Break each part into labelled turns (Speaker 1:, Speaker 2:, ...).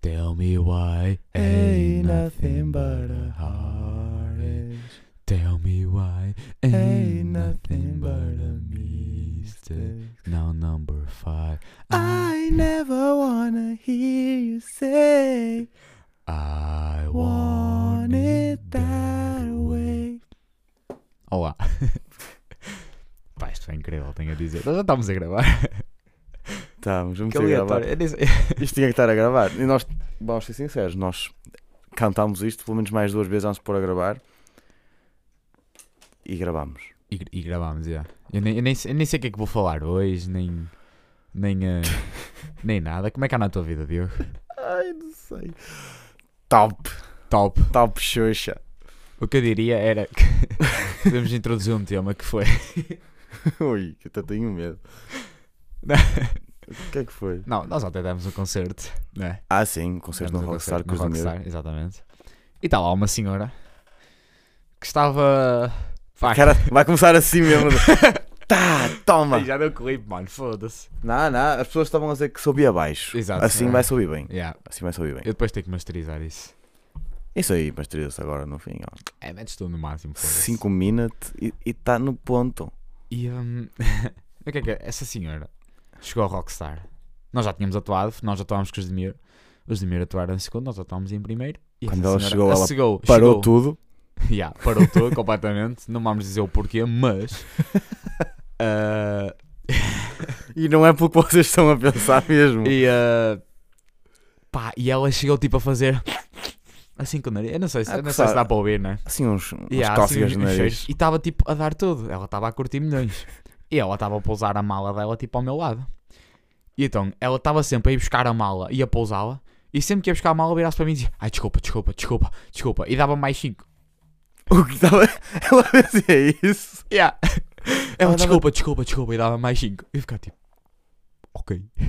Speaker 1: Tell me why ain't nothing but a heartache. Tell me why ain't nothing but a mistake. Now number five.
Speaker 2: I never wanna hear you say
Speaker 1: I
Speaker 2: want it that way.
Speaker 1: Olá. Pá, isto foi incrível, tenho a dizer. Nós já estamos a gravar.
Speaker 2: Estamos, vamos
Speaker 1: Que
Speaker 2: ter gravar.
Speaker 1: aleatório. Eu disse-
Speaker 2: Isto tinha que estar a gravar. E nós, vamos ser sinceros, nós cantámos isto pelo menos mais duas vezes antes de pôr a gravar. E gravámos.
Speaker 1: E, e gravámos, já. Eu, nem, eu nem sei- eu nem sei o que é que vou falar hoje, nem. Nem, eh, nem nada. Como é que anda a tua vida, Diogo?
Speaker 2: Ai, não sei. Top,
Speaker 1: Top.
Speaker 2: top Xuxa.
Speaker 1: O que eu diria era que podemos introduzir um tema que foi.
Speaker 2: Ui, que até tenho medo. O que é que foi?
Speaker 1: Não, nós até demos um concerto, né?
Speaker 2: Ah, sim, concerto no
Speaker 1: Demos um
Speaker 2: Rockstar
Speaker 1: concerto
Speaker 2: com
Speaker 1: no
Speaker 2: os do medo.
Speaker 1: Rockstar, exatamente. E está lá uma senhora que estava. Pá,
Speaker 2: Cara, vai começar assim mesmo. tá, toma.
Speaker 1: já deu clipe, mano, foda-se.
Speaker 2: Não, não, as pessoas estavam a dizer que soube abaixo.
Speaker 1: Exato,
Speaker 2: Assim
Speaker 1: é.
Speaker 2: vai subir bem.
Speaker 1: Yeah.
Speaker 2: Assim vai subir bem.
Speaker 1: Eu depois tenho que masterizar isso.
Speaker 2: Isso aí, mas se agora no fim, ó.
Speaker 1: É, metes tudo no máximo, foda-se.
Speaker 2: 5 minutes e está no ponto.
Speaker 1: E hum, o que é que é? Essa senhora chegou ao Rockstar. Nós já tínhamos atuado, nós atuámos com os Demir. Os Demir atuaram em segundo, nós atuámos em primeiro. E
Speaker 2: Quando
Speaker 1: essa
Speaker 2: ela
Speaker 1: senhora-
Speaker 2: chegou,
Speaker 1: a
Speaker 2: ela
Speaker 1: chegou,
Speaker 2: Parou
Speaker 1: chegou.
Speaker 2: tudo.
Speaker 1: Yeah, parou tudo completamente. Não vamos dizer o porquê, mas. ah,
Speaker 2: E não é pelo que vocês estão a pensar mesmo.
Speaker 1: e, ah, pá, e ela chegou tipo a fazer. Assim com o nariz. Eu não sei se,
Speaker 2: Ah,
Speaker 1: eu não sei
Speaker 2: coçar.
Speaker 1: se dá para ouvir, né?
Speaker 2: Assim, uns, umas
Speaker 1: Yeah, assim,
Speaker 2: cócegas
Speaker 1: uns-
Speaker 2: no
Speaker 1: uns
Speaker 2: nariz.
Speaker 1: cheiros. E estava tipo a dar tudo. Ela estava a curtir milhões. e ela estava a pousar a mala dela tipo ao meu lado. E então, ela estava sempre a ir buscar a mala e a pousá-la. E sempre que ia buscar a mala, virasse para mim e dizia: Ai, desculpa, desculpa, desculpa, desculpa. E dava mais 5.
Speaker 2: O que estava. Ela fazia isso.
Speaker 1: Yeah. Ela,
Speaker 2: dava-
Speaker 1: desculpa, desculpa, desculpa, e dava mais 5. E eu ficava tipo, ok, o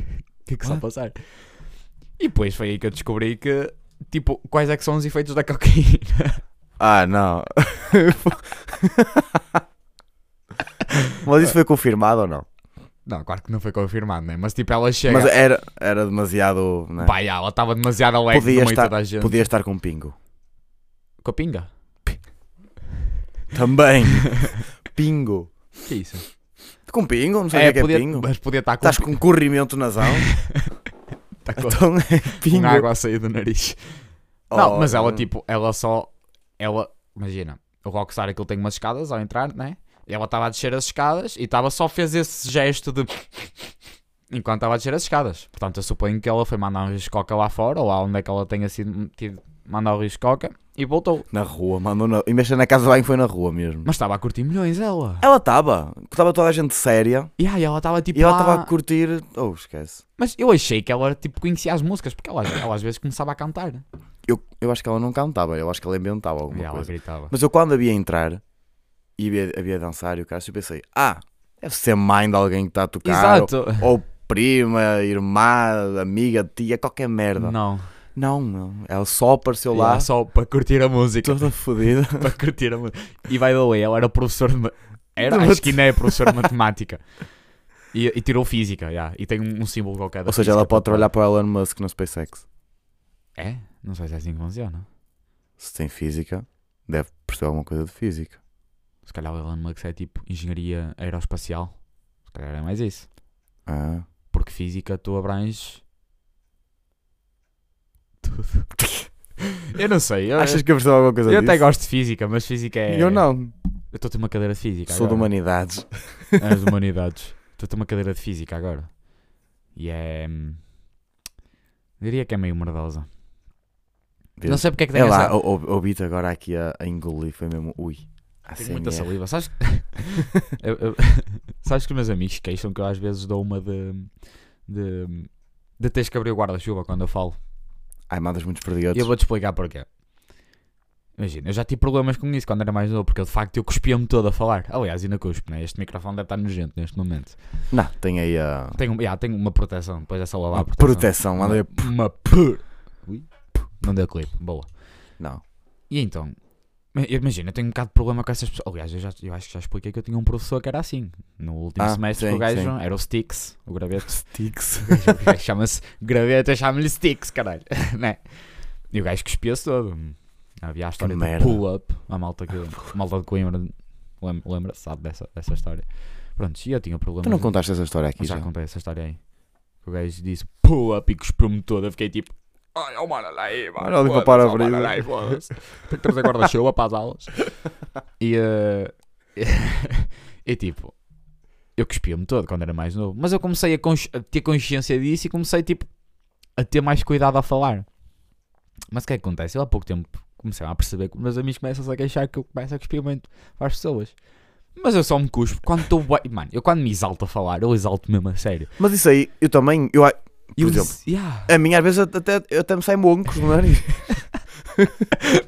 Speaker 1: que é que
Speaker 2: Ah.
Speaker 1: está a passar? E depois foi aí que eu descobri que, tipo, quais é que são os efeitos da cocaína.
Speaker 2: Ah, não. mas isso foi confirmado ou não?
Speaker 1: Não, claro que não foi confirmado, né? Mas tipo, ela chega,
Speaker 2: Mas era, era demasiado. Né?
Speaker 1: pá, já, ela estava demasiado alegre
Speaker 2: Podia
Speaker 1: no meio de
Speaker 2: estar-
Speaker 1: toda a gente.
Speaker 2: Podia estar com um pingo.
Speaker 1: Com a pinga?
Speaker 2: Também. pingo.
Speaker 1: Que isso?
Speaker 2: Com pingo? Não sei o que é, que
Speaker 1: podia,
Speaker 2: é pingo.
Speaker 1: mas podia estar com,
Speaker 2: Estás com um corrimento nasal?
Speaker 1: tá com,
Speaker 2: então é
Speaker 1: com
Speaker 2: pingo.
Speaker 1: água a sair do nariz. Não,
Speaker 2: Oh,
Speaker 1: mas ela
Speaker 2: não.
Speaker 1: tipo, ela só. Ela. Imagina, o Rockstar aquilo tem umas escadas ao entrar, né? E ela estava a descer as escadas e estava só fez esse gesto de. Enquanto estava a descer as escadas. Portanto, eu suponho que ela foi mandar um risco de coca lá fora, ou lá onde é que ela tenha sido. Tido, mandar o risco de coca e voltou.
Speaker 2: Na rua, mandou na... Em vez de ser na casa de banho, foi na rua mesmo.
Speaker 1: Mas estava a curtir milhões ela.
Speaker 2: Ela estava. Estava toda a gente séria.
Speaker 1: E aí ela estava tipo.
Speaker 2: E ela
Speaker 1: lá-
Speaker 2: estava a curtir. Oh, esquece.
Speaker 1: Mas eu achei que ela tipo conhecia as músicas, porque ela, ela às vezes começava a cantar.
Speaker 2: Eu, eu acho que ela não cantava, eu acho que ela inventava alguma
Speaker 1: e ela
Speaker 2: coisa.
Speaker 1: gritava.
Speaker 2: Mas eu quando a via entrar e havia, havia dançar e o cara, eu pensei, ah, deve ser mãe de alguém que está a tocar.
Speaker 1: Exato.
Speaker 2: Ou, ou prima, irmã, amiga, tia, qualquer merda.
Speaker 1: Não.
Speaker 2: Não, não. Ela só apareceu lá,
Speaker 1: Lá só para curtir a música.
Speaker 2: toda fodida.
Speaker 1: para curtir a música. E by the way, ela era professor de ma- era,
Speaker 2: De
Speaker 1: acho que ainda é professor de matemática. E, e tirou física, já. E tem um, um símbolo qualquer. da
Speaker 2: Ou seja, ela
Speaker 1: física
Speaker 2: pode trabalhar
Speaker 1: tatuado.
Speaker 2: para o Elon Musk no SpaceX.
Speaker 1: É? Não sei se é assim que funciona.
Speaker 2: Se tem física, deve perceber alguma coisa de física.
Speaker 1: Se calhar o Elon Musk é tipo engenharia aeroespacial. Se calhar é mais isso.
Speaker 2: Ah.
Speaker 1: Porque física tu abranges. Tudo. eu não sei. Eu,
Speaker 2: Achas que eu percebo alguma coisa
Speaker 1: Ah, é. eu
Speaker 2: disso?
Speaker 1: até gosto de física, mas física é.
Speaker 2: Eu não.
Speaker 1: Eu estou a ter uma cadeira de física.
Speaker 2: Sou de
Speaker 1: agora.
Speaker 2: humanidades.
Speaker 1: as humanidades. Estou a ter uma cadeira de física agora. E é. hum, Diria que é meio merdosa. Não sei porque é que tem
Speaker 2: É
Speaker 1: essa.
Speaker 2: lá, ou- ou- ouvi-te agora aqui a, a engolir, foi mesmo, ui. é-
Speaker 1: Tenho muita
Speaker 2: ASMR.
Speaker 1: saliva. Sabes que... eu, eu- Sabes que os meus amigos queixam que eu às vezes dou uma de. de, de teres que abrir o guarda-chuva quando eu falo.
Speaker 2: Ai, mandas muitos
Speaker 1: E eu
Speaker 2: perdidos.
Speaker 1: vou-te explicar porquê. Imagina, eu já tive problemas com isso quando era mais novo, porque eu, de facto eu cuspia-me todo a falar. Aliás, ainda cuspo, né? Este microfone deve estar nojento neste momento.
Speaker 2: Não, tem aí a
Speaker 1: Tenho, yeah, tenho uma proteção, depois é só lavar
Speaker 2: a
Speaker 1: a proteção.
Speaker 2: proteção. Manda aí. a-
Speaker 1: Uma pur. Não deu clipe, boa.
Speaker 2: Não.
Speaker 1: E então, Ma- Imagina, eu tenho um bocado de problema com essas pessoas. Aliás, eu, já, eu acho que já expliquei que eu tinha um professor que era assim. No último
Speaker 2: Ah,
Speaker 1: semestre,
Speaker 2: sim,
Speaker 1: o gajo
Speaker 2: sim.
Speaker 1: era o Sticks, o graveto.
Speaker 2: Sticks.
Speaker 1: O gajo chama-se graveto, eu chamo-lhe Sticks, caralho. né? E o gajo cuspia-se todo. Havia a história do
Speaker 2: merda. Ah,
Speaker 1: pull-up, a malta, que, a malta de Coimbra lem- lembra-se, sabe dessa, dessa história. Pronto, e eu tinha problema.
Speaker 2: Tu não contaste essa história aqui já?
Speaker 1: já contei essa história aí. O gajo disse pull-up e cuspiu-me todo. Eu fiquei tipo, ai, oh, mano, olha aí, mano.
Speaker 2: Olha ali
Speaker 1: foda-se,
Speaker 2: para o
Speaker 1: oh,
Speaker 2: para-brisa."
Speaker 1: mano, olha aí, foda-se. Tem que trazer guarda-chuva para as aulas. E, eh, e tipo, eu cuspia-me todo quando era mais novo. Mas eu comecei a, consci- a ter consciência disso e comecei, tipo, a ter mais cuidado a falar. Mas o que é que acontece? Eu há pouco tempo comecei a perceber que meus amigos começam a queixar que eu começo a cuspir muito para as pessoas. Mas eu só me cuspo quando estou bué- Mano, eu quando me exalto a falar, eu exalto mesmo a sério.
Speaker 2: Mas isso aí, eu também. Eu, a-
Speaker 1: E eu
Speaker 2: Por
Speaker 1: disse, "Ya,
Speaker 2: a minha às vezes até, eu até me saem moncos é? no nariz.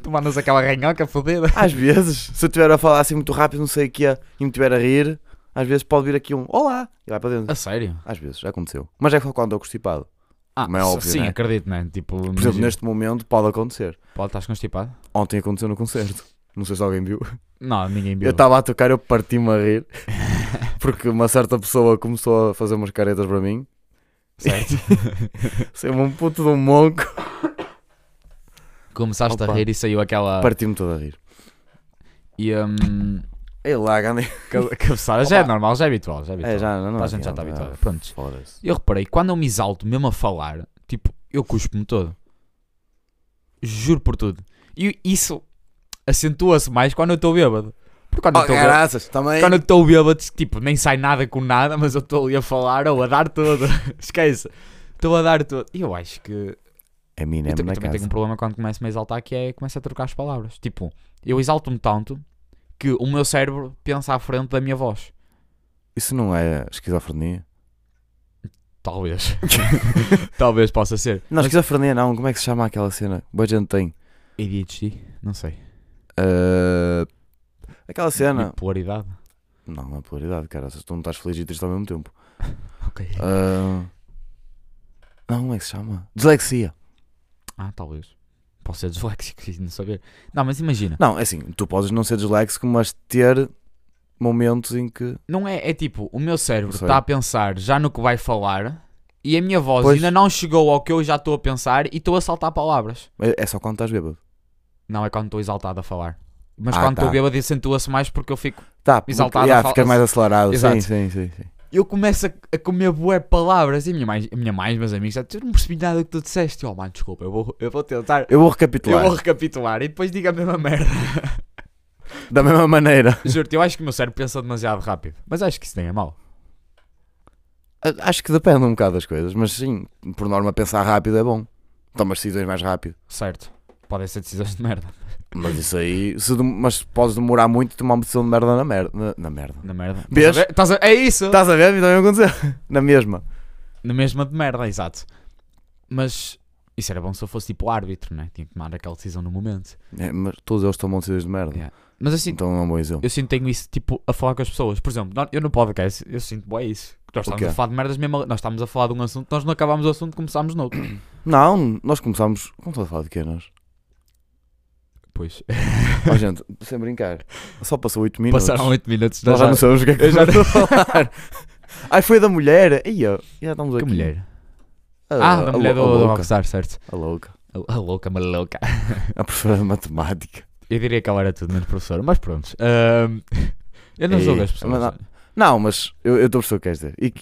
Speaker 1: tu mandas aquela ranhoca fodida.
Speaker 2: Às vezes, se eu estiver a falar assim muito rápido, não sei o que é, e me estiver a rir, às vezes pode vir aqui um Olá! E vai para dentro.
Speaker 1: A sério?
Speaker 2: Às vezes, já aconteceu. Mas é só quando estou constipado.
Speaker 1: Ah,
Speaker 2: Como é
Speaker 1: s-
Speaker 2: óbvio,
Speaker 1: sim,
Speaker 2: né?
Speaker 1: acredito, né? Tipo,
Speaker 2: Por exemplo, neste momento pode acontecer.
Speaker 1: Pode, estás constipado?
Speaker 2: Ontem aconteceu no concerto. Não sei se alguém viu.
Speaker 1: Não, ninguém viu.
Speaker 2: Eu estava a tocar, eu parti-me a rir. Porque uma certa pessoa começou a fazer umas caretas para mim.
Speaker 1: Certo.
Speaker 2: Sei um puto de um monco.
Speaker 1: Começaste a
Speaker 2: Opa.
Speaker 1: rir e saiu aquela.
Speaker 2: Parti-me todo a rir.
Speaker 1: E hum,
Speaker 2: Ei lá, Gandhi.
Speaker 1: ca- cabeçada. Já é normal, já é habitual. Já é habitual.
Speaker 2: É, já, não, não
Speaker 1: A
Speaker 2: é
Speaker 1: gente já
Speaker 2: assim,
Speaker 1: está
Speaker 2: não é-
Speaker 1: habituado. Pronto.
Speaker 2: Foda-se.
Speaker 1: Eu reparei, quando eu me exalto mesmo a falar, tipo, eu cuspo-me todo. Juro por tudo. E isso acentua-se mais quando eu estou bêbado. Porque quando eu
Speaker 2: Oh,
Speaker 1: estou bêbado.
Speaker 2: graças, também.
Speaker 1: Então, Quando eu estou bêbado, tipo, nem sai nada com nada, mas eu estou ali a falar ou a dar tudo. Esquece. Estou a dar tudo. E eu acho que.
Speaker 2: É mina,
Speaker 1: Eu,
Speaker 2: é
Speaker 1: ta- eu
Speaker 2: na
Speaker 1: também tenho um
Speaker 2: casa.
Speaker 1: problema quando começo-me a exaltar que é começo a trocar as palavras. Tipo, eu exalto-me tanto que o meu cérebro pensa à frente da minha voz.
Speaker 2: Isso não é esquizofrenia?
Speaker 1: Talvez. Talvez possa ser.
Speaker 2: Não, esquizofrenia não. Como é que se chama aquela cena? Boa gente tem.
Speaker 1: ADHD? Não sei.
Speaker 2: Ah, Aquela cena.
Speaker 1: Bipolaridade?
Speaker 2: Não, não é polaridade, cara. Se tu não estás feliz e triste ao mesmo tempo.
Speaker 1: Ok.
Speaker 2: Ah, Não, como é que se chama? Dislexia.
Speaker 1: Ah, talvez. Posso ser disléxico e não saber. Não, mas imagina.
Speaker 2: Não, é assim, tu podes não ser disléxico, mas ter momentos em que.
Speaker 1: Não é, é tipo, o meu cérebro
Speaker 2: Não sei.
Speaker 1: está a pensar já no que vai falar e a minha voz
Speaker 2: Pois.
Speaker 1: ainda não chegou ao que eu já estou a pensar e estou a saltar palavras.
Speaker 2: É é só quando estás bêbado.
Speaker 1: Não é quando estou exaltado a falar. Mas
Speaker 2: Ah,
Speaker 1: quando estou
Speaker 2: tá.
Speaker 1: bêbado acentua-se mais porque eu fico.
Speaker 2: Tá,
Speaker 1: Exaltado,
Speaker 2: porque,
Speaker 1: fala-
Speaker 2: yeah, fica mais acelerado.
Speaker 1: Exato.
Speaker 2: Sim, sim, sim, sim.
Speaker 1: Eu começo a, a comer bué palavras e a minha mãe, a minha mãe e meus amigos, "Ah, tu não percebi nada que tu disseste. Eu, Oh, mano, desculpa, eu vou, eu vou tentar.
Speaker 2: Eu vou
Speaker 1: Eu
Speaker 2: recapitular.
Speaker 1: vou recapitular e depois diga a mesma merda.
Speaker 2: Da mesma maneira.
Speaker 1: Juro-te, eu acho que o meu cérebro pensa demasiado rápido. Mas acho que isso nem é mau.
Speaker 2: A- Acho que depende um bocado das coisas, mas sim, por norma, pensar rápido é bom. Tomas decisões mais rápido.
Speaker 1: Certo. Podem ser decisões de merda.
Speaker 2: Mas isso aí, se dem- mas podes demorar muito e tomar uma decisão de merda na merda. Na, na merda.
Speaker 1: Na merda.
Speaker 2: Vês?
Speaker 1: Estás a ver? Estás a- É isso!
Speaker 2: Estás a ver? Então ia acontecer. Na mesma.
Speaker 1: Na mesma de merda, exato. Mas isso era bom se eu fosse tipo árbitro, né? Tinha que tomar aquela decisão no momento.
Speaker 2: É, mas todos eles tomam decisões de merda.
Speaker 1: Yeah. Mas assim,
Speaker 2: Então é um bom exemplo.
Speaker 1: eu sinto tenho isso tipo a falar com as pessoas. Por exemplo, nó- eu no podcast, eu sinto bem isso. Nós
Speaker 2: O
Speaker 1: estamos
Speaker 2: quê?
Speaker 1: a falar de merdas mesmo. ali- Nós estamos a falar de um assunto, nós não acabámos o assunto, começámos noutro.
Speaker 2: Não, nós começámos. Como estou a falar de quê nós?
Speaker 1: Pois,
Speaker 2: Oh, gente, sem brincar. Só passou 8 minutos.
Speaker 1: passaram 8 minutos. nós
Speaker 2: Nós já, não sabemos o que é que
Speaker 1: eu já
Speaker 2: estamos a falar. Ai, foi da mulher. Aí, ó, já estamos
Speaker 1: Que
Speaker 2: aqui.
Speaker 1: mulher?
Speaker 2: A,
Speaker 1: Ah, da
Speaker 2: a-
Speaker 1: mulher
Speaker 2: a,
Speaker 1: do, do
Speaker 2: louca.
Speaker 1: Rockstar, certo?
Speaker 2: A louca.
Speaker 1: A, a louca, maluca.
Speaker 2: A professora de matemática.
Speaker 1: Eu diria que ela era tudo menos professor, mas pronto. Ahm, eu não julgo
Speaker 2: Ei,
Speaker 1: as pessoas.
Speaker 2: É, mas Não, mas eu eu estou a perceber o que queres dizer. E,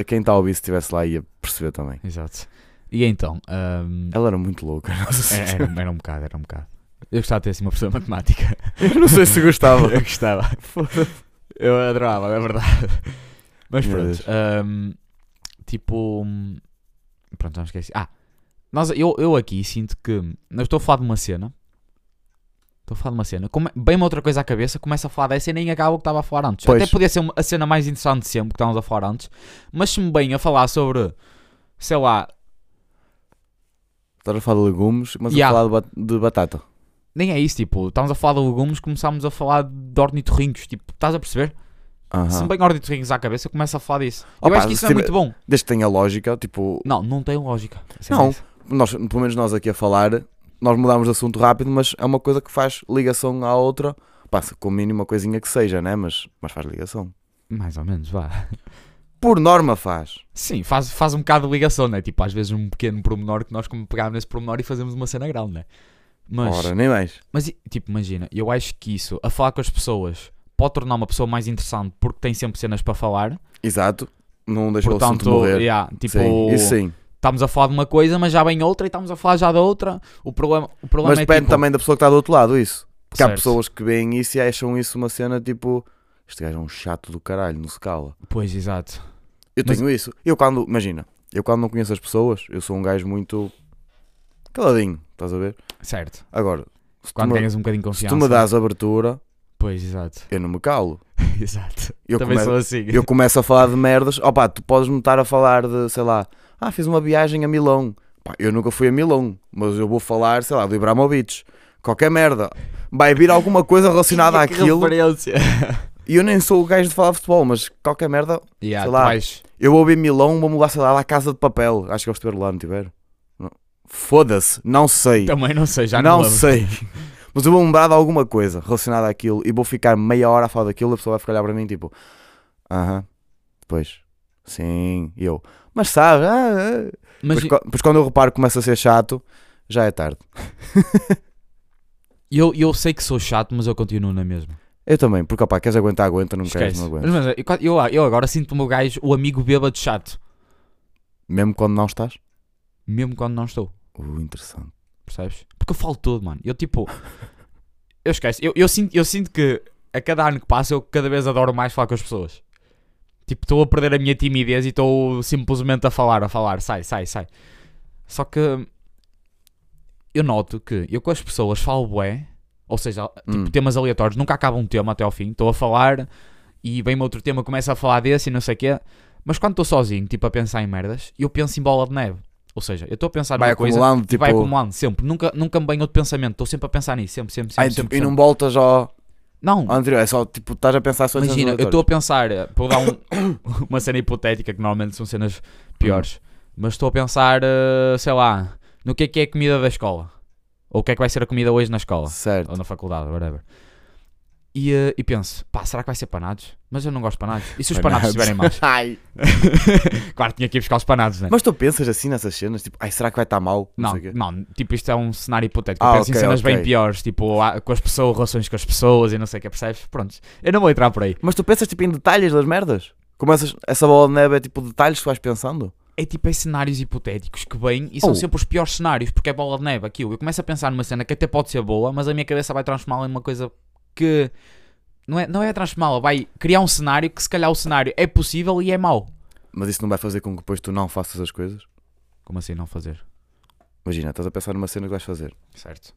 Speaker 2: e quem está a ouvir, se estivesse lá, ia perceber também.
Speaker 1: Exato. E então, ahm,
Speaker 2: Ela era muito louca. Nossa
Speaker 1: Era,
Speaker 2: senhora.
Speaker 1: era, era um bocado, era um bocado. Eu gostava de ter assim uma pessoa de matemática.
Speaker 2: Eu não sei se gostava.
Speaker 1: Eu gostava. Eu adorava, é verdade. Mas
Speaker 2: Meu
Speaker 1: pronto.
Speaker 2: Deus.
Speaker 1: hum, tipo. hum, Pronto, já me esqueci. Ah, nós, eu, eu aqui sinto que. Eu estou a falar de uma cena. Estou a falar de uma cena. Come, bem uma outra coisa à cabeça, começo a falar dessa e nem acabo o que estava a falar antes.
Speaker 2: Pois.
Speaker 1: Até podia ser uma- a cena mais interessante sempre que estávamos a falar antes. Mas se me bem a falar sobre. Sei lá,
Speaker 2: Estás a falar de legumes, mas
Speaker 1: Yeah.
Speaker 2: a falar de, bat- de batata.
Speaker 1: nem é isso. Tipo, estávamos a falar de legumes, começámos a falar de ornitorrincos. Tipo, estás a perceber?
Speaker 2: Aham.
Speaker 1: Se me bem ordem de rings à cabeça, eu começo a falar disso. eu
Speaker 2: Opa,
Speaker 1: acho que isso
Speaker 2: se
Speaker 1: é muito
Speaker 2: tiver-
Speaker 1: bom.
Speaker 2: Desde que tenha lógica, tipo,
Speaker 1: Não, não tem lógica. Isso é
Speaker 2: Não.
Speaker 1: isso.
Speaker 2: nós, pelo menos nós aqui a falar, nós mudámos de assunto rápido, mas é uma coisa que faz ligação à outra. Passa com o mínimo uma coisinha que seja, né? Mas, mas faz ligação.
Speaker 1: Mais ou menos, vá.
Speaker 2: Por norma faz.
Speaker 1: Sim, faz, faz um bocado de ligação, né? Tipo, às vezes um pequeno promenor que nós como pegámos nesse promenor e fazemos uma cena grande, né? Mas,
Speaker 2: Ora, nem mais.
Speaker 1: mas, e- tipo, imagina, eu acho que isso, a falar com as pessoas, pode tornar uma pessoa mais interessante porque tem sempre cenas para falar.
Speaker 2: Exato. Não deixou o assunto
Speaker 1: Portanto,
Speaker 2: morrer.
Speaker 1: yeah, tipo,
Speaker 2: Sim, isso sim.
Speaker 1: estamos a falar de uma coisa, mas já vem outra e estamos a falar já da outra. O problema, o problema
Speaker 2: Mas
Speaker 1: é
Speaker 2: depende
Speaker 1: tipo,
Speaker 2: também da pessoa que está do outro lado, isso. Porque há
Speaker 1: Certo.
Speaker 2: pessoas que veem isso e acham isso uma cena tipo. Este gajo é um chato do caralho, não se cala.
Speaker 1: Pois, exato.
Speaker 2: Eu
Speaker 1: Mas-
Speaker 2: tenho isso. Eu quando. Imagina, eu quando não conheço as pessoas, eu sou um gajo muito. caladinho, estás a ver?
Speaker 1: Certo.
Speaker 2: Agora, se tu,
Speaker 1: Quando
Speaker 2: me,
Speaker 1: ganhas um bocadinho de
Speaker 2: se
Speaker 1: confiança.
Speaker 2: tu me dás abertura,
Speaker 1: Pois, exato.
Speaker 2: eu não me calo.
Speaker 1: exato.
Speaker 2: Eu,
Speaker 1: também
Speaker 2: come-
Speaker 1: sou assim.
Speaker 2: eu começo a falar de merdas. Opá, tu podes me estar a falar de, sei lá, ah, fiz uma viagem a Milão. Pá, eu nunca fui a Milão, mas eu vou falar, sei lá, do Ibrahimovic. Qualquer merda. Vai vir alguma coisa relacionada
Speaker 1: Que
Speaker 2: àquilo.
Speaker 1: referência.
Speaker 2: E eu nem sou o gajo de falar de futebol, mas qualquer merda.
Speaker 1: Yeah,
Speaker 2: Sei
Speaker 1: tu
Speaker 2: lá.
Speaker 1: vais-
Speaker 2: Eu vou ver Milão, vou mudar, sei lá, lá à Casa de Papel. Acho que é eles estiveram lá, não tiveram? Não. Foda-se, não sei.
Speaker 1: Também não sei, já não,
Speaker 2: não
Speaker 1: lembro.
Speaker 2: sei. Mas eu vou lembrar de alguma coisa relacionada àquilo e vou ficar meia hora a falar daquilo e a pessoa vai ficar a olhar para mim tipo, aham, depois, sim, e eu, mas sabe, ah, ah."
Speaker 1: Mas
Speaker 2: Depois, co- depois quando eu reparo que começa a ser chato, já é tarde.
Speaker 1: eu, eu sei que sou chato, mas eu continuo na mesma.
Speaker 2: Eu também, porque opá, queres aguentar, aguenta, não queres,
Speaker 1: Esquece.
Speaker 2: não aguenta.
Speaker 1: Mas, mas eu- eu, eu agora sinto-me o gajo, o amigo bêbado chato.
Speaker 2: Mesmo quando não estás?
Speaker 1: Mesmo quando não estou,
Speaker 2: Uh, interessante.
Speaker 1: percebes? Porque eu falo todo, mano. Eu tipo. Eu esqueço. Eu, eu, sinto, eu sinto que a cada ano que passa eu cada vez adoro mais falar com as pessoas. Tipo, estou a perder a minha timidez e estou simplesmente a falar, a falar, sai, sai, sai. Só que eu noto que eu com as pessoas falo bué, ou seja, tipo,
Speaker 2: Hum.
Speaker 1: temas aleatórios, nunca acaba um tema até ao fim, estou a falar e vem-me outro tema, começa a falar desse e não sei o quê. Mas quando estou sozinho, tipo, a pensar em merdas, eu penso em bola de neve. Ou seja, eu estou a pensar
Speaker 2: Vai
Speaker 1: numa coisa
Speaker 2: acumulando,
Speaker 1: e
Speaker 2: tipo,
Speaker 1: vai acumulando, sempre. Nunca, nunca me vem outro pensamento, estou sempre a pensar nisso, sempre, sempre, sempre.
Speaker 2: ai, tipo,
Speaker 1: sempre,
Speaker 2: e não
Speaker 1: sempre.
Speaker 2: voltas ao,
Speaker 1: não,
Speaker 2: ao anterior, é só tipo, estás a pensar só em cenas
Speaker 1: Imagina, eu estou a
Speaker 2: aleatórias.
Speaker 1: pensar, eh, vou dar um- uma cena hipotética que normalmente são cenas piores,
Speaker 2: Hum.
Speaker 1: mas estou a pensar, eh, sei lá, no que é que é a comida da escola, ou o que é que vai ser a comida hoje na escola,
Speaker 2: Certo.
Speaker 1: ou na faculdade, whatever. E, eh, e penso, pá, será que vai ser panados? Mas eu não gosto de panados. E se os panados
Speaker 2: Panados.
Speaker 1: estiverem maus?
Speaker 2: Ai.
Speaker 1: claro, tinha que ir buscar os panados, né?
Speaker 2: Mas tu pensas assim nessas cenas, tipo, ai, será que vai estar mal?
Speaker 1: Não,
Speaker 2: sei o quê.
Speaker 1: não, tipo, isto é um cenário hipotético. Eu
Speaker 2: Ah,
Speaker 1: penso em
Speaker 2: ok,
Speaker 1: cenas bem
Speaker 2: ok.
Speaker 1: piores, tipo, há- com as pessoas, relações com as pessoas e não sei o que, percebes? Pronto, eu não vou entrar por aí.
Speaker 2: Mas tu pensas tipo em detalhes das merdas? Começas, essa bola de neve é tipo detalhes que tu vais pensando?
Speaker 1: é tipo é cenários hipotéticos que vêm e são
Speaker 2: Oh.
Speaker 1: sempre os piores cenários, porque é bola de neve aquilo. Eu começo a pensar numa cena que até pode ser boa, mas a minha cabeça vai transformá-la em uma coisa que não é, não é transformá-la, vai criar um cenário que se calhar o cenário é possível e é mau.
Speaker 2: Mas isso não vai fazer com que depois tu não faças as coisas?
Speaker 1: Como assim não fazer?
Speaker 2: Imagina, estás a pensar numa cena que vais fazer
Speaker 1: Certo.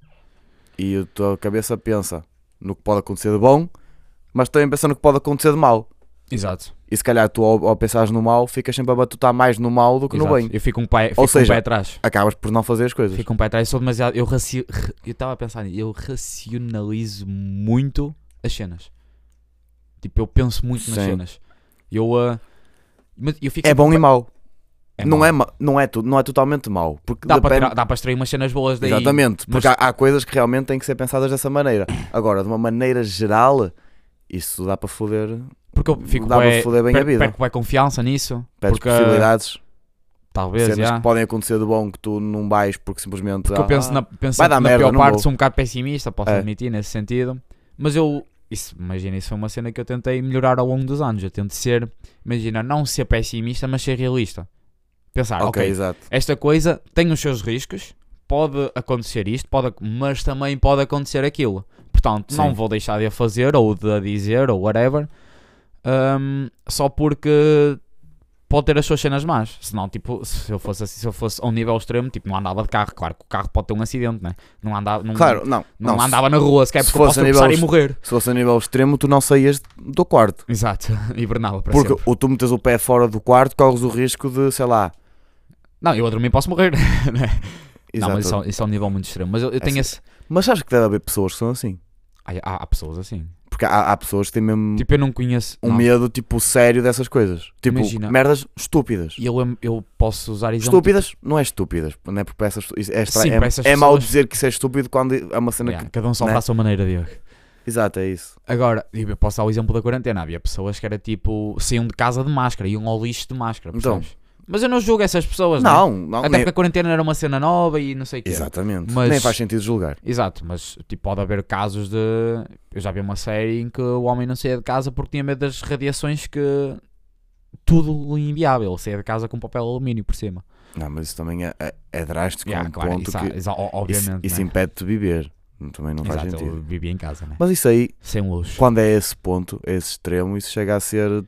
Speaker 2: e a tua cabeça pensa no que pode acontecer de bom, mas também pensa no que pode acontecer de mal.
Speaker 1: Exato.
Speaker 2: E se calhar tu ao, ao pensares no mal, ficas sempre a batutar mais no mal do que
Speaker 1: Exato.
Speaker 2: no bem.
Speaker 1: Eu fico um pé, fico
Speaker 2: Ou seja-
Speaker 1: um pé atrás.
Speaker 2: Acabas por não fazer as coisas.
Speaker 1: Fico um pé atrás, sou demasiado. Eu raci... re- eu estava a pensar, nisso, eu racionalizo muito as cenas. Tipo, eu penso muito nas
Speaker 2: Sim.
Speaker 1: cenas. Eu, ah, mas eu fico
Speaker 2: É
Speaker 1: sempre um
Speaker 2: bom e
Speaker 1: pé-
Speaker 2: mau. não,
Speaker 1: mau.
Speaker 2: É ma- não, é tu- não é totalmente mau. Porque
Speaker 1: Dá para
Speaker 2: depende...
Speaker 1: tirar- dá para extrair umas cenas boas daí.
Speaker 2: Exatamente,
Speaker 1: mas-
Speaker 2: porque há, há coisas que realmente têm que ser pensadas dessa maneira. Agora, de uma maneira geral, isso dá para foder,
Speaker 1: Porque eu fico
Speaker 2: dá para
Speaker 1: bué-
Speaker 2: foder um bem a
Speaker 1: per-
Speaker 2: vida.
Speaker 1: Perco bem confiança nisso.
Speaker 2: Pedes
Speaker 1: porque
Speaker 2: possibilidades,
Speaker 1: talvez,
Speaker 2: cenas
Speaker 1: já.
Speaker 2: que podem acontecer de bom que tu não vais porque simplesmente.
Speaker 1: Porque eu
Speaker 2: ah,
Speaker 1: penso na, penso
Speaker 2: vai dar
Speaker 1: na
Speaker 2: merda,
Speaker 1: pior
Speaker 2: não
Speaker 1: parte,
Speaker 2: vou.
Speaker 1: sou um bocado pessimista, posso
Speaker 2: É.
Speaker 1: admitir, nesse sentido. Mas eu, isso, imagina, isso foi uma cena que eu tentei melhorar ao longo dos anos. Eu tento ser, imagina, não ser pessimista, mas ser realista. Pensar,
Speaker 2: Ah, Ok,
Speaker 1: ok,
Speaker 2: exato.
Speaker 1: esta coisa tem os seus riscos, pode acontecer isto, pode, ac- mas também pode acontecer aquilo. Portanto,
Speaker 2: Sim.
Speaker 1: não vou deixar de a fazer ou de a dizer ou whatever, hum, só porque pode ter as suas cenas más. Senão, tipo, se eu fosse assim, se eu fosse a um nível extremo, tipo, não andava de carro. Claro que o carro pode ter um acidente, né? Não andava, não,
Speaker 2: Claro, não.
Speaker 1: não,
Speaker 2: não, se-
Speaker 1: andava na rua, se quer
Speaker 2: se
Speaker 1: porque eu posso
Speaker 2: fosse a nível
Speaker 1: tropeçar e
Speaker 2: ex-
Speaker 1: morrer.
Speaker 2: Se fosse a nível extremo, tu não saías do quarto.
Speaker 1: Exato, hibernava para
Speaker 2: Porque
Speaker 1: sempre.
Speaker 2: ou tu metes o pé fora do quarto, corres o risco de, sei lá.
Speaker 1: Não, eu a dormir posso morrer.
Speaker 2: Exato.
Speaker 1: Não, mas
Speaker 2: mas,
Speaker 1: isso um é, isso é um nível muito extremo. Mas eu, eu tenho esse.
Speaker 2: acho que deve haver pessoas que são assim.
Speaker 1: Ai, Há, há pessoas assim.
Speaker 2: Porque Porque há, há pessoas que têm mesmo
Speaker 1: Tipo, eu não conheço.
Speaker 2: um
Speaker 1: não.
Speaker 2: medo tipo sério dessas coisas. Tipo,
Speaker 1: Imagina.
Speaker 2: merdas estúpidas.
Speaker 1: E eu, eu posso usar exemplo.
Speaker 2: Estúpidas não é estúpidas, não é porque para essas, isso é, estra-
Speaker 1: Sim,
Speaker 2: é,
Speaker 1: para essas
Speaker 2: é mau
Speaker 1: pessoas-
Speaker 2: dizer que isso é estúpido quando é uma cena
Speaker 1: Yeah,
Speaker 2: que.
Speaker 1: cada um só
Speaker 2: né?
Speaker 1: para a sua maneira, Diogo.
Speaker 2: Exato, é isso.
Speaker 1: Agora, eu posso dar o exemplo da quarentena. Havia pessoas que era tipo, saíam de casa de máscara, iam ao lixo de máscara.
Speaker 2: Então.
Speaker 1: percebes? Mas eu não julgo essas pessoas, não.
Speaker 2: Não, não,
Speaker 1: né? Até
Speaker 2: nem-
Speaker 1: porque a quarentena era uma cena nova e não sei o quê.
Speaker 2: Exatamente.
Speaker 1: Mas-
Speaker 2: Nem faz sentido julgar.
Speaker 1: Exato, mas tipo, pode haver casos de. Eu já vi uma série em que o homem não saía de casa porque tinha medo das radiações que. Tudo lhe enviava. Ele saía de casa com papel alumínio por cima.
Speaker 2: Não, mas isso também é, é- é drástico.
Speaker 1: Yeah,
Speaker 2: é um
Speaker 1: claro,
Speaker 2: ponto
Speaker 1: isso,
Speaker 2: que
Speaker 1: isso, o-
Speaker 2: isso,
Speaker 1: obviamente.
Speaker 2: isso
Speaker 1: né?
Speaker 2: impede-te de viver. Também não faz
Speaker 1: Exato, é
Speaker 2: sentido.
Speaker 1: ele vivia em casa, né?
Speaker 2: Mas isso aí,
Speaker 1: Sem luz.
Speaker 2: quando é esse ponto, é esse extremo, isso chega a ser.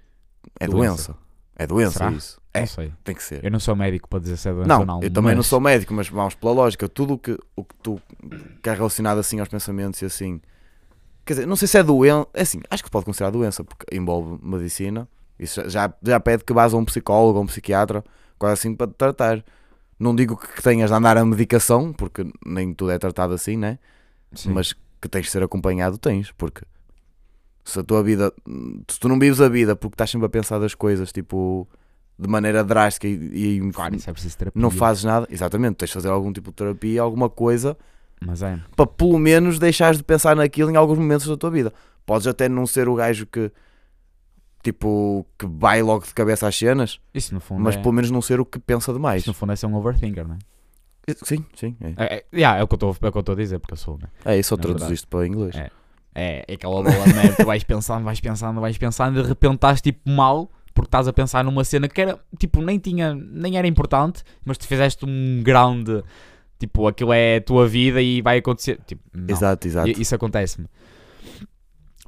Speaker 2: É
Speaker 1: Doença.
Speaker 2: doença. É doença
Speaker 1: Será?
Speaker 2: isso.
Speaker 1: Não
Speaker 2: É,
Speaker 1: sei.
Speaker 2: tem que ser.
Speaker 1: Eu não sou médico para dizer se é doença
Speaker 2: Não,
Speaker 1: ou não.
Speaker 2: eu também não
Speaker 1: mas-
Speaker 2: sou médico, mas vamos pela lógica, tudo o que, o que tu que é relacionado assim aos pensamentos e assim. Quer dizer, não sei se é doença, é assim, acho que pode considerar doença, porque envolve medicina, isso já- já, já pede que vás a um psicólogo ou um psiquiatra, coisa assim para te tratar. Não digo que que tenhas de andar a medicação, porque nem tudo é tratado assim, né?
Speaker 1: Sim.
Speaker 2: mas que tens de ser acompanhado, tens, porque se a tua vida, se tu não vives a vida porque estás sempre a pensar das coisas, tipo, de maneira drástica e, e
Speaker 1: Claro, isso é preciso terapia.
Speaker 2: não fazes nada, exatamente, tens de fazer algum tipo de terapia, alguma coisa,
Speaker 1: Mas é.
Speaker 2: para pelo menos deixares de pensar naquilo em alguns momentos da tua vida. Podes até não ser o gajo que, tipo, que vai logo de cabeça às cenas,
Speaker 1: Isso no fundo
Speaker 2: mas
Speaker 1: é.
Speaker 2: pelo menos não ser o que pensa demais.
Speaker 1: Isso no fundo é ser um overthinker, não é?
Speaker 2: Sim, sim, é.
Speaker 1: É, é, yeah, é o que eu estou a dizer, porque eu sou, né?
Speaker 2: É isso, só
Speaker 1: Na
Speaker 2: traduz
Speaker 1: verdade.
Speaker 2: isto para inglês.
Speaker 1: É. É, é aquela bola, né? tu vais pensando, vais pensando, vais pensando e de repente estás tipo mal porque estás a pensar numa cena que era tipo nem tinha, nem era importante, mas tu fizeste um grande tipo aquilo é a tua vida e vai acontecer. Tipo, não.
Speaker 2: Exato, exato.
Speaker 1: I- Isso acontece-me.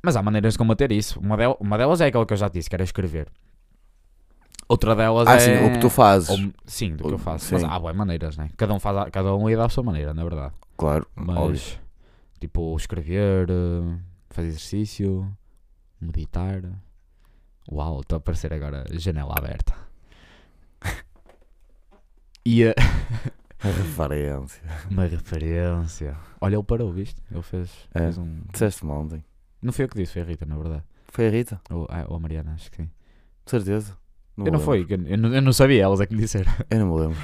Speaker 1: Mas há maneiras de combater isso. Uma, del- uma delas é aquela que eu já disse, que era escrever. Outra delas
Speaker 2: Ah,
Speaker 1: é.
Speaker 2: sim, o que tu fazes,
Speaker 1: Ou- sim, do que eu faço. Mas
Speaker 2: Sim.
Speaker 1: há boas maneiras, né? Cada um, faz a- cada um lida à sua maneira, na verdade.
Speaker 2: claro,
Speaker 1: Mas,
Speaker 2: óbvio.
Speaker 1: tipo, escrever, eh, fazer exercício, meditar. Uau, estou a aparecer agora janela aberta. E eh,
Speaker 2: Referência.
Speaker 1: uma referência. Olha, ele parou, viste? Ele fez,
Speaker 2: É.
Speaker 1: fez um.
Speaker 2: Disseste-me ontem.
Speaker 1: Não foi eu que disse, foi a Rita, na verdade.
Speaker 2: Foi a Rita,
Speaker 1: Ou, ah, ou a Mariana, acho que sim.
Speaker 2: de certeza.
Speaker 1: eu não
Speaker 2: me
Speaker 1: fui, que eu, não- eu não sabia, elas é que me disseram.
Speaker 2: lembro. Eu não me lembro.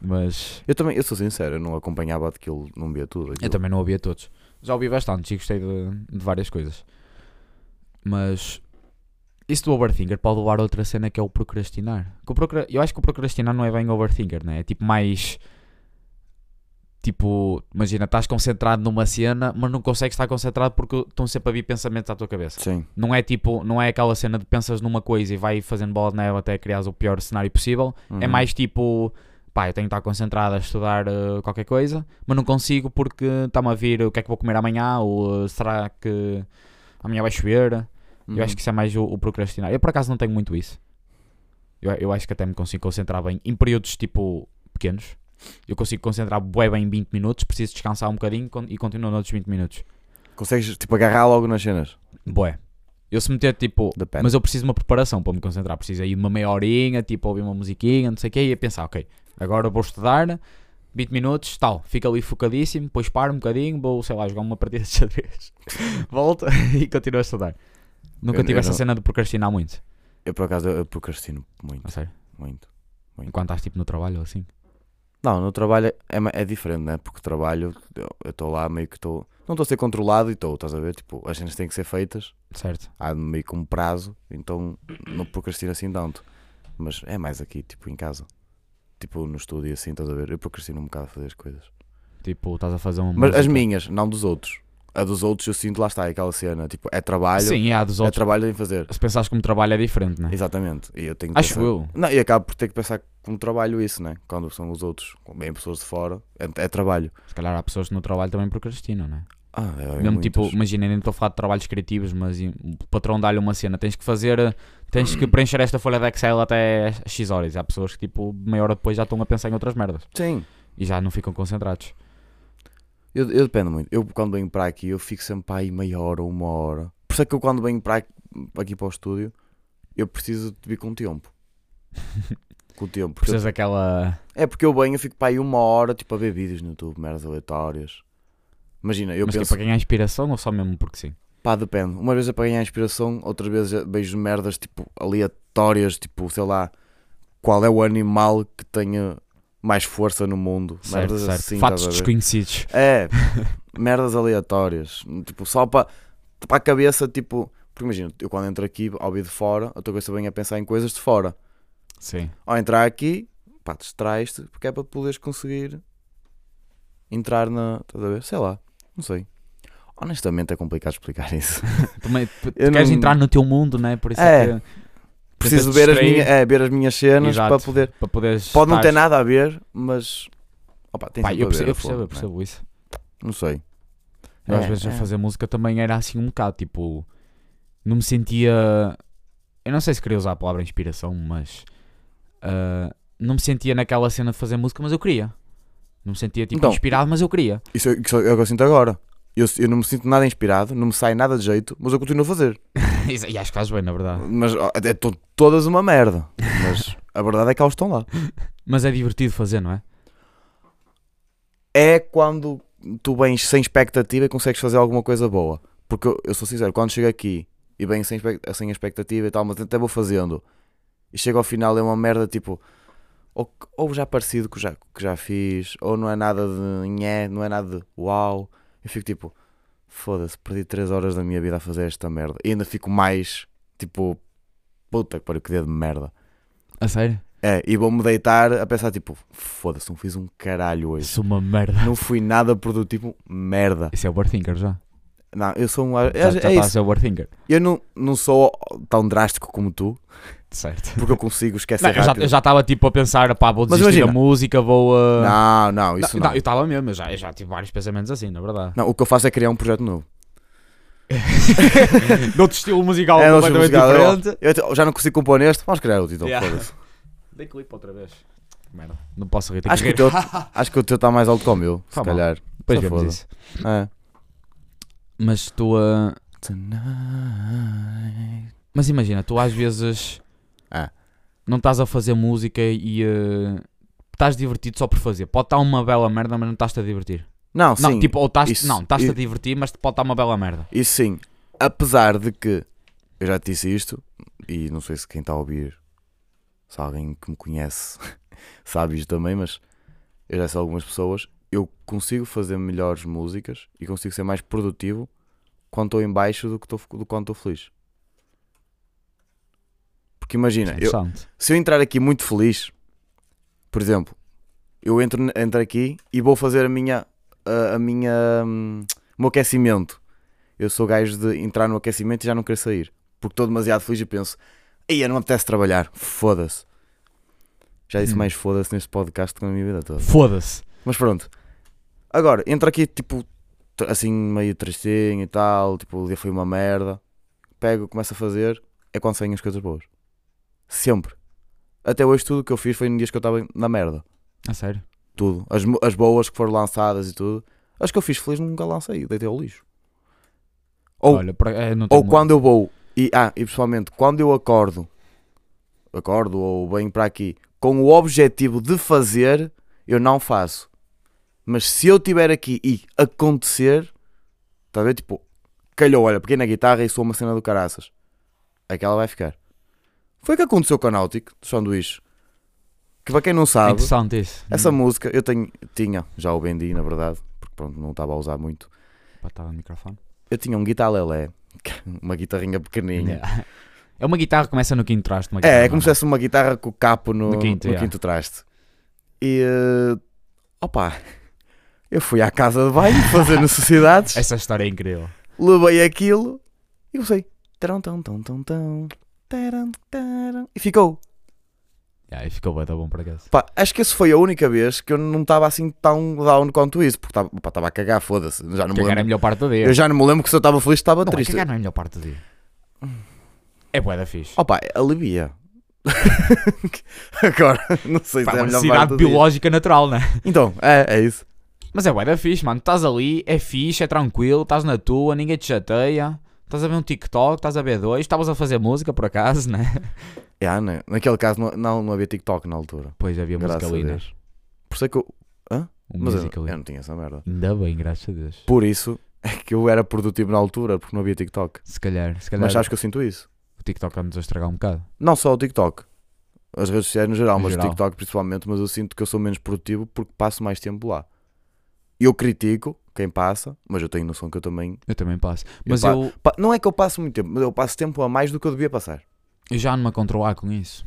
Speaker 1: Mas
Speaker 2: Eu também, eu sou sincero, eu não acompanhava aquilo, não via tudo.
Speaker 1: eu
Speaker 2: aquilo.
Speaker 1: também não ouvia todos. Já ouvi bastante e gostei de, de várias coisas. Mas isso do overthinker pode levar a outra cena que é o procrastinar. Que o procra- Eu acho que o procrastinar não é bem overthinker, né? É tipo mais. Tipo, imagina, estás concentrado numa cena, mas não consegues estar concentrado porque estão sempre a vir pensamentos à tua cabeça.
Speaker 2: Sim,
Speaker 1: Não é tipo, não é aquela cena de pensas numa coisa e vai fazendo bola de neve até criares o pior cenário possível. É
Speaker 2: Uhum.
Speaker 1: mais tipo, pá, eu tenho que estar concentrado a estudar eh, qualquer coisa, mas não consigo porque está-me a vir o que é que vou comer amanhã ou eh, será que amanhã vai chover.
Speaker 2: Uhum.
Speaker 1: Eu acho que isso é mais o, o procrastinar. Eu por acaso não tenho muito isso. Eu, eu acho que até me consigo concentrar bem em períodos tipo pequenos. Eu consigo concentrar bué bem em 20 minutos, preciso descansar um bocadinho con- e continuo noutros 20 minutos.
Speaker 2: Consegues tipo agarrar logo nas cenas.
Speaker 1: Bué. Eu se meter tipo,
Speaker 2: Depende.
Speaker 1: mas eu preciso de uma preparação para me concentrar. Preciso aí de uma meia horinha, tipo, ouvir uma musiquinha, não sei o quê, e a pensar, ok, agora vou estudar 20 minutos, tal, fico ali focadíssimo, depois paro um bocadinho, vou, sei lá, jogar uma partida de xadrez, volto e continuo a estudar. Nunca
Speaker 2: Eu-
Speaker 1: tive
Speaker 2: eu
Speaker 1: essa
Speaker 2: não-
Speaker 1: cena de procrastinar muito,
Speaker 2: Eu por acaso eu, eu procrastino muito,
Speaker 1: a sério.
Speaker 2: muito.
Speaker 1: Enquanto estás tipo no trabalho ou assim.
Speaker 2: Não, no trabalho é, ma- é diferente, né? Porque trabalho, eu eu estou lá meio que estou. Não estou a ser controlado e estou, estás a ver? Tipo, as cenas têm que ser feitas,
Speaker 1: Certo.
Speaker 2: há meio que um prazo, então não procrastino assim tanto. Mas é mais aqui, tipo, em casa. Tipo, no estúdio e assim, estás a ver? Eu procrastino um bocado a fazer as coisas.
Speaker 1: Tipo, estás a fazer uma
Speaker 2: Mas as
Speaker 1: música.
Speaker 2: minhas, não dos outros. A dos outros eu sinto, lá está, é aquela cena. Tipo, é trabalho,
Speaker 1: Sim, e há dos
Speaker 2: é
Speaker 1: outros.
Speaker 2: trabalho em fazer.
Speaker 1: Se pensares como trabalho é diferente, né?
Speaker 2: Exatamente. E eu tenho que
Speaker 1: Acho
Speaker 2: pensar-
Speaker 1: eu.
Speaker 2: Não, e acabo por ter que pensar como trabalho isso, né? Quando são os outros, bem pessoas de fora, é, é trabalho.
Speaker 1: Se calhar há pessoas que no trabalho também procrastinam, né?
Speaker 2: Ah, é, é
Speaker 1: Mesmo
Speaker 2: muitas.
Speaker 1: tipo, imagina, nem estou a falar de trabalhos criativos, mas e- o patrão dá-lhe uma cena, tens que fazer, eh, tens que preencher esta folha de Excel até às X horas. E há pessoas que tipo, meia hora depois já estão a pensar em outras merdas
Speaker 2: Sim,
Speaker 1: e já não ficam concentrados.
Speaker 2: eu, eu dependo muito. Eu quando venho para aqui, eu fico sempre para aí meia hora ou uma hora. Por isso é que eu quando venho para aqui, aqui para o estúdio, eu preciso de vir com tempo. com tempo. porque eu-
Speaker 1: Precisas daquela.
Speaker 2: É porque eu venho, eu fico para aí uma hora, tipo, a ver vídeos no YouTube, merdas aleatórias. Imagina, eu
Speaker 1: mas
Speaker 2: penso.
Speaker 1: tipo, para ganhar inspiração ou só mesmo porque sim?
Speaker 2: Pá, depende. Uma vez é para ganhar inspiração, outras vezes é- vejo merdas tipo aleatórias, tipo, sei lá, qual é o animal que tenha mais força no mundo.
Speaker 1: Certo,
Speaker 2: merdas
Speaker 1: certo.
Speaker 2: assim,
Speaker 1: Fatos
Speaker 2: estás a ver?
Speaker 1: desconhecidos.
Speaker 2: É, merdas aleatórias. Tipo, só para a cabeça, tipo. Porque imagina, eu quando entro aqui, ao vir de fora, a tua cabeça vem a pensar em coisas de fora.
Speaker 1: Sim.
Speaker 2: Ao entrar aqui, pá, distrais-te, porque é para poderes conseguir entrar na. Estás a ver? Sei lá, não sei. Honestamente, é complicado explicar isso.
Speaker 1: Também, tu tu
Speaker 2: Eu
Speaker 1: queres
Speaker 2: não-
Speaker 1: entrar no teu mundo, né? Por isso
Speaker 2: É.
Speaker 1: é, que
Speaker 2: Preciso
Speaker 1: tentas
Speaker 2: ver as,
Speaker 1: distrair
Speaker 2: minha, é, ver as minhas cenas
Speaker 1: Exato.
Speaker 2: para poder.
Speaker 1: para poderes.
Speaker 2: Pode não ter
Speaker 1: estar-
Speaker 2: nada a ver, mas. Opa, tem
Speaker 1: Pá,
Speaker 2: sempre
Speaker 1: eu
Speaker 2: a ver,
Speaker 1: percebo, eu
Speaker 2: afinal,
Speaker 1: percebo, eu
Speaker 2: não é?
Speaker 1: percebo isso.
Speaker 2: Não sei.
Speaker 1: Eu, às
Speaker 2: É,
Speaker 1: vezes a
Speaker 2: é.
Speaker 1: fazer música também era assim um bocado, tipo, não me sentia. Eu não sei se queria usar a palavra inspiração, mas ah, não me sentia naquela cena de fazer música, mas eu queria. Não me sentia tipo
Speaker 2: Então.
Speaker 1: inspirado, mas eu queria.
Speaker 2: Isso é, isso é o que eu sinto agora. Eu, eu não me sinto nada inspirado, não me sai nada de jeito, mas eu continuo a fazer.
Speaker 1: Isso- e acho que faz bem, na verdade.
Speaker 2: Mas ó, é to- todas uma merda. Mas a verdade é que elas estão lá.
Speaker 1: Mas é divertido fazer, não é?
Speaker 2: É quando tu vens sem expectativa e consegues fazer alguma coisa boa. Porque eu, eu sou sincero, quando chego aqui e venho sem, expec- sem expectativa e tal, mas até vou fazendo. E chego ao final é uma merda tipo. Ou, que- ou já parecido que já, que já fiz, ou não é nada de nhé, não é nada de uau. Eu fico tipo, foda-se, perdi 3 horas da minha vida a fazer esta merda. E ainda fico mais tipo, puta que pariu, que dedo de merda.
Speaker 1: A sério?
Speaker 2: É, e vou-me deitar a pensar tipo, foda-se, não fiz um caralho hoje.
Speaker 1: Isso é uma merda.
Speaker 2: Não fui nada produtivo, merda.
Speaker 1: Isso é o Overthinker já.
Speaker 2: Não, eu sou um.
Speaker 1: já tá.
Speaker 2: É,
Speaker 1: já
Speaker 2: é
Speaker 1: está a
Speaker 2: isso.
Speaker 1: ser Overthinker.
Speaker 2: Eu não, não sou tão drástico como tu,
Speaker 1: Certo.
Speaker 2: porque eu consigo
Speaker 1: Não,
Speaker 2: esquecer
Speaker 1: eu já-
Speaker 2: rápido.
Speaker 1: eu já estava tipo a pensar, pá, vou
Speaker 2: Mas
Speaker 1: desistir da
Speaker 2: imagina.
Speaker 1: música, vou. ah,
Speaker 2: Não, não, isso não.
Speaker 1: eu estava mesmo, eu já, eu já tive vários pensamentos assim, na verdade.
Speaker 2: Não, o que eu faço é criar um projeto novo.
Speaker 1: de outro estilo musical
Speaker 2: É, nós
Speaker 1: completamente
Speaker 2: vamos jogar,
Speaker 1: diferente.
Speaker 2: Eu te- já não consigo compor neste, vamos criar outro então,
Speaker 1: Yeah.
Speaker 2: foda-se.
Speaker 1: Dei clipe outra vez. Merda, não posso rir. tenho
Speaker 2: Acho que, o
Speaker 1: rir.
Speaker 2: teu, acho que o teu está mais alto que o meu, se
Speaker 1: Tá bom.
Speaker 2: calhar.
Speaker 1: Depois
Speaker 2: se
Speaker 1: vemos
Speaker 2: foda.
Speaker 1: isso.
Speaker 2: É.
Speaker 1: Mas tu ah, Mas imagina, tu às vezes.
Speaker 2: Ah.
Speaker 1: Não estás a fazer música e. ah, Estás divertido só por fazer. Pode estar uma bela merda, mas não estás-te a divertir.
Speaker 2: Não, sim.
Speaker 1: não, tipo, ou estás.
Speaker 2: isso-
Speaker 1: não, estás-te a
Speaker 2: isso-
Speaker 1: divertir, mas pode estar uma bela merda.
Speaker 2: E sim, apesar de que eu já te disse isto, e não sei se quem está a ouvir, se alguém que me conhece sabe isto também, mas eu já sei algumas pessoas, eu consigo fazer melhores músicas e consigo ser mais produtivo quando estou em baixo do que estou, do quando estou feliz. Porque imagina, eu,
Speaker 1: é Interessante.
Speaker 2: se eu entrar aqui muito feliz, por exemplo, eu entro, entro aqui e vou fazer a minha, a, a minha, hum, o meu aquecimento. Eu sou gajo de entrar no aquecimento e já não quero sair. Porque estou demasiado feliz e penso, ia, não me apetece trabalhar, foda-se. Já disse
Speaker 1: Hum.
Speaker 2: mais foda-se neste podcast com a minha vida toda.
Speaker 1: Foda-se.
Speaker 2: Mas pronto. Agora, entra aqui tipo tr- assim meio tristinho e tal, tipo o dia foi uma merda. Pego, começo a fazer, é quando saem as coisas boas. Sempre. Até hoje tudo o que eu fiz foi em dias que eu estava na merda.
Speaker 1: A sério.
Speaker 2: Tudo. As, mo- as boas que foram lançadas e tudo. As que eu fiz feliz nunca lancei, deitei ao lixo. Ou,
Speaker 1: Olha, por- é, não tenho
Speaker 2: ou
Speaker 1: muito-
Speaker 2: quando eu vou, e, ah, e pessoalmente, quando eu acordo, acordo ou venho para aqui com o objetivo de fazer, eu não faço. Mas se eu estiver aqui e acontecer, está a ver? Tipo, calhou, olha, peguei na guitarra e sou uma cena do caraças. Aquela vai ficar. Foi o que aconteceu com a Náutico, do sanduíche. Que para quem não
Speaker 1: É
Speaker 2: sabe,
Speaker 1: Interessante isso.
Speaker 2: essa
Speaker 1: Hum.
Speaker 2: música eu tenho, tinha, já o vendi na verdade, porque pronto, não estava a usar muito.
Speaker 1: Pá, tá no microfone.
Speaker 2: Eu tinha um guitarlelé, uma guitarrinha pequeninha.
Speaker 1: É uma guitarra que começa no quinto traste. Uma guitarra,
Speaker 2: É, é como se
Speaker 1: não
Speaker 2: fosse uma guitarra com o capo no,
Speaker 1: No
Speaker 2: no
Speaker 1: quinto,
Speaker 2: quinto,
Speaker 1: yeah.
Speaker 2: traste. E. eh, opa! Eu fui à casa de banho fazer necessidades,
Speaker 1: Essa história é incrível.
Speaker 2: levei aquilo e comecei. Tarão, tão, tão, tão, tão, tarão, tarão, e ficou.
Speaker 1: Yeah, e ficou bem, tá bom por acaso.
Speaker 2: Pá, acho que essa foi a única vez que eu não estava assim tão down quanto isso, porque estava pá, estava a cagar, foda-se. Já não
Speaker 1: Cagar
Speaker 2: me
Speaker 1: é a
Speaker 2: lembro.
Speaker 1: melhor parte do dia.
Speaker 2: Eu já não me lembro que se eu estava feliz, estava
Speaker 1: Não, é
Speaker 2: triste. Mm.
Speaker 1: cagar não é a melhor parte do dia. É bué da fixe.
Speaker 2: Opa, alivia. Agora, não sei
Speaker 1: Pá,
Speaker 2: se é a
Speaker 1: uma
Speaker 2: melhor parte
Speaker 1: necessidade
Speaker 2: do dia.
Speaker 1: biológica natural, né?
Speaker 2: Então, é, é isso.
Speaker 1: Mas é bué da fixe, mano. Estás ali, é fixe, é tranquilo, estás na tua, ninguém te chateia. Estás a ver um TikTok, estás a ver dois, estavas a fazer música por acaso, né?
Speaker 2: Yeah, né? Naquele caso não, não, não havia TikTok na altura.
Speaker 1: Pois havia
Speaker 2: Graças a
Speaker 1: musicalinas.
Speaker 2: Deus. Por isso é que eu.
Speaker 1: Um
Speaker 2: Mas eu, eu
Speaker 1: musicalino.
Speaker 2: não tinha essa merda.
Speaker 1: Ainda bem, graças a Deus.
Speaker 2: Por isso É que eu era produtivo na altura porque não havia TikTok.
Speaker 1: Se calhar, se calhar
Speaker 2: Mas sabes que eu sinto isso?
Speaker 1: o TikTok anda-nos a estragar um bocado.
Speaker 2: Não só o TikTok, as redes sociais no geral,
Speaker 1: No
Speaker 2: mas
Speaker 1: geral.
Speaker 2: o TikTok principalmente, mas eu sinto que eu sou menos produtivo porque passo mais tempo lá. Eu critico quem passa, mas eu tenho noção que eu também.
Speaker 1: Eu também passo. Mas
Speaker 2: pá-
Speaker 1: eu, eu,
Speaker 2: pa- não é que eu passo muito tempo, mas eu passo tempo a mais do que eu devia passar.
Speaker 1: já não me controlar com isso.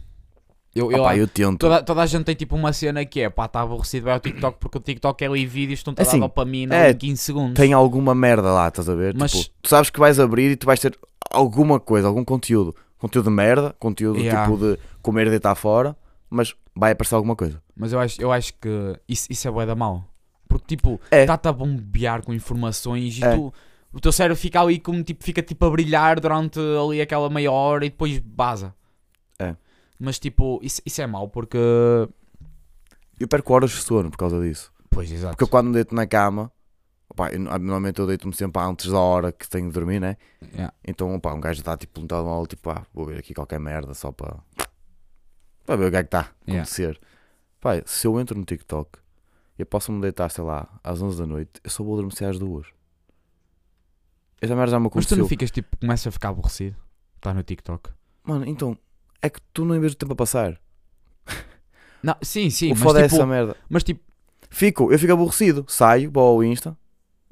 Speaker 1: Eu, eu,
Speaker 2: Eu, eu tento.
Speaker 1: toda, toda a gente tem tipo uma cena que é pá, está aborrecido, vai ao TikTok porque o TikTok é ali vídeos, estão-te a dar
Speaker 2: Assim,
Speaker 1: dopamina
Speaker 2: é,
Speaker 1: em 15 segundos.
Speaker 2: Tem alguma merda lá, estás a ver?
Speaker 1: Uhum. Mas-
Speaker 2: Tipo, tu sabes que vais abrir e tu vais ter alguma coisa, algum conteúdo. Conteúdo de merda, conteúdo
Speaker 1: Yeah.
Speaker 2: tipo de comer e deitar fora, mas vai aparecer alguma coisa.
Speaker 1: Mas eu acho, eu acho que isso, isso é bué da mal. Porque tipo,
Speaker 2: É.
Speaker 1: está-te a bombear com informações e
Speaker 2: É.
Speaker 1: tu, o teu cérebro fica ali como tipo, fica tipo a brilhar durante ali aquela meia hora e depois baza.
Speaker 2: É.
Speaker 1: Mas tipo, isso, isso é mau porque.
Speaker 2: Eu perco horas de sono por causa disso.
Speaker 1: Pois exato.
Speaker 2: Porque eu quando me deito na cama, opá, eu- normalmente eu deito-me sempre antes da hora que tenho de dormir, né?
Speaker 1: Yeah.
Speaker 2: Então, opá, um gajo está tipo no telemóvel, tipo, ah, vou ver aqui qualquer merda só para. para ver o que é que está a
Speaker 1: Yeah.
Speaker 2: acontecer. Pai, se eu entro no TikTok, eu posso me deitar, sei lá, às 11 da noite, eu só vou adormecer às 2. Esta merda já me
Speaker 1: Mas tu
Speaker 2: aconteceu.
Speaker 1: não ficas tipo, começa a ficar aborrecido. Está no TikTok.
Speaker 2: Mano, então, é que tu não investes tempo a passar.
Speaker 1: Não, sim, sim,
Speaker 2: o foda
Speaker 1: mas,
Speaker 2: é essa
Speaker 1: tipo,
Speaker 2: merda.
Speaker 1: mas tipo,
Speaker 2: Fico, eu fico aborrecido. Saio, vou ao Insta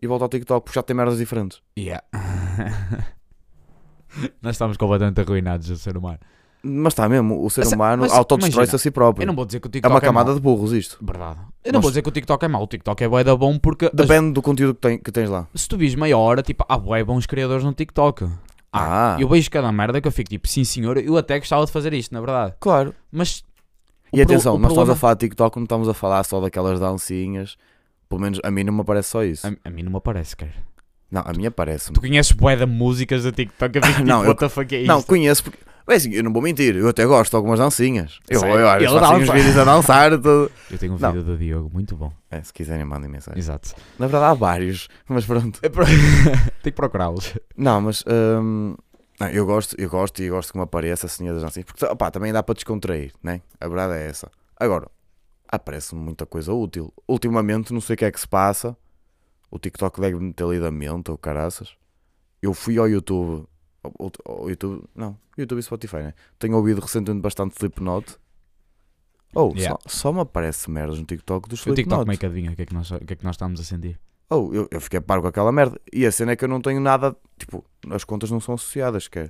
Speaker 2: e volto ao TikTok porque já tem merdas diferentes.
Speaker 1: yeah. Nós estamos completamente arruinados a ser humano.
Speaker 2: Mas está mesmo, o ser
Speaker 1: Mas-
Speaker 2: humano
Speaker 1: mas
Speaker 2: autodestrói-se
Speaker 1: imagina,
Speaker 2: a si próprio.
Speaker 1: Eu não vou dizer que o
Speaker 2: É
Speaker 1: TikTok
Speaker 2: uma camada
Speaker 1: mau.
Speaker 2: de burros isto.
Speaker 1: Verdade. Eu não
Speaker 2: Nós-
Speaker 1: vou dizer que o TikTok é mau. O TikTok é bué da bom porque as
Speaker 2: Depende do conteúdo que, tem- que tens lá.
Speaker 1: se tu vis meia hora, tipo, há bué bons criadores no TikTok. Ah,
Speaker 2: Ah.
Speaker 1: Eu vejo cada merda que eu fico tipo, sim senhor, eu até gostava de fazer isto, na verdade.
Speaker 2: Claro.
Speaker 1: Mas,
Speaker 2: E
Speaker 1: O pro-
Speaker 2: atenção,
Speaker 1: o
Speaker 2: nós estamos
Speaker 1: problema-
Speaker 2: a falar de TikTok, não estamos a falar só daquelas dancinhas. Pelo menos a mim não me aparece só isso.
Speaker 1: a, a mim não me aparece, cara.
Speaker 2: Não, a mim aparece-me.
Speaker 1: Tu conheces bué de músicas da TikTok? Eu fico tipo,
Speaker 2: Não, eu-
Speaker 1: what the fuck é isto?
Speaker 2: Não, conheço porque. É assim, eu não vou mentir, eu até gosto de algumas dancinhas. Eu,
Speaker 1: Sei,
Speaker 2: eu, eu,
Speaker 1: ele
Speaker 2: faço uns
Speaker 1: dança.
Speaker 2: vídeos a dançar. e Tudo.
Speaker 1: Eu tenho um
Speaker 2: Não.
Speaker 1: vídeo do Diogo, muito bom.
Speaker 2: É, se quiserem, mandem mensagem.
Speaker 1: Exato.
Speaker 2: Na verdade, há vários, mas pronto.
Speaker 1: Tem que procurá-los.
Speaker 2: Não, mas. hum, não, eu gosto, eu gosto e gosto que me apareça assim as dancinhas, porque opá, também dá para descontrair, né? A verdade é essa. Agora, aparece-me muita coisa útil. Ultimamente, não sei o que é que se passa. O TikTok deve-me ter lido a mente ou caraças. Eu fui ao YouTube. Ao, ao YouTube não, YouTube e Spotify, né? Tenho ouvido recentemente bastante Slipknot. Ou oh,
Speaker 1: Yeah.
Speaker 2: só, só me aparece merdas no TikTok dos
Speaker 1: O TikTok
Speaker 2: Slipknot.
Speaker 1: meio que adivinha o que, é que nós, o que é que nós estamos a sentir.
Speaker 2: Ou eu, eu fiquei paro com aquela merda. E a cena é que eu não tenho nada. Tipo, as contas não são associadas, quer.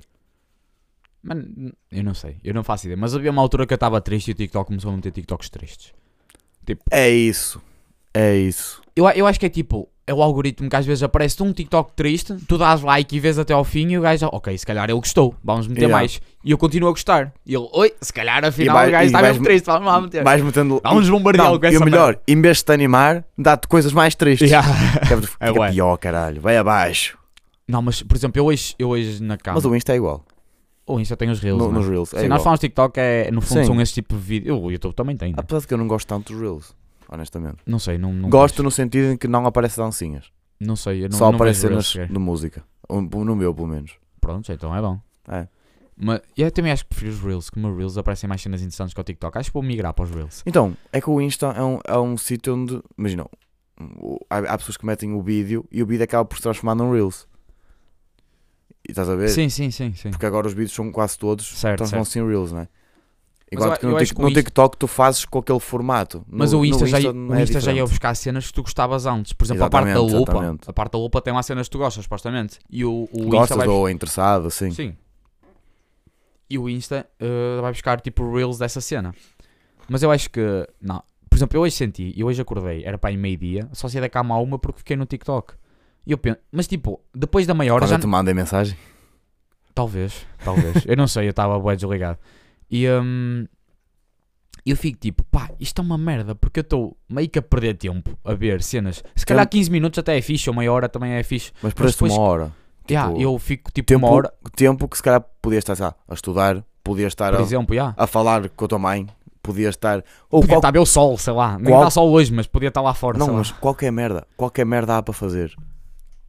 Speaker 1: Mano, eu não sei, eu não faço ideia. Mas havia uma altura que eu estava triste e o TikTok começou a meter TikToks tristes.
Speaker 2: É isso. É isso.
Speaker 1: Eu, eu acho que é tipo, é o algoritmo que às vezes aparece um TikTok triste, tu dás like e vês até ao fim e o gajo, ok, se calhar ele gostou, vamos meter
Speaker 2: Yeah.
Speaker 1: mais. E eu continuo a gostar. E ele, oi, se calhar afinal
Speaker 2: E vai-
Speaker 1: o gajo
Speaker 2: e
Speaker 1: está
Speaker 2: vais-
Speaker 1: mesmo triste, vamos lá meter.
Speaker 2: Vais metendo.
Speaker 1: Vamos bombardeá-lo
Speaker 2: não,
Speaker 1: com
Speaker 2: e
Speaker 1: essa
Speaker 2: o melhor,
Speaker 1: merda.
Speaker 2: em vez de te animar, dá-te coisas mais tristes.
Speaker 1: Yeah.
Speaker 2: Que é- fica
Speaker 1: bué.
Speaker 2: pior, caralho. Vai abaixo.
Speaker 1: Não, mas por exemplo, eu hoje, eu hoje na cama,
Speaker 2: Mas o Insta é igual.
Speaker 1: ou isso eu tenho os reels.
Speaker 2: No-
Speaker 1: não é?
Speaker 2: nos Reels. É
Speaker 1: Sim,
Speaker 2: igual.
Speaker 1: nós falamos de TikTok, é, no fundo
Speaker 2: Sim. Ah,
Speaker 1: são esse tipo de vídeo. O YouTube também tem, né?
Speaker 2: Apesar de que eu não gosto tanto dos Reels, honestamente.
Speaker 1: não sei, não, não
Speaker 2: gosto no sentido em que não aparece dancinhas.
Speaker 1: vejo. Não sei, eu não,
Speaker 2: só
Speaker 1: não
Speaker 2: aparece
Speaker 1: vejo reels
Speaker 2: cenas
Speaker 1: sequer.
Speaker 2: de música. Ou No meu, pelo menos.
Speaker 1: Pronto, então é bom.
Speaker 2: É.
Speaker 1: Mas eu também acho que prefiro os reels, que meus reels aparecem mais cenas interessantes que o TikTok. Acho que vou migrar para os reels.
Speaker 2: Então, é que o Insta é um, é um sítio onde. Imagina, o- há, há pessoas que metem o vídeo e o vídeo acaba por se transformar num Reels. E estás a ver?
Speaker 1: Sim, sim, sim, sim.
Speaker 2: É. Porque agora os vídeos são quase todos
Speaker 1: Certo,
Speaker 2: transformam-se em Reels, né?
Speaker 1: eu-
Speaker 2: Enquanto que
Speaker 1: eu
Speaker 2: no,
Speaker 1: acho
Speaker 2: Tik-
Speaker 1: que o
Speaker 2: no
Speaker 1: Insta-
Speaker 2: Tiktok tu fazes com aquele formato.
Speaker 1: Mas
Speaker 2: No-
Speaker 1: o Insta,
Speaker 2: no
Speaker 1: já,
Speaker 2: não
Speaker 1: o
Speaker 2: é
Speaker 1: Insta já ia
Speaker 2: diferente.
Speaker 1: buscar cenas que tu gostavas antes. Por exemplo, a parte
Speaker 2: Exatamente,
Speaker 1: da lupa.
Speaker 2: exatamente.
Speaker 1: A parte da lupa tem lá cenas que tu gostas, supostamente. E o, o Insta
Speaker 2: Gostas
Speaker 1: vai...
Speaker 2: ou é interessado, sim.
Speaker 1: Sim. E o Insta eh, vai buscar tipo reels dessa cena. Mas eu acho que. Não. Por exemplo, eu hoje senti, eu hoje acordei, era para aí meio-dia, só saí da cama a uma porque fiquei no TikTok. E eu penso, mas tipo, depois da meia hora
Speaker 2: Quando
Speaker 1: já.
Speaker 2: eu te mandei mensagem.
Speaker 1: Talvez, talvez. eu não sei, eu estava bué desligado. E hum, eu fico tipo, pá, isto é uma merda, porque eu estou meio que a perder tempo a ver cenas. Se calhar 15 minutos até é fixe, ou meia hora também é fixe.
Speaker 2: Mas perdeste
Speaker 1: depois-
Speaker 2: uma hora.
Speaker 1: Yeah,
Speaker 2: Tipo,
Speaker 1: eu fico tipo
Speaker 2: Tempo,
Speaker 1: uma hora,
Speaker 2: tempo que se calhar podias estar sei lá, a estudar, podias estar
Speaker 1: por
Speaker 2: a,
Speaker 1: exemplo, yeah.
Speaker 2: a falar com a tua mãe, podias estar. Ou
Speaker 1: podia
Speaker 2: Ah, qual-
Speaker 1: estar a ver o sol, sei lá. Nem
Speaker 2: qual-
Speaker 1: está sol hoje, mas podia estar lá fora,
Speaker 2: Não,
Speaker 1: sei lá.
Speaker 2: mas qualquer merda, qualquer merda há para fazer.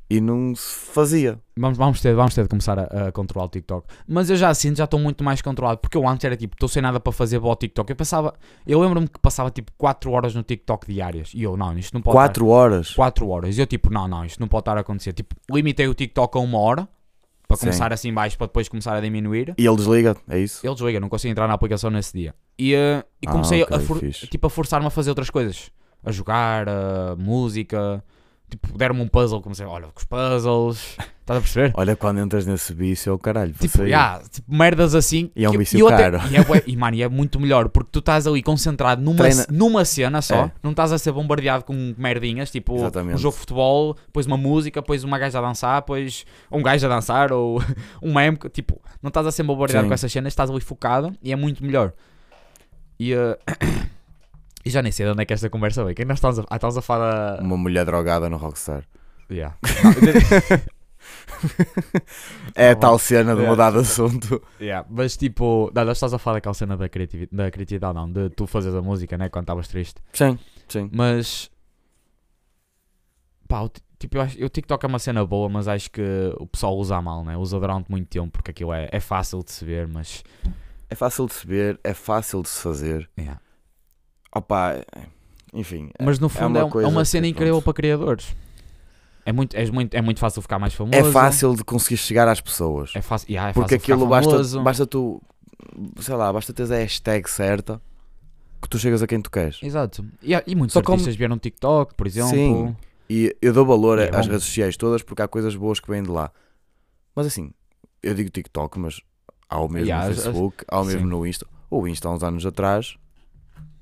Speaker 2: e não se fazia.
Speaker 1: Vamos, vamos, ter, vamos ter de começar a, a controlar o TikTok. Mas eu já sinto, já estou muito mais controlado. Porque eu antes era tipo, estou sem nada para fazer para o TikTok. Eu passava, eu lembro-me que passava tipo 4 horas no TikTok diárias. E eu, não, isto não pode estar.
Speaker 2: 4 horas.
Speaker 1: 4 horas. E eu tipo, não, não, isto não pode estar a acontecer. Tipo, limitei o TikTok a uma hora. Para
Speaker 2: Sim.
Speaker 1: começar assim baixo, para depois começar a diminuir.
Speaker 2: E ele desliga, é isso?
Speaker 1: Ele desliga, não consigo entrar na aplicação nesse dia. E, eh, e
Speaker 2: Ah,
Speaker 1: comecei a,
Speaker 2: ok,
Speaker 1: for-
Speaker 2: fixe.
Speaker 1: tipo, a forçar-me a fazer outras coisas. A jogar, a música. Tipo, deram-me um puzzle, comecei, olha, com os puzzles. Estás a perceber?
Speaker 2: Olha, quando entras nesse vício, é o caralho. vou
Speaker 1: Tipo,
Speaker 2: sair.
Speaker 1: yeah, tipo, merdas assim.
Speaker 2: E é um
Speaker 1: que-
Speaker 2: vício
Speaker 1: eu até-
Speaker 2: caro.
Speaker 1: e, é, bué- e, mano, e é muito melhor, porque tu estás ali concentrado numa,
Speaker 2: Treina-
Speaker 1: ce- numa cena só.
Speaker 2: É.
Speaker 1: Não estás a ser bombardeado com merdinhas, tipo
Speaker 2: Exatamente.
Speaker 1: um jogo de futebol, depois uma música, depois uma gaja a dançar, depois um gajo a dançar, ou um meme. que- Tipo, não estás a ser bombardeado
Speaker 2: Sim.
Speaker 1: com essas cenas, estás ali focado e é muito melhor. E, eh, e já nem sei de onde é que esta conversa veio. Quem nós estamos a, ah, estamos a falar. da-
Speaker 2: Uma mulher drogada no Rockstar.
Speaker 1: Yeah.
Speaker 2: É
Speaker 1: Tá bom.
Speaker 2: tal cena de
Speaker 1: É.
Speaker 2: mudar de assunto.
Speaker 1: Yeah, mas tipo, não, nós estás a falar daquela cena da criatividade, da criatividade, não, de tu fazeres a música, né? Quando estavas triste.
Speaker 2: Sim, sim.
Speaker 1: Mas pá, o ti- tipo, eu acho, o TikTok é uma cena boa, mas acho que o pessoal usa a mal, né? Usa durante muito tempo porque aquilo é, é fácil de se ver, mas
Speaker 2: É fácil de se ver, é fácil de se fazer.
Speaker 1: yeah.
Speaker 2: Opa, é- enfim. é-
Speaker 1: mas no
Speaker 2: é
Speaker 1: fundo
Speaker 2: uma
Speaker 1: é, um- é uma,
Speaker 2: coisa que,
Speaker 1: cena
Speaker 2: pronto.
Speaker 1: incrível para criadores. É muito, é muito, é muito fácil ficar mais famoso.
Speaker 2: É fácil de conseguir chegar às pessoas.
Speaker 1: É fácil, yeah, é
Speaker 2: Porque
Speaker 1: fácil ficar
Speaker 2: aquilo basta,
Speaker 1: famoso.
Speaker 2: basta tu, sei lá, basta teres a hashtag certa que tu chegas a quem tu queres.
Speaker 1: Exato. E, há- e muitos
Speaker 2: Só como-
Speaker 1: artistas vieram TikTok, por exemplo.
Speaker 2: Sim. E eu dou valor
Speaker 1: E é
Speaker 2: às
Speaker 1: bom.
Speaker 2: redes sociais todas porque há coisas boas que vêm de lá. Mas assim, eu digo TikTok, mas há o mesmo
Speaker 1: Yeah,
Speaker 2: no
Speaker 1: as- as-
Speaker 2: Facebook, há o mesmo
Speaker 1: sim.
Speaker 2: no Insta. O Insta há uns anos atrás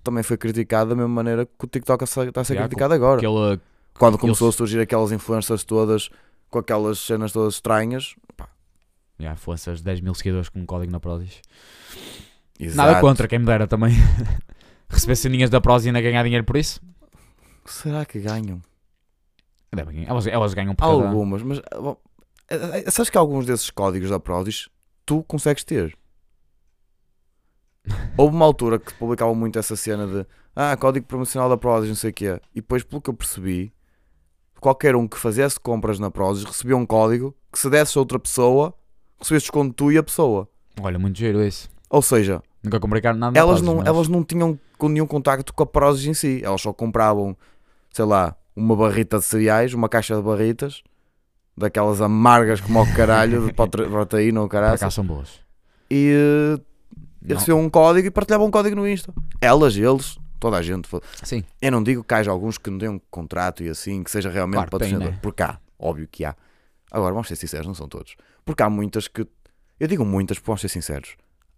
Speaker 2: também foi criticado da mesma maneira que o TikTok está a ser- está a ser
Speaker 1: Yeah,
Speaker 2: criticado agora.
Speaker 1: Aquele
Speaker 2: Quando
Speaker 1: eles-
Speaker 2: começou a surgir aquelas influências todas com aquelas cenas todas estranhas.
Speaker 1: Yeah, influencers de 10 mil seguidores com um código na Prozis. Nada
Speaker 2: Exato.
Speaker 1: contra, quem me dera também. Receber sininhas da Prozis e ainda ganhar dinheiro por isso.
Speaker 2: Será que ganham?
Speaker 1: Devem ganhar. Elas, elas ganham por cada...
Speaker 2: Algumas, mas ah, bom, ah, ah, sabes que alguns desses códigos da Prodis tu consegues ter.
Speaker 1: um.
Speaker 2: Houve uma altura que publicavam muito essa cena de ah, código promocional da Prodis, não sei o quê. E depois, pelo que eu percebi, qualquer um que fizesse compras na Prodis recebia um código que se desse a outra pessoa, recebeste desconto tu e a pessoa.
Speaker 1: Olha, muito giro isso.
Speaker 2: Ou seja,
Speaker 1: Nunca comprei carne nada na
Speaker 2: elas
Speaker 1: Prozis, é?
Speaker 2: não,
Speaker 1: mas-
Speaker 2: elas não tinham com nenhum contacto com a Prozis em si. Elas só compravam, sei lá, uma barrita de cereais, uma caixa de barritas, daquelas amargas como ao caralho, de prote- proteína ou
Speaker 1: Por
Speaker 2: caralho,
Speaker 1: acaso são boas.
Speaker 2: e, e
Speaker 1: Não.
Speaker 2: recebiam um código e partilhavam um código no Insta. Elas, eles, toda a gente. foda-
Speaker 1: Sim.
Speaker 2: Eu não digo que haja alguns que não tenham um contrato e assim, que seja realmente
Speaker 1: Claro que tem,
Speaker 2: patrocinador.
Speaker 1: né?
Speaker 2: Porque há, óbvio que há. Agora, vamos ser sinceros, não são todos. Porque há muitas que. Eu digo muitas, porque vamos ser sinceros.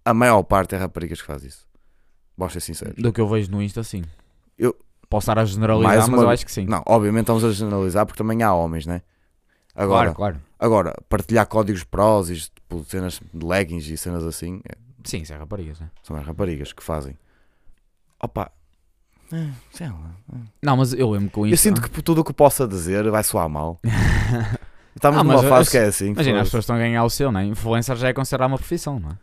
Speaker 2: A maior parte é raparigas que faz isso. Vamos ser sinceros.
Speaker 1: Do que eu vejo no Insta, sim.
Speaker 2: Eu-
Speaker 1: Posso estar a generalizar,
Speaker 2: Mais uma
Speaker 1: mas eu
Speaker 2: vez-
Speaker 1: acho que sim.
Speaker 2: Não, obviamente estamos a generalizar porque também há homens, né? Agora,
Speaker 1: Claro, claro.
Speaker 2: agora partilhar códigos prós e tipo, cenas de leggings e cenas assim é,
Speaker 1: Sim, isso é raparigas, né?
Speaker 2: são as raparigas que fazem. Opa, é, sei lá.
Speaker 1: Não, é? mas eu lembro que o Insta...
Speaker 2: Eu sinto que tudo o que possa dizer vai soar mal. Estamos
Speaker 1: Ah,
Speaker 2: numa
Speaker 1: mas eu-
Speaker 2: fase
Speaker 1: eu-
Speaker 2: que é assim.
Speaker 1: Imagina, as
Speaker 2: foda-se.
Speaker 1: pessoas estão a ganhar o seu, né? Influencer já é considerado uma profissão, não é?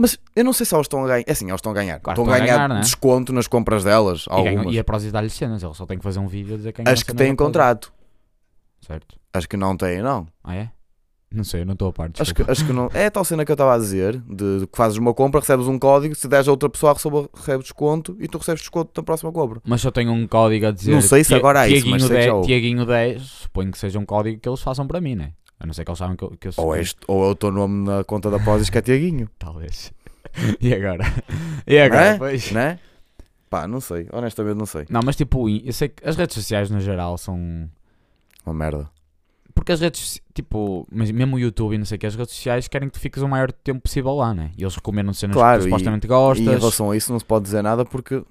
Speaker 2: Mas eu não sei se elas estão a ganhar. É assim, elas estão a ganhar.
Speaker 1: Claro,
Speaker 2: estão a ganhar,
Speaker 1: né?
Speaker 2: desconto nas compras delas.
Speaker 1: E, ganham-
Speaker 2: Algumas.
Speaker 1: e a Prozis dá-lhe cenas. Eles só têm que fazer um vídeo a dizer quem
Speaker 2: As que têm contrato.
Speaker 1: Certo.
Speaker 2: As que não têm, não.
Speaker 1: Ah, é? Não sei, eu não estou a par,
Speaker 2: Acho
Speaker 1: desculpa.
Speaker 2: que, acho que não. É a tal cena que eu estava a dizer: de, de que fazes uma compra, recebes um código, se deres a outra pessoa, recebe, recebe desconto e tu recebes desconto na próxima compra.
Speaker 1: Mas só tenho um código a dizer.
Speaker 2: Não sei se
Speaker 1: Ti-
Speaker 2: agora há isso,
Speaker 1: Tiaguinho
Speaker 2: mas sei que
Speaker 1: 10,
Speaker 2: já houve.
Speaker 1: Tiaguinho 10, suponho que seja um código que eles façam para mim, né? A não ser que eles saibam que eu, que eu sou.
Speaker 2: Ou, este, ou é o teu nome na conta da Posis que é Tiaguinho,
Speaker 1: Talvez. E agora? E agora?
Speaker 2: é?
Speaker 1: Pois.
Speaker 2: não é? Pá, não sei, honestamente não sei.
Speaker 1: Não, mas tipo, o in- eu sei que as redes sociais no geral são.
Speaker 2: Uma merda.
Speaker 1: Porque as redes, soci- tipo, mas mesmo o YouTube e não sei o que, as redes sociais querem que tu fiques o maior tempo possível lá, né? E eles recomendam cenas
Speaker 2: Claro,
Speaker 1: que tu
Speaker 2: e-
Speaker 1: supostamente
Speaker 2: E em
Speaker 1: gostas.
Speaker 2: relação a isso não se pode dizer nada porque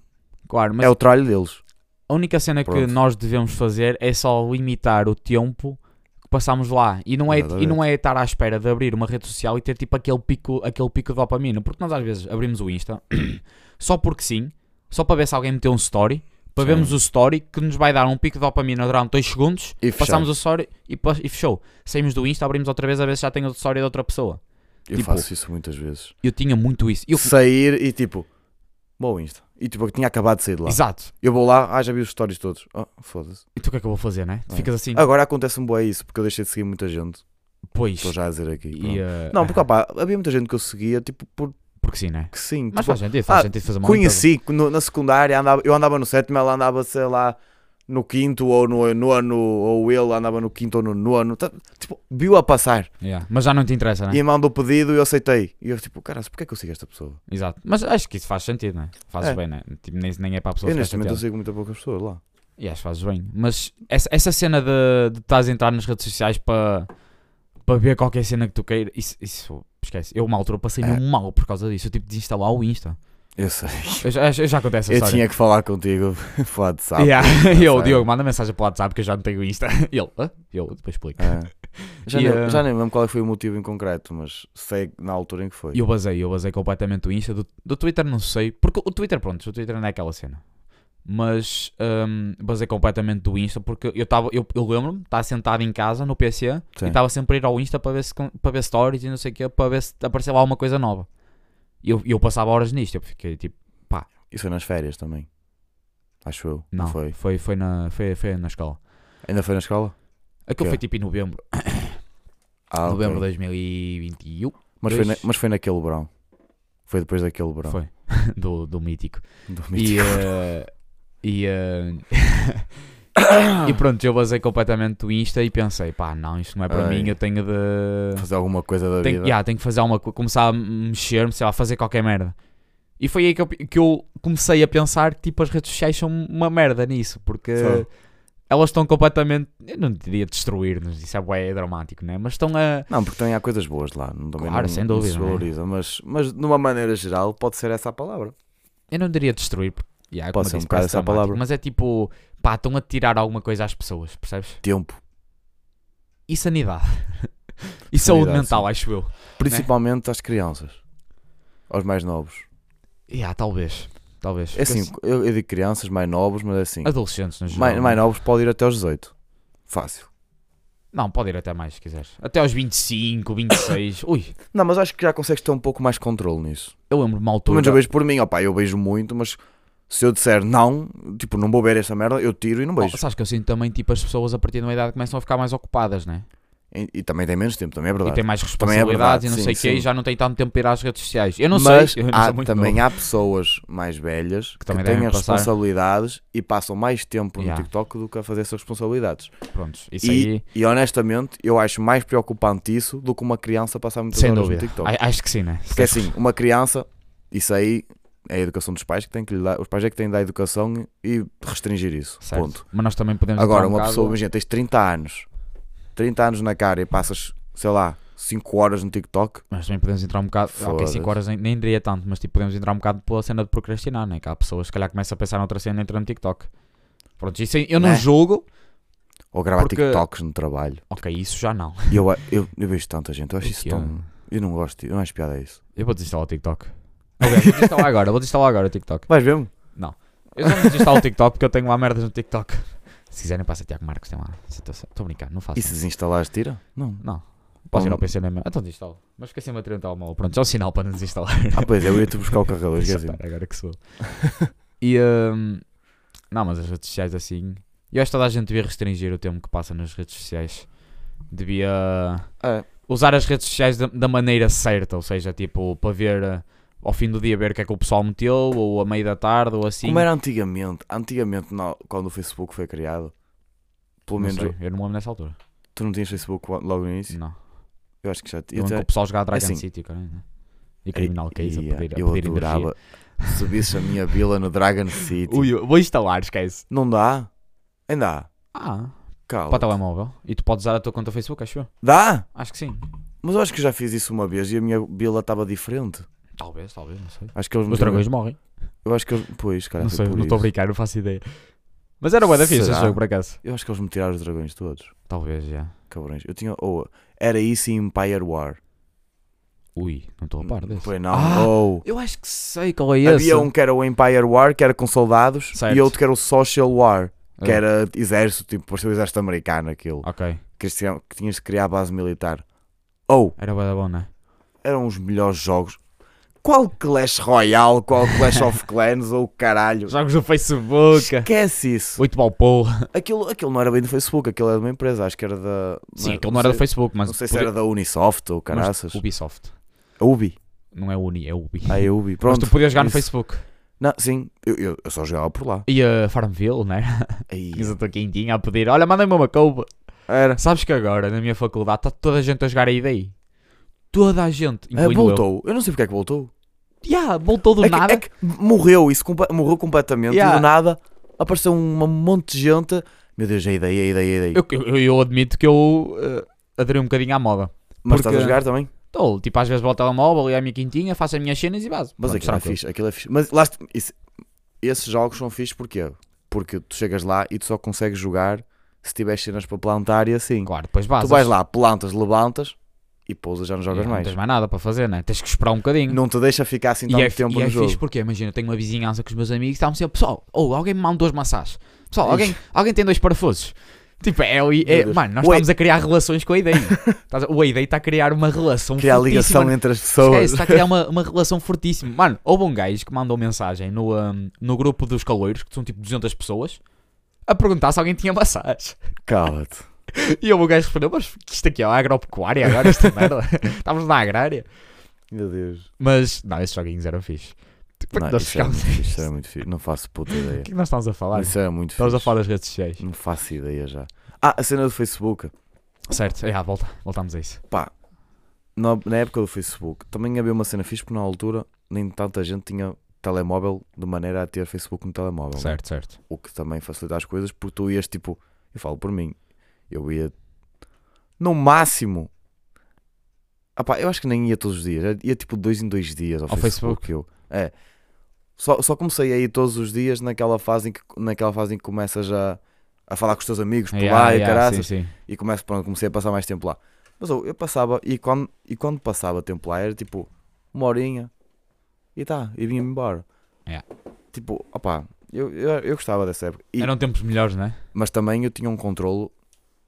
Speaker 1: Claro, mas
Speaker 2: é o tralho deles.
Speaker 1: a única cena
Speaker 2: Pronto.
Speaker 1: que nós devemos fazer é só limitar o tempo que passamos lá. E não, é, e
Speaker 2: Exatamente.
Speaker 1: não é estar à espera de abrir uma rede social e ter tipo aquele pico, aquele pico de dopamina. Porque nós às vezes abrimos o Insta só porque sim, só para ver se alguém meteu um story, para
Speaker 2: Sim.
Speaker 1: vermos o story que nos vai dar um pico de dopamina durante 2 segundos,
Speaker 2: E
Speaker 1: passamos o story e, pa- e fechou. Saímos do Insta, abrimos outra vez a ver se já tem o story da outra pessoa.
Speaker 2: Eu
Speaker 1: tipo-
Speaker 2: faço isso muitas vezes.
Speaker 1: Eu tinha muito isso. Eu,
Speaker 2: Sair e tipo, bom Insta. E tipo, eu tinha acabado de sair de lá.
Speaker 1: Exato.
Speaker 2: Eu vou lá, ah, já vi os stories todos. Oh, foda-se.
Speaker 1: E tu o que é que eu vou fazer, né? Tu
Speaker 2: É.
Speaker 1: ficas assim,
Speaker 2: Agora acontece um boé isso, porque eu deixei de seguir muita gente.
Speaker 1: pois.
Speaker 2: Estou já a dizer aqui.
Speaker 1: E,
Speaker 2: pronto.
Speaker 1: eh,
Speaker 2: Não, porque opá, havia muita gente que eu seguia, tipo, porque
Speaker 1: Porque sim, né?
Speaker 2: sim.
Speaker 1: Mas
Speaker 2: tipo,
Speaker 1: faz então. sentido, faz
Speaker 2: ah,
Speaker 1: sentido fazer uma
Speaker 2: conheci no- na secundária, andava- eu andava no sétimo, ela andava, sei lá, no quinto ou no nono, ou ele andava no quinto ou no nono. Tá- Tipo, viu a passar.
Speaker 1: limpeza. Yeah. Mas já não te interessa, né?
Speaker 2: E mandou o pedido e eu aceitei. E eu, tipo, caralho, porquê é que eu sigo esta pessoa?
Speaker 1: Exato. Mas acho que isso faz sentido, né? Fazes
Speaker 2: É.
Speaker 1: bem, né? Tipo, nem, nem é para a pessoa
Speaker 2: eu,
Speaker 1: ficar
Speaker 2: neste momento, eu
Speaker 1: chateada.
Speaker 2: sigo muito poucas pessoas lá.
Speaker 1: E acho que fazes bem. Mas essa, essa cena de, de estás a entrar nas redes sociais para para ver qualquer cena que tu queiras, isso, isso esquece. Eu, uma altura, passei
Speaker 2: É.
Speaker 1: mesmo mal por causa disso. Eu tipo desinstalar o Insta.
Speaker 2: Eu sei.
Speaker 1: Eu já, eu já acontece essa
Speaker 2: Eu
Speaker 1: história.
Speaker 2: tinha que falar contigo por WhatsApp.
Speaker 1: Yeah. Eu,
Speaker 2: sabe?
Speaker 1: Diogo, manda mensagem para o WhatsApp que eu já não tenho Insta. Ele, "Hã?" eu depois explico.
Speaker 2: É. Já,
Speaker 1: E,
Speaker 2: nem,
Speaker 1: eh,
Speaker 2: já nem lembro qual é que foi o motivo em concreto, mas sei na altura em que foi.
Speaker 1: E eu basei, eu basei completamente o Insta. Do, do Twitter não sei, porque o Twitter, pronto, o Twitter não é aquela cena. Mas hum, basei completamente do Insta porque eu estava, eu, eu lembro-me, estava sentado em casa no PC
Speaker 2: Sim.
Speaker 1: e estava sempre a ir ao Insta para ver, se, con- para ver stories e não sei o que, para ver se aparecia lá alguma coisa nova. E eu, eu passava horas nisto, eu fiquei tipo,
Speaker 2: Isso foi nas férias também. Acho eu.
Speaker 1: não,
Speaker 2: Não foi?
Speaker 1: foi, foi, na, foi, foi na escola.
Speaker 2: Ainda foi na escola?
Speaker 1: Aquilo
Speaker 2: Ok.
Speaker 1: foi tipo em novembro,
Speaker 2: Ah, ok.
Speaker 1: novembro de 2021,
Speaker 2: Mas foi, na-
Speaker 1: Dois.
Speaker 2: mas foi naquele verão. Foi depois daquele verão.
Speaker 1: foi, do, do mítico.
Speaker 2: Do
Speaker 1: E,
Speaker 2: mítico.
Speaker 1: eh, e, eh, e pronto, eu basei completamente o Insta e pensei, pá, não, isto não é para
Speaker 2: Ai.
Speaker 1: mim, eu tenho de.
Speaker 2: Fazer alguma coisa da
Speaker 1: Tenho,
Speaker 2: vida.
Speaker 1: yeah, tenho eh, que fazer alguma coisa, começar a mexer-me, sei lá, fazer qualquer merda. E foi aí que eu, que eu comecei a pensar que tipo, as redes sociais são uma merda nisso, porque
Speaker 2: São.
Speaker 1: elas estão completamente. Eu não diria destruir-nos, isso é, bué dramático, né? Mas estão a.
Speaker 2: Não, porque também há coisas boas lá. Não, também
Speaker 1: Claro,
Speaker 2: não,
Speaker 1: sem
Speaker 2: não
Speaker 1: dúvida,
Speaker 2: se
Speaker 1: não é?
Speaker 2: valoriza. Mas, mas de uma maneira geral, pode ser essa a palavra.
Speaker 1: Eu não diria destruir, porque. Yeah, como
Speaker 2: Pode
Speaker 1: eu
Speaker 2: ser um
Speaker 1: disse,
Speaker 2: bocado
Speaker 1: parece
Speaker 2: essa
Speaker 1: dramático,
Speaker 2: palavra.
Speaker 1: Mas é tipo, pá, estão a tirar alguma coisa às pessoas, percebes?
Speaker 2: Tempo.
Speaker 1: e sanidade. E saúde
Speaker 2: Sanidade,
Speaker 1: mental, acho eu.
Speaker 2: Principalmente às crianças. Aos mais novos.
Speaker 1: Yeah, talvez. Talvez.
Speaker 2: É assim, eu, eu digo crianças, mais novos, mas é assim.
Speaker 1: Adolescentes, no geral. é?
Speaker 2: Mais, mais novos pode ir até aos 18. Fácil.
Speaker 1: Não, pode ir até mais, se quiseres. Até aos 25, 26. Ui,
Speaker 2: Não, mas acho que já consegues ter um pouco mais controle nisso.
Speaker 1: eu lembro-me uma
Speaker 2: Pelo
Speaker 1: altura.
Speaker 2: menos eu vejo por mim, opá, eu beijo muito, mas se eu disser não, tipo, não vou ver esta merda, eu tiro e não beijo.
Speaker 1: Oh, sabes que eu sinto também, tipo, as pessoas a partir de uma idade começam a ficar mais ocupadas, né?
Speaker 2: E, e também tem menos tempo, também
Speaker 1: E
Speaker 2: é
Speaker 1: têm
Speaker 2: verdade.
Speaker 1: mais
Speaker 2: Também é
Speaker 1: responsabilidades
Speaker 2: verdade,
Speaker 1: e não
Speaker 2: sim,
Speaker 1: sei o quê,
Speaker 2: sim.
Speaker 1: e já não têm tanto tempo para ir às redes sociais. Eu não
Speaker 2: mas
Speaker 1: sei, eu não
Speaker 2: há-
Speaker 1: sou muito
Speaker 2: também
Speaker 1: novo.
Speaker 2: há pessoas mais velhas que,
Speaker 1: também
Speaker 2: têm
Speaker 1: devem
Speaker 2: as
Speaker 1: passar.
Speaker 2: responsabilidades e passam mais tempo
Speaker 1: Yeah.
Speaker 2: no TikTok do que a fazer essas responsabilidades.
Speaker 1: Prontos, isso
Speaker 2: E,
Speaker 1: aí,
Speaker 2: e honestamente, eu acho mais preocupante isso do que uma criança passar muitas
Speaker 1: sem
Speaker 2: horas
Speaker 1: dúvida.
Speaker 2: no TikTok.
Speaker 1: A- Acho que sim, né?
Speaker 2: Porque assim, uma criança, isso aí é a educação dos pais que tem que lhe dar, os pais é que têm de dar educação e restringir isso.
Speaker 1: Certo.
Speaker 2: Ponto.
Speaker 1: Mas nós também podemos.
Speaker 2: Agora,
Speaker 1: entrar um
Speaker 2: uma
Speaker 1: bocado-
Speaker 2: pessoa, imagina, tens 30 anos, 30 anos na cara e passas, sei lá, 5 horas no TikTok,
Speaker 1: Mas também podemos entrar um bocado. Ok,
Speaker 2: Foda-se.
Speaker 1: 5 horas nem, nem diria tanto, mas tipo, podemos entrar um bocado pela cena de procrastinar, né? Que há pessoas que se calhar começam a pensar noutra cena e entram no TikTok. Pronto, isso aí eu não
Speaker 2: Né?
Speaker 1: julgo.
Speaker 2: ou gravar
Speaker 1: Porque-
Speaker 2: TikToks no trabalho.
Speaker 1: Ok, isso já não.
Speaker 2: E eu, eu, eu vejo tanta gente, eu acho isso
Speaker 1: Eu-
Speaker 2: tão. Eu não gosto, eu não acho piada a isso.
Speaker 1: Eu vou desinstalar o TikTok. Aliás, vou desinstalar agora, vou desinstalar agora o TikTok.
Speaker 2: Vais mesmo?
Speaker 1: Eu só não desinstalo o TikTok porque eu tenho lá merdas no TikTok. Se quiserem, passa Tiago Marcos, tem lá. situação. Estou a brincar, não faço.
Speaker 2: E se desinstalares, tira? Não.
Speaker 1: Não. Posso ir ao
Speaker 2: Bom.
Speaker 1: PC mesmo? Então desinstalo. Mas fica sem bateria no telemóvel. Pronto, já é um sinal para não desinstalar.
Speaker 2: Ah, pois, eu ia-te buscar o carregador,
Speaker 1: Deixa eu
Speaker 2: esqueci.
Speaker 1: parar agora que sou. e hum, não, mas as redes sociais assim. Eu acho que toda a gente devia restringir o tempo que passa nas redes sociais. Devia
Speaker 2: É.
Speaker 1: usar as redes sociais da, da maneira certa, ou seja, tipo, para ver eh, ao fim do dia ver o que é que o pessoal meteu, ou a meio da tarde, ou assim.
Speaker 2: Como era antigamente, antigamente, na- quando o Facebook foi criado, pelo
Speaker 1: Não
Speaker 2: menos
Speaker 1: sei, eu não me lembro nessa altura.
Speaker 2: tu não tinhas Facebook logo no início?
Speaker 1: Não.
Speaker 2: Eu acho que já tinha.
Speaker 1: Eu o pessoal jogava Dragon
Speaker 2: assim,
Speaker 1: City, caralho, né? E Criminal Case a
Speaker 2: Ia,
Speaker 1: pedir, a
Speaker 2: eu
Speaker 1: pedir energia.
Speaker 2: adorava. Subisse a minha vila no Dragon City.
Speaker 1: Ui, eu vou instalar, esquece.
Speaker 2: Não dá? Ainda há.
Speaker 1: Ah,
Speaker 2: Cala.
Speaker 1: para o telemóvel. E tu podes usar a tua conta Facebook, acho eu.
Speaker 2: Dá?
Speaker 1: Acho que sim.
Speaker 2: Mas eu acho que eu já fiz isso uma vez e a minha vila estava diferente.
Speaker 1: Talvez, talvez, não sei.
Speaker 2: Acho que eles
Speaker 1: Os dragões morrem.
Speaker 2: Eu acho que eles. Pois, cara,
Speaker 1: não
Speaker 2: foi
Speaker 1: sei,
Speaker 2: por
Speaker 1: não estou a
Speaker 2: isso.
Speaker 1: brincar, não faço ideia. Mas era bué da fixe esse
Speaker 2: Será?
Speaker 1: jogo, por acaso.
Speaker 2: Eu acho que eles me tiraram os dragões todos.
Speaker 1: Talvez, já.
Speaker 2: Cabrões. Eu tinha. Ou era isso e Empire War.
Speaker 1: Ui, não estou a par desse.
Speaker 2: Foi não. oh.
Speaker 1: Ah,
Speaker 2: Ou.
Speaker 1: Eu acho que sei qual é esse.
Speaker 2: Havia um que era o Empire War, que era com soldados,
Speaker 1: Certo.
Speaker 2: e outro que era o Social War, que
Speaker 1: Ah,
Speaker 2: era exército, tipo, parecia o exército americano aquilo.
Speaker 1: Ok,
Speaker 2: Que, eles tinham- que tinhas de criar a base militar. Ou,
Speaker 1: era bué da bom, né?
Speaker 2: eram os melhores jogos. Qual Clash Royale, qual Clash of Clans ou caralho.
Speaker 1: Jogos do Facebook.
Speaker 2: Esquece isso.
Speaker 1: Muito mal, porra.
Speaker 2: Aquilo, aquilo não era bem do Facebook, aquilo era de uma empresa, acho que era da.
Speaker 1: Sim, aquilo não era do
Speaker 2: sei-
Speaker 1: Facebook, mas.
Speaker 2: Não sei se
Speaker 1: podia-
Speaker 2: era da Unisoft ou
Speaker 1: mas
Speaker 2: caraças.
Speaker 1: Ubisoft.
Speaker 2: A Ubi.
Speaker 1: Não é Uni, é Ubi.
Speaker 2: Ah, é a Ubi.
Speaker 1: mas
Speaker 2: Pronto.
Speaker 1: tu podias jogar no
Speaker 2: isso.
Speaker 1: Facebook.
Speaker 2: Não, sim, eu, eu, eu só jogava por lá.
Speaker 1: E a Farmville, né?
Speaker 2: Aí, Ah,
Speaker 1: Isso eu estou quentinho a pedir. Olha, mandem-me uma couve.
Speaker 2: era.
Speaker 1: Sabes que agora, na minha faculdade, está toda a gente a jogar a ideia. Toda a gente.
Speaker 2: Ah,
Speaker 1: Incluindo eu.
Speaker 2: voltou. Eu. não sei porque é que voltou.
Speaker 1: Yeah, voltou do
Speaker 2: é, que,
Speaker 1: nada.
Speaker 2: é que morreu isso, compa- morreu completamente.
Speaker 1: Yeah.
Speaker 2: Do nada apareceu um monte de gente. Meu Deus, é ideia, é ideia, é ideia.
Speaker 1: Eu, eu, eu admito que eu eh, aderi um bocadinho à moda.
Speaker 2: Mas
Speaker 1: porque-
Speaker 2: estás a jogar também?
Speaker 1: Estou, tipo, às vezes vou ao telemóvel e à minha quintinha, faço as minhas cenas e vazo.
Speaker 2: Mas
Speaker 1: Pronto,
Speaker 2: aquilo é
Speaker 1: tranquilo.
Speaker 2: fixe, aquilo é fixe. Mas lá, está- isso- esses jogos são fixes porquê? Porque tu chegas lá e tu só consegues jogar se tiveres cenas para plantar e assim.
Speaker 1: Claro, depois vazas.
Speaker 2: tu vais lá, plantas, levantas e pousas, já não jogas
Speaker 1: Yeah, Não
Speaker 2: mais.
Speaker 1: tens mais nada para fazer, né? Tens que esperar um bocadinho.
Speaker 2: Não te deixa ficar assim tanto
Speaker 1: e é,
Speaker 2: tempo
Speaker 1: e
Speaker 2: no
Speaker 1: é
Speaker 2: jogo.
Speaker 1: fixe porque, imagina, eu tenho uma vizinhança com os meus amigos e estavam sempre, pessoal, ou alguém me manda duas maçãs. Pessoal, alguém, alguém tem dois parafusos. Tipo, é, o- é,
Speaker 2: Meu Deus.
Speaker 1: mano, nós
Speaker 2: Ué.
Speaker 1: estamos a criar relações com a ideia. Estás a- o Aidei está a criar uma relação
Speaker 2: Criar a
Speaker 1: fortíssima
Speaker 2: ligação entre as
Speaker 1: é Esquece,
Speaker 2: pessoas.
Speaker 1: está a criar uma, uma relação fortíssima. Mano, houve um gajo que mandou mensagem no, hum, no grupo dos caloiros, que são tipo 200 pessoas, a perguntar se alguém tinha maçãs.
Speaker 2: Cala-te.
Speaker 1: E eu, o gajo respondeu, mas que isto aqui é uma agropecuária agora, esta merda. Estávamos na agrária.
Speaker 2: Meu Deus.
Speaker 1: Mas, não, esses joguinhos eram fixe. Tipo,
Speaker 2: Não,
Speaker 1: nós
Speaker 2: isso, era
Speaker 1: ficámos...
Speaker 2: muito fixe, isso era muito fixe. Não faço puta ideia.
Speaker 1: O que é que nós estamos a falar?
Speaker 2: Isso era muito
Speaker 1: Estamos a
Speaker 2: fixe.
Speaker 1: falar das redes sociais.
Speaker 2: Não faço ideia já. Ah, a cena do Facebook.
Speaker 1: Certo, é, ah, volta, voltamos a isso.
Speaker 2: Na, na época do Facebook também havia uma cena fixe porque na altura nem tanta gente tinha telemóvel de maneira a ter Facebook no telemóvel. né?
Speaker 1: Certo, certo.
Speaker 2: O que também facilita as coisas porque tu ias tipo, eu falo por mim, eu ia no máximo. Ah pá, eu acho que nem ia todos os dias, ia tipo dois em dois dias ao,
Speaker 1: Ao
Speaker 2: Facebook. Eu. É. Só, só comecei a ir todos os dias naquela fase em que, naquela fase em que começas a, a falar com os teus amigos por
Speaker 1: Yeah,
Speaker 2: lá e assim,
Speaker 1: yeah,
Speaker 2: caraças
Speaker 1: sim, sim.
Speaker 2: e começo, pronto, comecei a passar mais tempo lá. Mas eu, eu passava, e quando, e quando passava tempo lá era tipo uma horinha e tá, e vinha-me embora.
Speaker 1: Yeah.
Speaker 2: Tipo, opá, eu, eu, eu gostava dessa época. E-
Speaker 1: Eram tempos melhores, né?
Speaker 2: Mas também eu tinha um controlo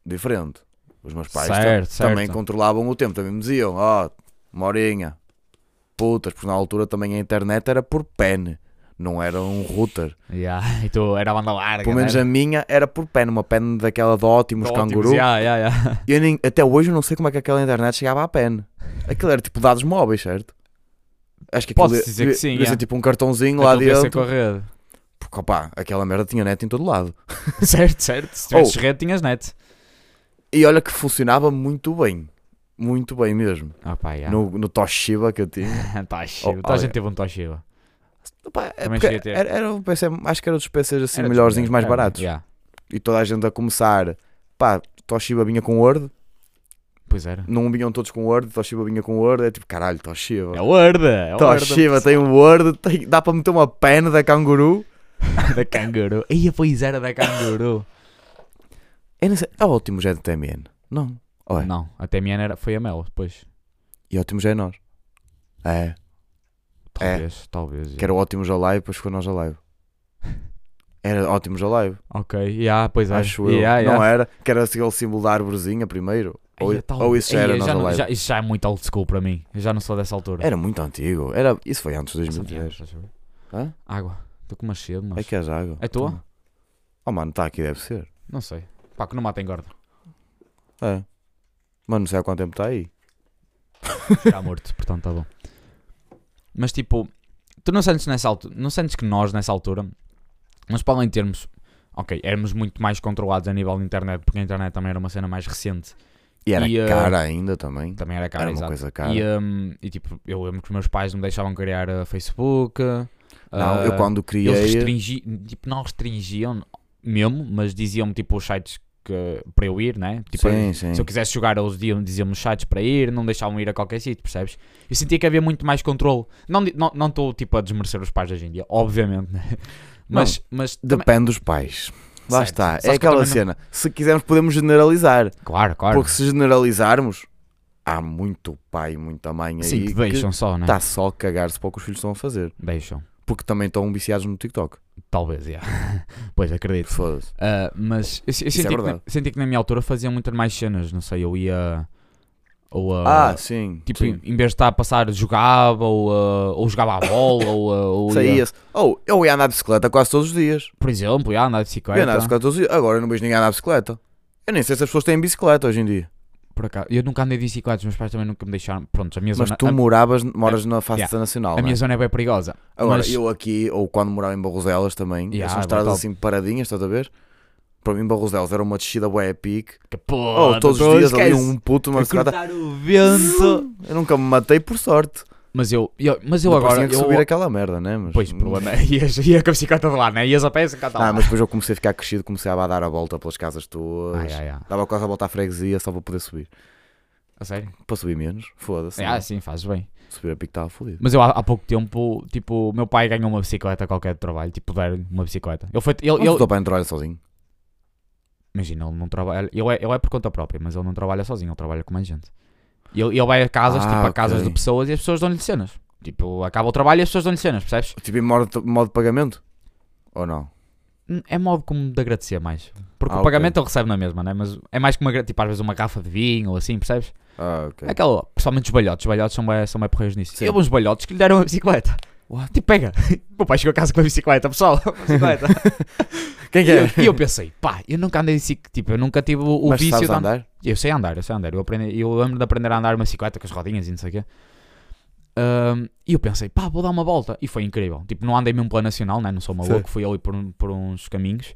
Speaker 2: diferente. Os meus pais tam-
Speaker 1: Certo, certo.
Speaker 2: também controlavam o tempo, também me diziam, ó, uma horinha, putas, porque na altura também a internet era por pen, não era um router.
Speaker 1: Yeah. E tu era a banda larga.
Speaker 2: Pelo menos é um
Speaker 1: né?
Speaker 2: a minha era por pen, uma pen daquela de ótimos
Speaker 1: Ótimos,
Speaker 2: canguru.
Speaker 1: yeah, yeah, yeah.
Speaker 2: Eu nem- até hoje eu não sei como é que aquela internet chegava à pen. Aquilo era tipo dados móveis, certo? Acho que
Speaker 1: Posso dizer que
Speaker 2: devia-
Speaker 1: sim,
Speaker 2: devia ser
Speaker 1: é.
Speaker 2: tipo um cartãozinho lá
Speaker 1: Aquele PC
Speaker 2: dentro.
Speaker 1: com a rede.
Speaker 2: Porque opá, aquela merda tinha net em todo lado.
Speaker 1: Certo, certo. Se
Speaker 2: Oh.
Speaker 1: tivesses rede, tinhas net.
Speaker 2: E olha que funcionava muito bem. Muito bem mesmo.
Speaker 1: Ah, pá, yeah.
Speaker 2: No, no Toshiba que eu tinha.
Speaker 1: Toshiba.
Speaker 2: Oh,
Speaker 1: Toda a
Speaker 2: olha.
Speaker 1: gente teve um Toshiba.
Speaker 2: Opá, é
Speaker 1: Também
Speaker 2: porque
Speaker 1: cheguei a ter.
Speaker 2: era, era um PC, acho que era dos PCs assim
Speaker 1: Era dos melhores,
Speaker 2: melhorzinhos, mais
Speaker 1: era,
Speaker 2: baratos.
Speaker 1: yeah.
Speaker 2: E toda a gente a começar. Pá, Toshiba vinha com Word.
Speaker 1: Pois era.
Speaker 2: Não vinham todos com Word. Toshiba vinha com Word. É tipo, caralho, Toshiba.
Speaker 1: É Word! É
Speaker 2: Toshiba tem um Word. tem- dá para meter uma pen da canguru.
Speaker 1: da Canguru. Ia, pois era da Canguru.
Speaker 2: Eu não sei. É o Ótimo já é do TMN. Não. Ou é?
Speaker 1: Não, até a minha era, foi a Mel, depois.
Speaker 2: E Ótimo já é nós. É.
Speaker 1: Talvez, talvez.
Speaker 2: Que era o Ótimo já live, depois foi nós já live. Era Ótimo já live.
Speaker 1: Ok, yeah, pois é.
Speaker 2: Acho eu.
Speaker 1: Yeah, yeah.
Speaker 2: Não era? Que era aquele símbolo da arvorezinha primeiro. Ou,
Speaker 1: Ia, tal-
Speaker 2: ou isso já
Speaker 1: Ia,
Speaker 2: era É nós
Speaker 1: já
Speaker 2: já
Speaker 1: não-
Speaker 2: live.
Speaker 1: já- Isso já é muito old school para mim. Eu já não sou dessa altura.
Speaker 2: Era muito antigo. Era... Isso foi antes de
Speaker 1: Nossa, diabos,
Speaker 2: 2010.
Speaker 1: estás a ver?
Speaker 2: Hã?
Speaker 1: Água. Estou com uma sede, mas.
Speaker 2: É que és água.
Speaker 1: É tua?
Speaker 2: Toma. Oh mano, está aqui, deve ser.
Speaker 1: Não sei. Pá, que não mata engorda.
Speaker 2: É. Mano, não sei há quanto tempo está aí.
Speaker 1: Já Tá morto, portanto está bom. Mas tipo, tu não sentes nessa altura, não sentes que nós nessa altura, nós para além de termos, ok, éramos muito mais controlados a nível de internet, porque a internet também era uma cena mais recente,
Speaker 2: E era
Speaker 1: E, uh,
Speaker 2: cara ainda também.
Speaker 1: também era cara,
Speaker 2: Era uma
Speaker 1: exato.
Speaker 2: coisa cara.
Speaker 1: E, hum, e, tipo, eu lembro que os meus pais não me deixavam criar eh, Facebook. eh,
Speaker 2: Não, eu
Speaker 1: ah,
Speaker 2: quando
Speaker 1: Eles
Speaker 2: criei.
Speaker 1: restringiam, tipo, não restringiam mesmo, mas diziam-me tipo os sites que, para eu ir, né? Tipo,
Speaker 2: Sim, sim.
Speaker 1: Se eu quisesse jogar, eles diziam- diziam-me os sites para ir, não deixavam ir a qualquer sítio, percebes? Eu sentia que havia muito mais controle. Não estou não, não estou, tipo a desmerecer os pais hoje em dia, obviamente, né? Mas, mas também-
Speaker 2: Depende dos pais. Lá
Speaker 1: Certo.
Speaker 2: está.
Speaker 1: Sabes
Speaker 2: É
Speaker 1: que eu
Speaker 2: aquela
Speaker 1: também
Speaker 2: cena. Se quisermos, podemos generalizar.
Speaker 1: claro, claro.
Speaker 2: Porque se generalizarmos, há muito pai e muita mãe aí tá.
Speaker 1: Sim, que deixam só, né?
Speaker 2: está só a cagar-se para o que os filhos estão a fazer.
Speaker 1: Deixam.
Speaker 2: Porque também estão viciados no TikTok.
Speaker 1: Talvez, yeah. pois acredito.
Speaker 2: Foda-se.
Speaker 1: Ah, mas eu, eu
Speaker 2: Isso é
Speaker 1: senti, que na,
Speaker 2: verdade.
Speaker 1: senti que na minha altura faziam muitas mais cenas, não sei, eu ia Ou a.
Speaker 2: Ah, sim.
Speaker 1: tipo,
Speaker 2: sim.
Speaker 1: em- em vez de estar a passar, jogava, ou, ah, ou jogava a bola, ou. ah, ou ia-
Speaker 2: Saía-se. Ou Oh, eu ia andar de bicicleta quase todos os dias.
Speaker 1: por exemplo, ia andar de
Speaker 2: Eu ia
Speaker 1: bicicleta.
Speaker 2: andar de bicicleta todos os dias. Agora eu não vejo ninguém andar de bicicleta. Eu nem sei se as pessoas têm bicicleta hoje em dia.
Speaker 1: Por acaso. Eu nunca andei de bicicletas, meus pais também nunca me deixaram. Pronto, a minha
Speaker 2: Mas
Speaker 1: zona.
Speaker 2: tu
Speaker 1: a-
Speaker 2: moravas, moras na face
Speaker 1: yeah.
Speaker 2: nacional.
Speaker 1: a,
Speaker 2: não é?
Speaker 1: minha zona é bem perigosa.
Speaker 2: Agora,
Speaker 1: mas-
Speaker 2: eu aqui, ou quando morava em Barroselas também,
Speaker 1: Yeah,
Speaker 2: são
Speaker 1: é
Speaker 2: estradas
Speaker 1: brutal.
Speaker 2: assim paradinhas, estás a ver? Para mim, Barroselas era uma descida bué pique.
Speaker 1: Que porra,
Speaker 2: Oh, todos os
Speaker 1: tu
Speaker 2: dias ali
Speaker 1: então esquece.
Speaker 2: um puto, uma
Speaker 1: A
Speaker 2: bicicleta.
Speaker 1: cortar o vento.
Speaker 2: Eu nunca me matei por sorte.
Speaker 1: Mas eu, eu- mas eu
Speaker 2: Depois
Speaker 1: agora.
Speaker 2: tinha que
Speaker 1: eu,
Speaker 2: subir aquela merda, né? Mas...
Speaker 1: Pois, o problema é. Ias, ia com a bicicleta de lá, né? Ias a pé e a bicicleta de lá.
Speaker 2: Ah, mas depois eu comecei a ficar crescido, comecei a dar a volta pelas casas tuas.
Speaker 1: Ai, ai, ai.
Speaker 2: Dava quase a volta à freguesia só para poder subir.
Speaker 1: A sério?
Speaker 2: Para subir menos, foda-se.
Speaker 1: ah,
Speaker 2: não.
Speaker 1: sim, fazes bem.
Speaker 2: Subir a pique estava fodido.
Speaker 1: Mas eu há, há pouco tempo, tipo, meu pai ganhou uma bicicleta qualquer de trabalho, tipo, deram uma bicicleta. Ele foi. Ele,
Speaker 2: Mas eu...
Speaker 1: ele,
Speaker 2: estou para entrar sozinho.
Speaker 1: imagina, ele não trabalha. Ele é, ele é por conta própria, mas ele não trabalha sozinho, ele trabalha com mais gente. E Ele, ele vai a casas,
Speaker 2: Ah,
Speaker 1: tipo, a
Speaker 2: ok.
Speaker 1: casas de pessoas e as pessoas dão-lhe cenas. Tipo, acaba o trabalho e as pessoas dão-lhe cenas, percebes?
Speaker 2: Tipo, em modo, modo de pagamento? Ou não?
Speaker 1: Hum, É modo como de agradecer mais. Porque
Speaker 2: Ah,
Speaker 1: o
Speaker 2: ok.
Speaker 1: pagamento ele recebe na mesma, né? Mas é mais que uma, gra- tipo, às vezes uma garrafa de vinho ou assim, percebes?
Speaker 2: Ah, ok.
Speaker 1: É Aquela, principalmente os balhotes, os balhotes são bem, são bem porreiros nisso.
Speaker 2: Sim.
Speaker 1: E houve uns balhotes que lhe deram a bicicleta.
Speaker 2: What?
Speaker 1: Tipo, pega. O meu pai chegou a casa com a bicicleta, pessoal. Uma bicicleta.
Speaker 2: Quem é?
Speaker 1: e, eu, e eu pensei, pá, eu nunca andei de bicicleta. Tipo, eu nunca tive o, o
Speaker 2: Mas
Speaker 1: vício
Speaker 2: sabes
Speaker 1: de andar.
Speaker 2: andar?
Speaker 1: Eu sei andar, eu sei andar. Eu, aprendi, eu lembro de aprender a andar uma bicicleta com as rodinhas e não sei o quê. Ahm, e eu pensei, pá, vou dar uma volta. E foi incrível. Tipo, não andei mesmo pela nacional, né? não sou maluco.
Speaker 2: Sim.
Speaker 1: Fui ali por, um- por uns caminhos.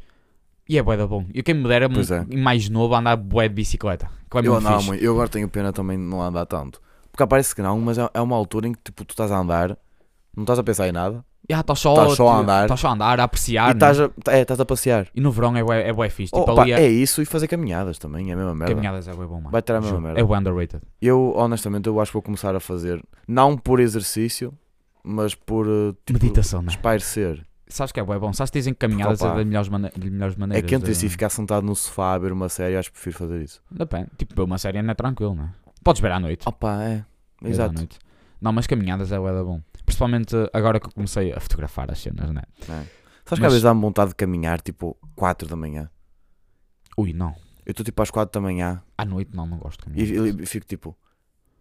Speaker 1: E é bué da bom. E quem me dera
Speaker 2: Pois é.
Speaker 1: mais novo a andar bué de bicicleta. Que é
Speaker 2: Eu
Speaker 1: muito
Speaker 2: andava
Speaker 1: fixe.
Speaker 2: muito. Eu agora tenho pena também de não andar tanto. Porque parece que não, mas é é uma altura em que tipo, tu estás a andar, não estás a pensar em nada
Speaker 1: Já, estás ah, tá só,
Speaker 2: Estás Tá só a andar.
Speaker 1: Estás só a andar, a apreciar.
Speaker 2: e
Speaker 1: né?
Speaker 2: estás a, é, estás a passear.
Speaker 1: E no verão é bué, é bué fixe. Tipo,
Speaker 2: Oh, pá,
Speaker 1: ali é...
Speaker 2: É isso e fazer caminhadas também, é a mesma merda.
Speaker 1: caminhadas é bué bom, mano.
Speaker 2: Vai ter a mesma
Speaker 1: Juro.
Speaker 2: merda.
Speaker 1: É bué underrated.
Speaker 2: Eu, honestamente, eu acho que vou começar a fazer, não por exercício, mas por eh, tipo,
Speaker 1: Meditação, né?
Speaker 2: espairecer.
Speaker 1: Sabes que é bué bom? Sabes que dizem que caminhadas
Speaker 2: Opa.
Speaker 1: é das melhores, mane- das melhores
Speaker 2: É
Speaker 1: maneiras.
Speaker 2: que antes
Speaker 1: de-
Speaker 2: disso, e ficar sentado no sofá a ver uma série, acho que prefiro fazer isso.
Speaker 1: Depende. Tipo, uma série não é tranquilo, né? Podes ver à noite.
Speaker 2: Opa, é.
Speaker 1: Vês à
Speaker 2: Exato.
Speaker 1: noite. Não, mas caminhadas é bué da bom. Principalmente agora que eu comecei a fotografar as cenas, né?
Speaker 2: Sabes que
Speaker 1: Mas-
Speaker 2: às vezes dá-me vontade de caminhar tipo 4 da manhã.
Speaker 1: Ui, não.
Speaker 2: Eu estou tipo às 4 da manhã
Speaker 1: À noite não, não gosto de
Speaker 2: E,
Speaker 1: caminhar.
Speaker 2: e- e fico tipo,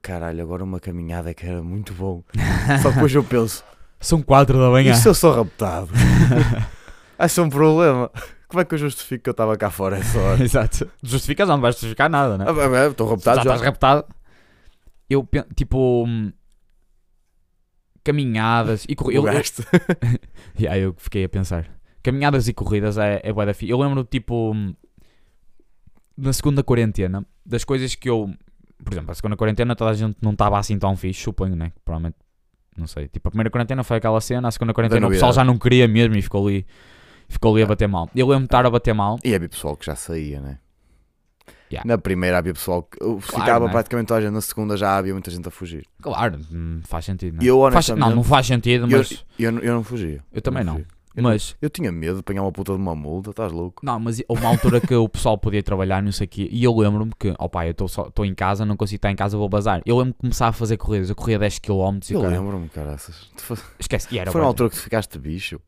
Speaker 2: caralho, agora uma caminhada que era muito bom. Só que depois eu penso,
Speaker 1: São quatro um da
Speaker 2: e
Speaker 1: manhã.
Speaker 2: se eu sou raptado? Acho um problema. Como é que eu justifico que eu estava cá fora essa hora?
Speaker 1: Exato. Justificas, não vais justificar nada, né?
Speaker 2: é Ah, bem, bem, Estou
Speaker 1: já
Speaker 2: raptado já.
Speaker 1: estás raptado. Eu pen- tipo. hum, Caminhadas e corridas. Eu,
Speaker 2: Jogaste.
Speaker 1: Yeah, eu fiquei a pensar. Caminhadas e corridas é, é bué da fi- Eu lembro, tipo, hum, na segunda quarentena, das coisas que eu. Por exemplo, a segunda quarentena toda a gente não estava assim tão fixe, suponho, né? Provavelmente. Não sei. Tipo, a primeira quarentena foi aquela cena, a segunda quarentena o
Speaker 2: novidade.
Speaker 1: pessoal já não queria mesmo e ficou ali. Ficou
Speaker 2: É.
Speaker 1: ali a bater mal. Eu lembro de estar a bater mal.
Speaker 2: E havia pessoal que já saía, né?
Speaker 1: Yeah.
Speaker 2: Na primeira havia pessoal que eu ficava
Speaker 1: né?
Speaker 2: praticamente toda a gente, na segunda já havia muita gente a fugir.
Speaker 1: Claro, hum, faz sentido, né?
Speaker 2: E eu
Speaker 1: Faz-
Speaker 2: honestamente.
Speaker 1: não, não faz sentido,
Speaker 2: eu,
Speaker 1: mas. Eu,
Speaker 2: eu, não- eu não fugia.
Speaker 1: também não.
Speaker 2: fugia. Eu
Speaker 1: Mas.
Speaker 2: Eu tinha medo de apanhar uma puta de uma multa, estás louco?
Speaker 1: Não, mas houve uma altura que o pessoal podia trabalhar, não sei o quê, e eu lembro-me que, ó pá, eu estou em casa, não consigo estar em casa, vou bazar. Eu lembro-me de começar a fazer corridas, eu corria 10km e
Speaker 2: eu
Speaker 1: o caralho.
Speaker 2: lembro-me, caraças. Tu faz-
Speaker 1: Esquece, e era
Speaker 2: Foi uma
Speaker 1: bué-
Speaker 2: altura que tu ficaste bicho.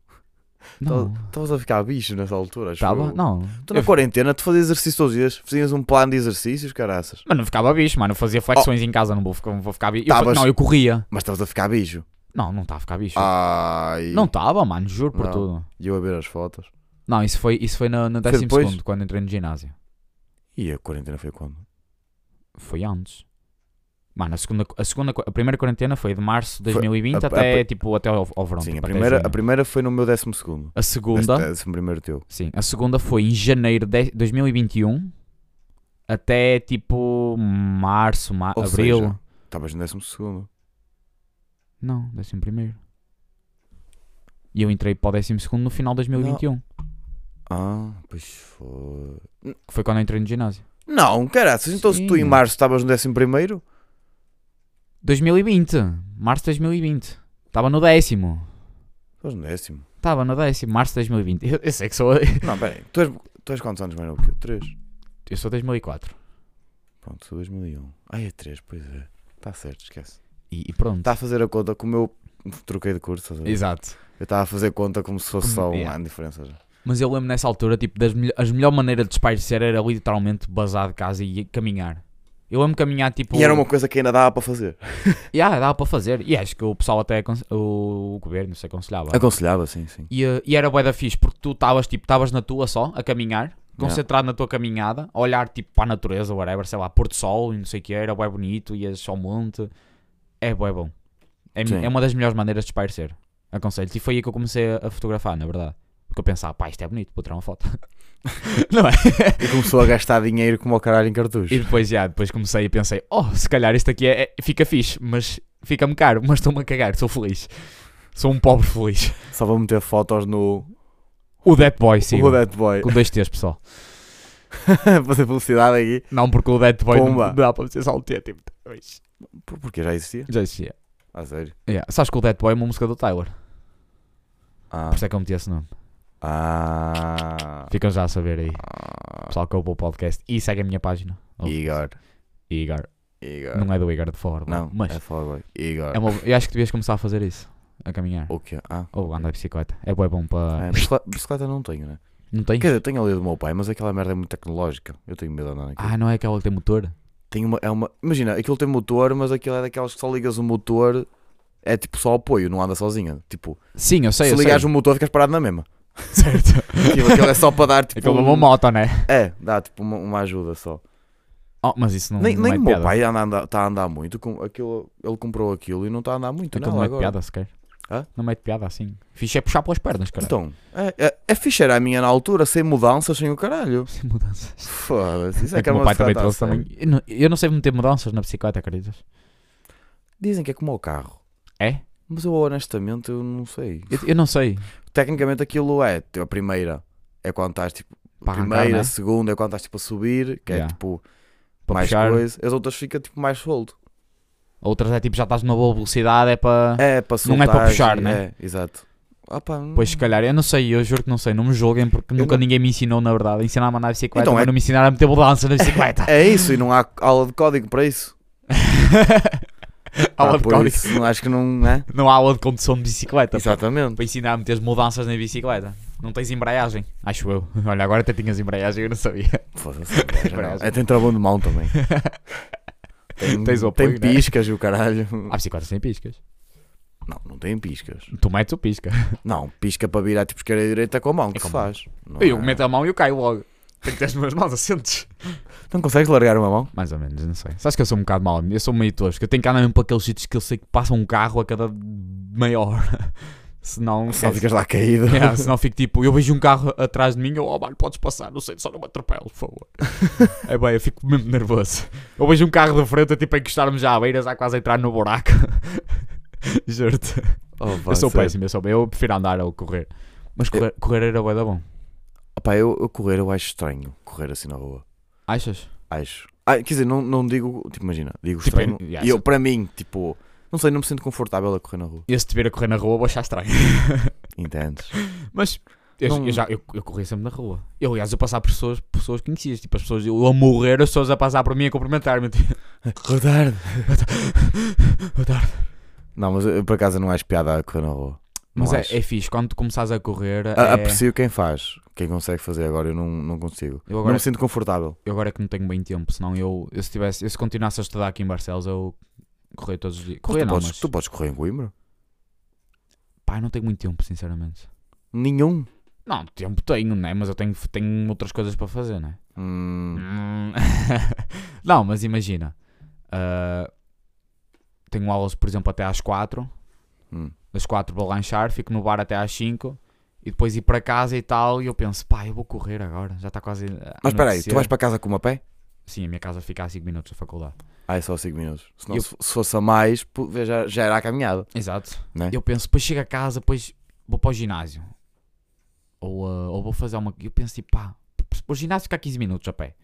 Speaker 1: Não,
Speaker 2: Estavas a ficar bicho nessa altura, acho
Speaker 1: estava,
Speaker 2: eu.
Speaker 1: não.
Speaker 2: Tu na
Speaker 1: Eu-
Speaker 2: quarentena, tu fazias exercício todos os dias, fazias um plano de exercícios, caraças.
Speaker 1: Mas não ficava bicho, mano, eu fazia flexões em casa, não vou ficar, não vou ficar bicho. Eu fa-
Speaker 2: Oh. Tavas-
Speaker 1: Não, eu corria.
Speaker 2: Mas estavas a ficar bicho.
Speaker 1: Não, não estava a ficar bicho.
Speaker 2: Ai.
Speaker 1: Não tá. estava, mano, juro por
Speaker 2: Não.
Speaker 1: tudo.
Speaker 2: E eu a ver as fotos.
Speaker 1: Não, isso foi, isso foi na, na
Speaker 2: Foi
Speaker 1: 12
Speaker 2: depois?
Speaker 1: segundo, quando entrei no ginásio.
Speaker 2: E a quarentena foi quando?
Speaker 1: Foi antes. Mano, a, segunda, a, segunda, a primeira quarentena foi de março de
Speaker 2: Foi-
Speaker 1: 2020
Speaker 2: a- a-
Speaker 1: até, tipo, até ao, ao verão.
Speaker 2: Sim, a
Speaker 1: tipo, até
Speaker 2: primeira,
Speaker 1: junho.
Speaker 2: a primeira foi no meu décimo segundo.
Speaker 1: a segunda...
Speaker 2: Neste décimo primeiro teu.
Speaker 1: Sim, a segunda foi em janeiro de 2021 até tipo março, ma-
Speaker 2: Ou
Speaker 1: abril.
Speaker 2: seja, Estavas no décimo segundo.
Speaker 1: Não, décimo primeiro. E eu entrei para o décimo segundo no final de 2021,
Speaker 2: Ah, pois foi.
Speaker 1: que foi quando eu entrei no ginásio.
Speaker 2: Não, caraças, então se tu em
Speaker 1: Sim.
Speaker 2: março estavas no décimo primeiro,
Speaker 1: 2020, março de 2020. Estava no décimo.
Speaker 2: estavas no décimo.
Speaker 1: Estava no décimo, março de 2020. Eu, eu sei que sou.
Speaker 2: Não, peraí, tu és, tu és quantos anos mais novo que eu? Três.
Speaker 1: Eu sou 2004.
Speaker 2: Pronto, sou 2001. Ai, é três, pois é. Está certo, esquece.
Speaker 1: E, e pronto.
Speaker 2: Está Tá a fazer a conta com o meu. Troquei de curso, estás a ver?
Speaker 1: Exato.
Speaker 2: Eu estava a fazer conta como se fosse
Speaker 1: Como-
Speaker 2: só um
Speaker 1: yeah.
Speaker 2: ano de diferença já.
Speaker 1: Mas eu lembro nessa altura, tipo, das melho- as melhor maneira de espairecer era literalmente basar de casa e caminhar. Eu amo caminhar tipo.
Speaker 2: E era uma coisa que ainda dava para fazer.
Speaker 1: Yeah, dava para fazer. E acho que o pessoal até. aconse- O, o governo se aconselhava.
Speaker 2: Aconselhava, sim, sim.
Speaker 1: E, eh, e era bué da fixe, porque tu estavas tipo, estavas na tua só, a caminhar, concentrado na tua caminhada, a olhar tipo para a natureza, whatever, sei lá, pôr do sol e não sei o que, era bué bonito, ias ao monte. É bué bom. É, mi-
Speaker 2: Sim.
Speaker 1: é uma das melhores maneiras de espairecer. Aconselho-te. E foi aí que eu comecei a a fotografar, na verdade. Porque eu pensava, pá, isto é bonito, vou tirar uma foto. não é?
Speaker 2: E começou a gastar dinheiro como ao caralho em cartuchos.
Speaker 1: E depois, já, depois comecei e pensei, oh, se calhar isto aqui é, é- fica fixe, mas fica-me caro, mas estou-me a cagar, sou feliz. Sou um pobre feliz.
Speaker 2: Só vou meter fotos no
Speaker 1: O Dead Boy, sim.
Speaker 2: o Dead Boy.
Speaker 1: Com dois T's, pessoal.
Speaker 2: fazer publicidade aqui.
Speaker 1: Não, porque o Dead Boy
Speaker 2: Pumba.
Speaker 1: não dá para ser só um T, tipo. dois.
Speaker 2: Por- Porque já existia.
Speaker 1: Já existia.
Speaker 2: Ah, sério?
Speaker 1: Yeah. Sabes que o Dead Boy é uma música do Tyler.
Speaker 2: Ah.
Speaker 1: Por isso é que eu meti esse nome.
Speaker 2: Ah.
Speaker 1: Ficam já a saber aí.
Speaker 2: Ah.
Speaker 1: Pessoal que ouve o podcast e segue a minha página.
Speaker 2: Igor.
Speaker 1: Igor.
Speaker 2: Igor.
Speaker 1: Não é do Igor de Fora.
Speaker 2: Não,
Speaker 1: Mas
Speaker 2: é Fogboy. Igor.
Speaker 1: é uma... eu acho que devias começar a fazer isso. A caminhar.
Speaker 2: O quê? Ah.
Speaker 1: Ou andar de bicicleta. É bué bom para.
Speaker 2: É, bicicleta, bicicleta não tenho, né?
Speaker 1: Não tem?
Speaker 2: Quer dizer, tenho ali do meu pai, mas aquela merda é muito tecnológica. Eu tenho medo de andar naquilo.
Speaker 1: Ah, não é aquela que tem motor?
Speaker 2: Tem uma, é uma, imagina, aquilo tem motor, mas aquilo é daquelas que só ligas o motor, é tipo só apoio, não anda sozinha. Tipo,
Speaker 1: Sim, eu sei.
Speaker 2: se
Speaker 1: eu
Speaker 2: ligares
Speaker 1: sei.
Speaker 2: o motor, ficas parado na mesma.
Speaker 1: Certo.
Speaker 2: Tipo, aquilo é só para dar tipo.
Speaker 1: Aquela é
Speaker 2: um-
Speaker 1: uma moto, né?
Speaker 2: É, dá tipo uma, uma ajuda só.
Speaker 1: Oh, mas isso não,
Speaker 2: nem
Speaker 1: não
Speaker 2: nem
Speaker 1: é
Speaker 2: o meu
Speaker 1: piada.
Speaker 2: pai anda- anda- está a andar muito. Com aquilo, ele comprou aquilo e não está a andar muito.
Speaker 1: Aquilo
Speaker 2: nela
Speaker 1: não é
Speaker 2: agora.
Speaker 1: piada sequer.
Speaker 2: Hã?
Speaker 1: Não é piada assim. Fixe é puxar pelas pernas, cara.
Speaker 2: Então, é, é, é fixe era a minha na altura, sem mudanças, sem o caralho.
Speaker 1: Sem mudanças.
Speaker 2: Foda-se, isso é,
Speaker 1: É que
Speaker 2: que é
Speaker 1: o
Speaker 2: uma
Speaker 1: meu pai também
Speaker 2: bicicleta a
Speaker 1: trouxe
Speaker 2: sério.
Speaker 1: também. Eu não, eu não sei meter mudanças na bicicleta, acreditas?
Speaker 2: Dizem que é como o carro.
Speaker 1: É?
Speaker 2: Mas eu honestamente eu não sei.
Speaker 1: Eu, eu não sei.
Speaker 2: Tecnicamente aquilo é tipo, a primeira. É quando estás tipo.
Speaker 1: Para
Speaker 2: a
Speaker 1: arrancar,
Speaker 2: primeira,
Speaker 1: né?
Speaker 2: a segunda é quando estás tipo a subir, que é
Speaker 1: Yeah.
Speaker 2: tipo
Speaker 1: Para
Speaker 2: mais
Speaker 1: puxar.
Speaker 2: coisa. As outras fica tipo mais solto.
Speaker 1: Outras é tipo já estás numa boa velocidade, é para.
Speaker 2: É para
Speaker 1: Não
Speaker 2: soltar.
Speaker 1: é para puxar,
Speaker 2: e-
Speaker 1: né?
Speaker 2: É, exato. Ah, pá, não-
Speaker 1: Pois se calhar, eu não sei, eu juro que não sei, não me julguem porque
Speaker 2: Eu
Speaker 1: nunca
Speaker 2: não-
Speaker 1: ninguém me ensinou, na verdade. Ensinaram-me a andar de bicicleta,
Speaker 2: Então,
Speaker 1: mas
Speaker 2: é-
Speaker 1: não me ensinaram a meter mudanças na bicicleta.
Speaker 2: É isso, e não há aula de código para isso.
Speaker 1: aula
Speaker 2: Pá,
Speaker 1: de
Speaker 2: por
Speaker 1: código. Tá
Speaker 2: isso, acho que não é.
Speaker 1: Não há aula de condução de bicicleta. pá.
Speaker 2: Exatamente.
Speaker 1: Para ensinar a meter mudanças na bicicleta. Não tens embreagem, acho eu. Olha, agora até tinhas embreagem, eu não sabia.
Speaker 2: Foda-se. não,
Speaker 1: Parece.
Speaker 2: É, tem travão de mão também. Tem,
Speaker 1: Tens o apoio,
Speaker 2: tem
Speaker 1: né? Ah.
Speaker 2: piscas e o caralho.
Speaker 1: Há bicicletas sem piscas.
Speaker 2: Não, não tem piscas.
Speaker 1: Tu metes o pisca.
Speaker 2: Não, pisca para virar tipo esquerda e direita com a mão, que
Speaker 1: É
Speaker 2: se
Speaker 1: com a mão.
Speaker 2: faz. Não,
Speaker 1: Eu
Speaker 2: é-
Speaker 1: meto a mão e eu caio logo. Tenho que ter as minhas mãos assentes.
Speaker 2: não consegues largar uma mão?
Speaker 1: Mais ou menos, eu não sei. Sabes que eu sou um bocado mau, eu sou meio tosco. Eu tenho que andar mesmo para aqueles sítios que eu sei que passa um carro a cada meia hora. senão,
Speaker 2: Só ficas lá caído.
Speaker 1: Yeah, senão fico tipo, eu vejo um carro atrás de mim, eu, oh mano, podes passar, não sei, só não me atropelo, por favor. é bem, eu fico mesmo nervoso. Eu vejo um carro de frente, eu tipo, a encostar-me já à beira, já quase a entrar no buraco. Juro-te.
Speaker 2: Oh, pá,
Speaker 1: Eu sou
Speaker 2: sério.
Speaker 1: péssimo, eu sou bem. Eu prefiro andar ou correr. Mas correr, correr era bué da bom.
Speaker 2: Opá, eu, eu correr eu acho estranho. Correr assim na rua.
Speaker 1: Achas?
Speaker 2: Acho. Ah, quer dizer, não, não digo. Tipo, imagina, digo
Speaker 1: Tipo,
Speaker 2: estranho.
Speaker 1: é- yeah,
Speaker 2: E eu,
Speaker 1: sim.
Speaker 2: para mim, tipo. Não sei, não me sinto confortável a correr na rua.
Speaker 1: Eu se te ver a correr na rua, vou achar estranho.
Speaker 2: Entendes?
Speaker 1: Mas eu,
Speaker 2: Não-
Speaker 1: eu já, eu, eu corri sempre na rua. Eu, aliás, eu passava por pessoas, por pessoas conhecidas. Tipo, as pessoas, eu a morrer, as pessoas a passar por mim a cumprimentar-me. tipo,
Speaker 2: Boa tarde.
Speaker 1: Boa tarde.
Speaker 2: Não, mas eu, eu, por acaso não acho piada a correr na rua.
Speaker 1: Mas
Speaker 2: Não
Speaker 1: é,
Speaker 2: acho.
Speaker 1: é fixe, quando tu começares a correr.
Speaker 2: A-
Speaker 1: é-
Speaker 2: Aprecio quem faz, quem consegue fazer. Agora eu não, não consigo.
Speaker 1: Eu
Speaker 2: Não
Speaker 1: agora,
Speaker 2: me sinto confortável.
Speaker 1: eu agora é que não tenho bem tempo, senão eu, eu se tivesse, eu se continuasse a estudar aqui em Barcelos, eu corria todos os dias. Corria
Speaker 2: tu,
Speaker 1: não,
Speaker 2: podes,
Speaker 1: mas.
Speaker 2: tu podes correr em Coimbra?
Speaker 1: Pá, eu não tenho muito tempo, sinceramente.
Speaker 2: Nenhum.
Speaker 1: Não, tempo tenho, né? Mas eu tenho, tenho outras coisas para fazer, né?
Speaker 2: Hum,
Speaker 1: Hum. não, mas imagina. ah, tenho aulas, por exemplo, até às 4.
Speaker 2: Hum.
Speaker 1: Das 4 vou lanchar, fico no bar até às 5. E depois ir para casa e tal. E eu penso, pá, eu vou correr agora. Já está quase. a
Speaker 2: Mas espera aí,
Speaker 1: anoitecer."
Speaker 2: tu vais para casa com uma pé?
Speaker 1: Sim, a minha casa fica a 5 minutos da faculdade.
Speaker 2: Ah, é só 5 minutos. Se, não-
Speaker 1: Eu-
Speaker 2: se fosse a mais, pu- já, já era a caminhada.
Speaker 1: Exato.
Speaker 2: Né?
Speaker 1: Eu penso, depois chego a casa, depois vou para o ginásio. Ou, ah, ou vou fazer uma. Eu penso, tipo, pá, o ginásio fica a 15 minutos a pé.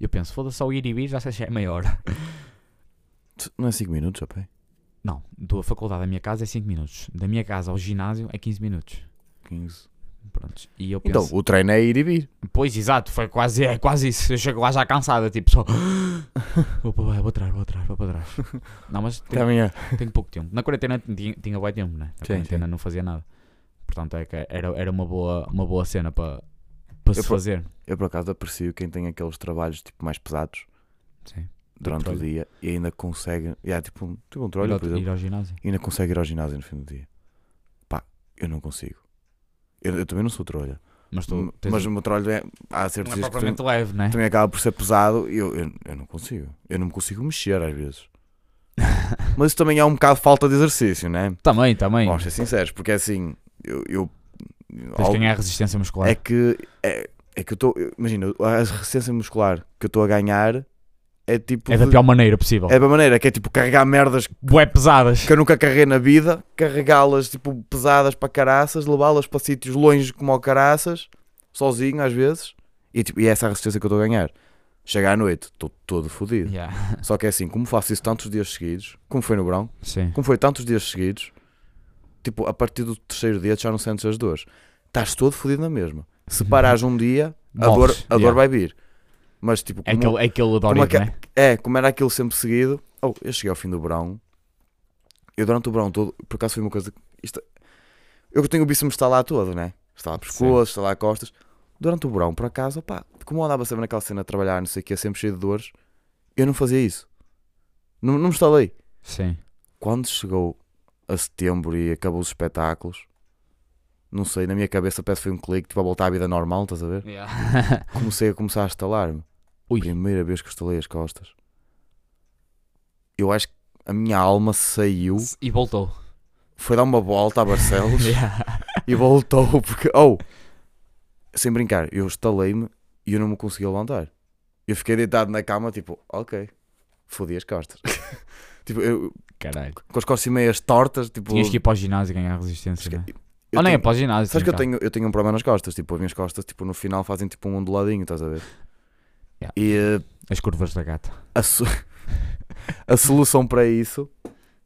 Speaker 1: Eu penso, foda-se só ir e vir, já sei se é meia hora.
Speaker 2: Tu- Não é 5 minutos a pé?
Speaker 1: Não, da faculdade à minha casa é 5 minutos. Da minha casa ao ginásio é 15 minutos.
Speaker 2: 15.
Speaker 1: Pronto. E eu
Speaker 2: Então,
Speaker 1: penso.
Speaker 2: o treino é ir e vir.
Speaker 1: Pois, exato, foi quase, é quase isso. Eu chego lá já cansada, tipo só. vou para vou atrás, vou atrás, vou para trás. Não, mas tenho,
Speaker 2: Caminhar.
Speaker 1: tenho pouco tempo. Na quarentena tinha, tinha bem tempo, né? Na
Speaker 2: Sim,
Speaker 1: quarentena não fazia nada. Portanto, é que era, era uma, boa, uma boa cena para, para se
Speaker 2: Eu por-
Speaker 1: fazer.
Speaker 2: Eu por acaso aprecio quem tem aqueles trabalhos tipo mais pesados.
Speaker 1: Sim.
Speaker 2: durante o
Speaker 1: trolho.
Speaker 2: dia e ainda consegue. Yeah, tipo, um- tipo um
Speaker 1: ir,
Speaker 2: trolho,
Speaker 1: ao-
Speaker 2: por exemplo.
Speaker 1: ir ao ginásio.
Speaker 2: E ainda consegue ir ao ginásio no fim do dia. Pá, eu não consigo. Eu, eu também não sou trolha.
Speaker 1: Mas tu
Speaker 2: M-
Speaker 1: tens um
Speaker 2: mas o meu trolho é. Há certos
Speaker 1: não é
Speaker 2: dias que
Speaker 1: propriamente
Speaker 2: também,
Speaker 1: leve, né?
Speaker 2: também acaba por ser pesado e eu, eu, eu não consigo. Eu não me consigo mexer às vezes. Mas isso também é um bocado falta de exercício, né?
Speaker 1: Também, também.
Speaker 2: Vamos ser sinceros, porque é assim. Eu. eu
Speaker 1: Tens
Speaker 2: algo-
Speaker 1: que ganhar resistência muscular.
Speaker 2: é que é, é que eu estou. Imagina, a resistência muscular que eu estou a ganhar é tipo.
Speaker 1: É da
Speaker 2: de-
Speaker 1: pior maneira possível.
Speaker 2: é da maneira que é tipo carregar merdas
Speaker 1: Bué pesadas.
Speaker 2: que eu nunca carreguei na vida, carregá-las tipo pesadas para caraças, levá-las para sítios longe como ao caraças, sozinho às vezes, e, tipo, e é essa a resistência que eu estou a ganhar. Chega à noite, estou todo fodido.
Speaker 1: Yeah.
Speaker 2: Só que é assim, como faço isso tantos dias seguidos, como foi no verão,
Speaker 1: Sim.
Speaker 2: como foi tantos dias seguidos, tipo, a partir do terceiro dia tu já não sentes as dores. Estás todo fodido na mesma. Se parares um dia, a dor,
Speaker 1: Morres,
Speaker 2: a dor
Speaker 1: yeah.
Speaker 2: vai vir. Mas tipo,
Speaker 1: É
Speaker 2: como-
Speaker 1: aquele, é aquele Dorito,
Speaker 2: aque-
Speaker 1: né?
Speaker 2: é, como era aquilo sempre seguido. Oh, eu cheguei ao fim do verão. Eu durante o verão todo, por acaso foi uma coisa. que- Isto, eu que tenho o bíceps está lá todo, né? Está lá pescoço, está lá costas. Durante o verão, por acaso, opá, como eu andava sempre naquela cena a trabalhar, não sei o que, sempre cheio de dores, eu não fazia isso. Não, não me estalei.
Speaker 1: Sim.
Speaker 2: Quando chegou a setembro e acabou os espetáculos, não sei, na minha cabeça parece que foi um clique, tipo a voltar à vida normal, estás a ver? comecei a começar a estalar-me.
Speaker 1: Ui.
Speaker 2: Primeira vez que estalei as costas. Eu acho que a minha alma saiu,
Speaker 1: e voltou.
Speaker 2: foi dar uma volta a Barcelos
Speaker 1: Yeah.
Speaker 2: e voltou. Porque, oh, sem brincar, eu estalei-me e eu não me conseguia levantar. Eu fiquei deitado na cama, tipo, ok, fodi as costas. tipo, eu,
Speaker 1: Caralho.
Speaker 2: com as costas meias tortas, tipo.
Speaker 1: Tinhas que ir para o ginásio e ganhar resistência, né?
Speaker 2: eu
Speaker 1: Ou nem é
Speaker 2: tenho-
Speaker 1: para o ginásio.
Speaker 2: Sabes que eu
Speaker 1: sim,
Speaker 2: tenho, eu tenho um problema nas costas, tipo, as minhas costas, tipo, no final fazem tipo um onduladinho, estás a ver?
Speaker 1: Yeah.
Speaker 2: E eh,
Speaker 1: cara. As curvas da gata.
Speaker 2: a, so- a solução para isso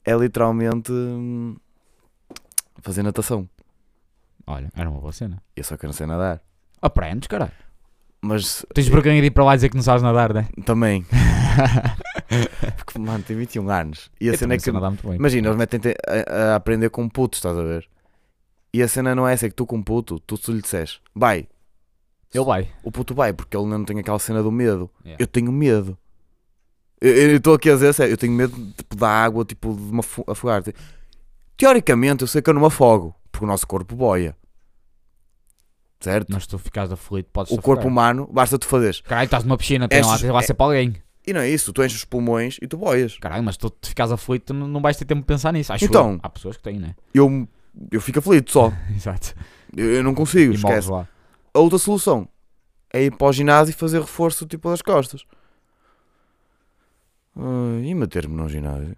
Speaker 2: é literalmente hum, fazer natação.
Speaker 1: Olha, era uma boa cena.
Speaker 2: Eu só que não sei nadar.
Speaker 1: Aprendes, caralho.
Speaker 2: Mas eh,
Speaker 1: Tens vergonha de ir para lá e dizer que não sabes nadar, né?
Speaker 2: também. Porque, mano, tem 21 anos. E a
Speaker 1: Eu
Speaker 2: cena
Speaker 1: também
Speaker 2: é que.
Speaker 1: sei nadar muito bem.
Speaker 2: Imagina, eles metem a, a aprender com putos, estás a ver? E a cena não é essa, é que tu com puto, tu se lhe disseres, vai,
Speaker 1: Eu vai.
Speaker 2: o puto vai, porque ele ainda não tem aquela cena do medo.
Speaker 1: Yeah.
Speaker 2: Eu tenho medo. Eu- Eu estou aqui a dizer sério, eu tenho medo tipo, da água, tipo, de me afo- afogar. Te- Teoricamente, eu sei que eu não me afogo, porque o nosso corpo boia. Certo?
Speaker 1: Mas se tu ficares aflito, podes
Speaker 2: o corpo
Speaker 1: safar.
Speaker 2: humano, basta tu fazeres.
Speaker 1: Caralho, estás numa piscina, tem lá,
Speaker 2: Estas-
Speaker 1: tem lá ser para alguém.
Speaker 2: E não é isso, tu enches os pulmões e tu boias.
Speaker 1: Caralho, mas tu te ficares aflito, não não vais ter tempo de pensar nisso. Acho
Speaker 2: Então.
Speaker 1: eu. Há pessoas que têm, né?
Speaker 2: Eu, eu fico aflito só.
Speaker 1: Exato.
Speaker 2: Eu, eu não consigo,
Speaker 1: E morres
Speaker 2: esquece.
Speaker 1: lá.
Speaker 2: A outra solução é ir para o ginásio e fazer reforço tipo das costas. Ah, e meter-me num ginásio.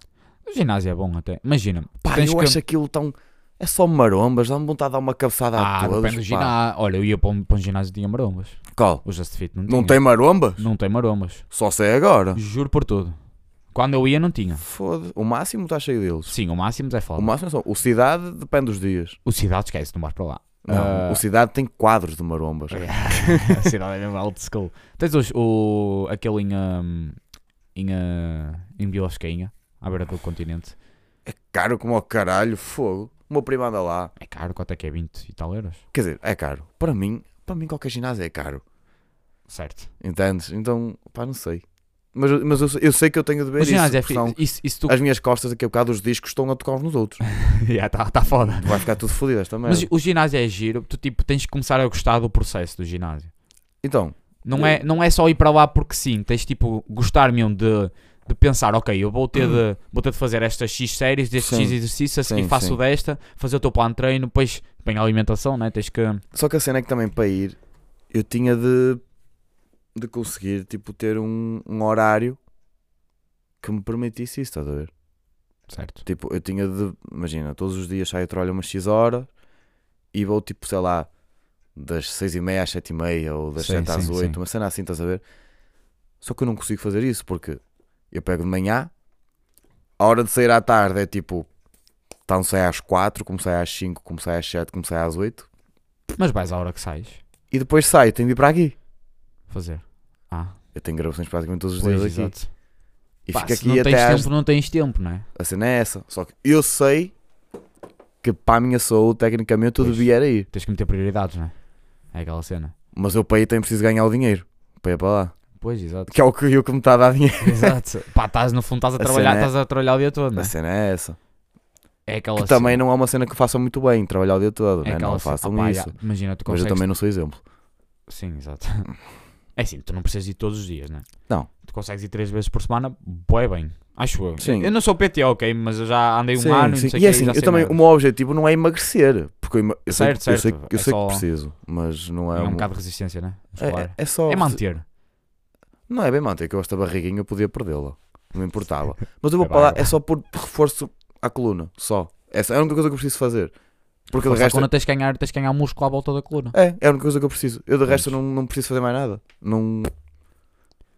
Speaker 1: O ginásio é bom até. Imagina. tu
Speaker 2: Pá,
Speaker 1: tens
Speaker 2: eu
Speaker 1: que...
Speaker 2: acho aquilo tão. É só marombas, dá-me vontade de dar uma cabeçada a
Speaker 1: Ah,
Speaker 2: todos.
Speaker 1: depende do
Speaker 2: pá.
Speaker 1: ginásio. Olha, eu ia para um, para um ginásio e tinha marombas.
Speaker 2: Qual?
Speaker 1: O Just Fit não tinha.
Speaker 2: Não tem Ah. maromba?
Speaker 1: Não tem marombas.
Speaker 2: Só sei agora.
Speaker 1: Juro por tudo. Quando eu ia, não tinha.
Speaker 2: Foda-se. O máximo está cheio deles.
Speaker 1: Sim, o máximo é
Speaker 2: O
Speaker 1: foda.
Speaker 2: máximo é só. O Cidade depende dos dias.
Speaker 1: O Cidade esquece, não vais para lá.
Speaker 2: Não,
Speaker 1: Ah.
Speaker 2: O Cidade tem quadros de marombas.
Speaker 1: a cidade é mesmo old school. Tens os, o, aquele em, hum, em, uh, em Bioscainha, à beira do continente.
Speaker 2: É Caro como ao caralho, fogo. Uma prima anda lá.
Speaker 1: É caro, quanto é que é? 20 e tal euros?
Speaker 2: Quer dizer, é caro. Para mim, para mim qualquer ginásio é caro.
Speaker 1: Certo.
Speaker 2: Entendes? Então, pá, não sei. Mas, eu- mas eu, sei- eu sei que eu tenho de ver
Speaker 1: Mas
Speaker 2: isso.
Speaker 1: ginásio é
Speaker 2: porque
Speaker 1: fi-
Speaker 2: senão
Speaker 1: isso, isso tu...
Speaker 2: As minhas costas daqui a bocado os discos estão a tocar uns nos outros.
Speaker 1: yeah, tá, tá foda.
Speaker 2: Vai ficar tudo fodido esta merda.
Speaker 1: Mas o ginásio é giro, tu tipo tens que começar a gostar do processo do ginásio.
Speaker 2: Então,
Speaker 1: Não é, não é só ir para lá porque sim, tens tipo gostar mesmo de, de pensar, ok, eu vou ter, de, vou ter de fazer estas X séries, destes
Speaker 2: Hum. Sim.
Speaker 1: X exercícios, a seguir
Speaker 2: Sim,
Speaker 1: faço
Speaker 2: sim.
Speaker 1: desta, fazer o teu plano de treino, depois bem a alimentação, né? Tens que.
Speaker 2: Só que a cena é que também para ir eu tinha de, de conseguir tipo, ter um, um horário que me permitisse isso, estás a ver?
Speaker 1: Certo.
Speaker 2: Tipo, eu tinha de. Imagina, todos os dias saio trabalho umas X horas e vou tipo, sei lá, das 6 e meia às 7 e meia ou das
Speaker 1: Sim,
Speaker 2: 7 às
Speaker 1: sim,
Speaker 2: 8,
Speaker 1: sim.
Speaker 2: uma cena assim, estás a ver? Só que eu não consigo fazer isso porque eu pego de manhã, a hora de sair à tarde é tipo. Então sai às 4, como sai às 5, como sai às 7, como sai às 8
Speaker 1: Mas vais à hora que sais
Speaker 2: e depois saio, tenho de ir para aqui.
Speaker 1: fazer. Ah,
Speaker 2: Eu tenho gravações praticamente todos os
Speaker 1: pois,
Speaker 2: dias aqui.
Speaker 1: exato.
Speaker 2: E
Speaker 1: Pá,
Speaker 2: fica
Speaker 1: se não
Speaker 2: aqui
Speaker 1: tens
Speaker 2: até às...
Speaker 1: tempo, não tens tempo, não é?
Speaker 2: A cena é essa. Só que eu sei que para a minha saúde, tecnicamente, eu
Speaker 1: Pois.
Speaker 2: devia era ir.
Speaker 1: Tens que meter prioridades, não né? é? É aquela cena.
Speaker 2: Mas eu para ir tenho preciso ganhar o dinheiro. Para ir para lá.
Speaker 1: Pois, exato.
Speaker 2: Que é o que, o que me está a dar dinheiro.
Speaker 1: exato. Pá, estás no fundo, estás a
Speaker 2: A
Speaker 1: trabalhar,
Speaker 2: cena é-
Speaker 1: estás a trabalhar o dia todo, não
Speaker 2: A
Speaker 1: é?
Speaker 2: cena é essa.
Speaker 1: É aquela
Speaker 2: Que também não é uma cena que façam muito bem, trabalhar o dia todo,
Speaker 1: cena-
Speaker 2: né?
Speaker 1: aquela
Speaker 2: não
Speaker 1: cena-
Speaker 2: façam
Speaker 1: Ah, pá,
Speaker 2: isso.
Speaker 1: já, Imagina, tu
Speaker 2: Mas eu
Speaker 1: consegues.
Speaker 2: também não sou exemplo.
Speaker 1: Sim, exato. É assim, tu não precisas ir todos os dias, não é?
Speaker 2: Não.
Speaker 1: Tu consegues ir três vezes por semana, bué bem. Acho eu.
Speaker 2: Sim.
Speaker 1: Eu não sou PT, ok, mas eu já andei um ano e não sei o
Speaker 2: E
Speaker 1: quê,
Speaker 2: assim,
Speaker 1: já
Speaker 2: eu
Speaker 1: sei
Speaker 2: também,
Speaker 1: mais.
Speaker 2: o meu objetivo não é emagrecer. Porque eu, ima- eu
Speaker 1: Certo,
Speaker 2: sei, eu sei-
Speaker 1: certo.
Speaker 2: eu
Speaker 1: É
Speaker 2: sei
Speaker 1: só-
Speaker 2: que preciso, mas não é.
Speaker 1: É um
Speaker 2: uma-
Speaker 1: bocado de resistência, né?
Speaker 2: é,
Speaker 1: Muscular.
Speaker 2: é só.
Speaker 1: É manter.
Speaker 2: Não é bem manter, que eu esta barriguinha eu podia perdê-la. Não me importava. Mas eu vou
Speaker 1: É
Speaker 2: para lá,
Speaker 1: barba.
Speaker 2: é só por reforço à coluna. Só. Essa é a única coisa que eu preciso fazer. Porque de
Speaker 1: Porque
Speaker 2: resto.
Speaker 1: quando tens que ganhar, tens que ganhar músculo à volta da coluna.
Speaker 2: É, é a única coisa que eu preciso. Eu de resto não, não preciso fazer mais nada. Não.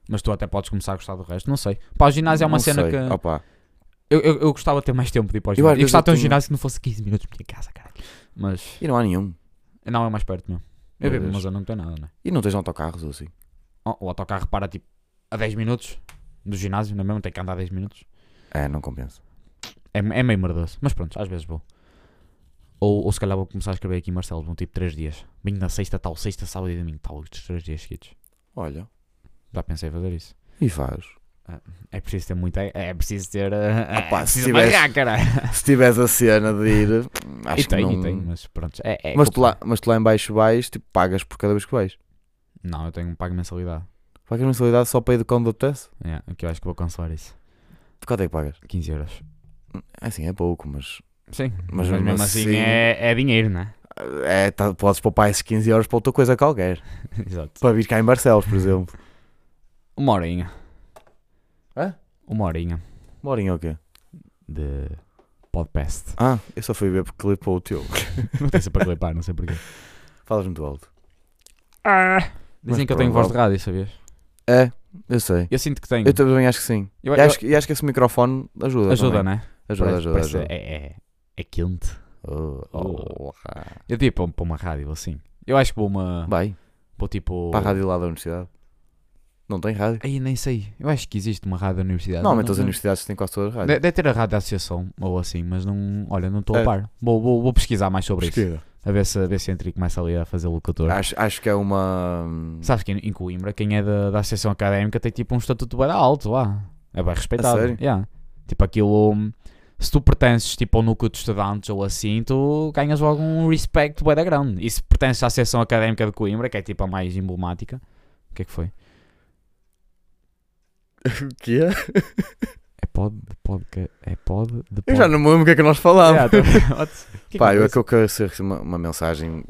Speaker 1: Mas tu até podes começar a gostar do resto, não sei. Para o ginásio é uma
Speaker 2: não
Speaker 1: cena
Speaker 2: sei.
Speaker 1: que.
Speaker 2: Opa.
Speaker 1: Eu, eu, eu gostava de ter mais tempo de ir para o
Speaker 2: Eu
Speaker 1: ginásio.
Speaker 2: às
Speaker 1: Eu,
Speaker 2: vezes
Speaker 1: gostava de ter um
Speaker 2: eu tenho-
Speaker 1: ginásio que não fosse 15 minutos da minha casa, caralho. Mas.
Speaker 2: E não há nenhum.
Speaker 1: Não, é mais perto mesmo. Eu
Speaker 2: Meu
Speaker 1: vivo,
Speaker 2: Deus.
Speaker 1: mas eu não tenho nada, né?
Speaker 2: E não tens autocarros ou assim.
Speaker 1: Oh, o autocarro para tipo a 10 minutos do ginásio, não é mesmo? Tem que andar 10 minutos.
Speaker 2: É, não compensa.
Speaker 1: É, é meio merdoso. Mas pronto, às vezes vou. Ou, ou se calhar vou começar a escrever aqui, Marcelo, vão tipo 3 dias. Vim na sexta, tal, sexta, sábado e domingo, tal, estes 3 dias seguidos.
Speaker 2: Olha.
Speaker 1: Já pensei em fazer isso.
Speaker 2: E faz.
Speaker 1: É preciso ter muita. É preciso ter. É,
Speaker 2: Ah, pá,
Speaker 1: é
Speaker 2: se
Speaker 1: preciso
Speaker 2: tivesse-
Speaker 1: amarrar, caralho.
Speaker 2: Se tiveres a cena de ir. hum, Acho
Speaker 1: E tem,
Speaker 2: que não.
Speaker 1: e tem, mas pronto. É, é
Speaker 2: mas, tu
Speaker 1: complicado.
Speaker 2: lá, mas tu lá em baixo vais, tipo, pagas por cada vez que vais.
Speaker 1: Não, eu tenho um pago mensalidade.
Speaker 2: Pagas mensalidade só para ir de quando te apetece?
Speaker 1: É, que eu acho que vou cancelar isso.
Speaker 2: De quanto é que pagas?
Speaker 1: 15 euros.
Speaker 2: É Assim, é pouco, mas.
Speaker 1: Sim, mas,
Speaker 2: Mas
Speaker 1: mesmo,
Speaker 2: mesmo
Speaker 1: assim,
Speaker 2: assim-
Speaker 1: É, é dinheiro, não é?
Speaker 2: É, tá- podes poupar esses 15 euros para outra coisa qualquer.
Speaker 1: Exato.
Speaker 2: Para vir cá em Barcelos, por exemplo.
Speaker 1: Uma horinha.
Speaker 2: Hã?
Speaker 1: Uma horinha
Speaker 2: Morinho ou quê?
Speaker 1: de podcast.
Speaker 2: Ah, eu só fui ver porque clipou o teu.
Speaker 1: Não tem sempre para clipar, não sei porquê.
Speaker 2: Falas muito alto.
Speaker 1: Dizem
Speaker 2: Mas
Speaker 1: que eu tenho
Speaker 2: pronto,
Speaker 1: voz de rádio, sabias?
Speaker 2: É, eu sei.
Speaker 1: Eu sinto que tenho.
Speaker 2: Eu também acho que sim.
Speaker 1: Eu-
Speaker 2: E
Speaker 1: eu-
Speaker 2: acho, que- e acho que esse microfone ajuda.
Speaker 1: ajuda,
Speaker 2: também.
Speaker 1: não é?
Speaker 2: Ajuda,
Speaker 1: Parece-
Speaker 2: ajuda,
Speaker 1: parece-
Speaker 2: ajuda.
Speaker 1: É, é, é quente.
Speaker 2: Oh, oh, ah.
Speaker 1: Eu tipo para uma rádio assim. Eu acho que vou uma.
Speaker 2: Vai,
Speaker 1: Vou tipo.
Speaker 2: para a rádio lá da universidade. Não tem rádio.
Speaker 1: Aí nem sei. Eu acho que existe uma rádio da universidade.
Speaker 2: Normalmente
Speaker 1: Não- Né?
Speaker 2: as
Speaker 1: não-
Speaker 2: universidades têm quase todas as
Speaker 1: De-
Speaker 2: rádios.
Speaker 1: Deve ter a rádio da associação ou assim, mas não. Olha, não estou a
Speaker 2: É.
Speaker 1: par. Vou, vou, vou pesquisar mais sobre isso.
Speaker 2: Pesquisa.
Speaker 1: A ver se, a ver se entro e começo ali a fazer locutor.
Speaker 2: Acho, acho que é uma. hum,
Speaker 1: Sabes que em em Coimbra, quem é da, da associação académica tem tipo um estatuto bem alto lá. É bem respeitado.
Speaker 2: sério?
Speaker 1: Yeah. Tipo aquilo. hum, Se tu pertences tipo ao núcleo de estudantes ou assim, tu ganhas logo um respect bem da grande. E se pertences à associação académica de Coimbra, que é tipo a mais emblemática, o que é que foi?
Speaker 2: O que é?
Speaker 1: É pod, pod, é pod, de pod.
Speaker 2: Eu já não me lembro o que é que nós falámos.
Speaker 1: Yeah, tô- What? Que que
Speaker 2: Pá, eu
Speaker 1: foi
Speaker 2: é que eu quero ser assim, uma, uma mensagem.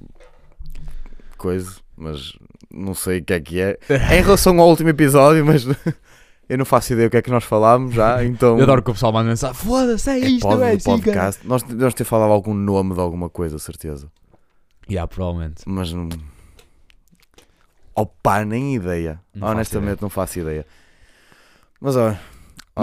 Speaker 2: coisa, mas não sei o que é que é. Em relação ao último episódio, mas. eu não faço ideia o que é que nós falámos já, então.
Speaker 1: Eu adoro que o pessoal manda mensagem. Foda-se, é,
Speaker 2: É
Speaker 1: isto,
Speaker 2: pod-
Speaker 1: é assim, cara.
Speaker 2: podcast. Nós devemos ter falado algum nome de alguma coisa, certeza.
Speaker 1: Yeah, provavelmente.
Speaker 2: Mas não. Opa, nem ideia.
Speaker 1: Não faço
Speaker 2: Honestamente, não faço ideia. Mas olha. olha,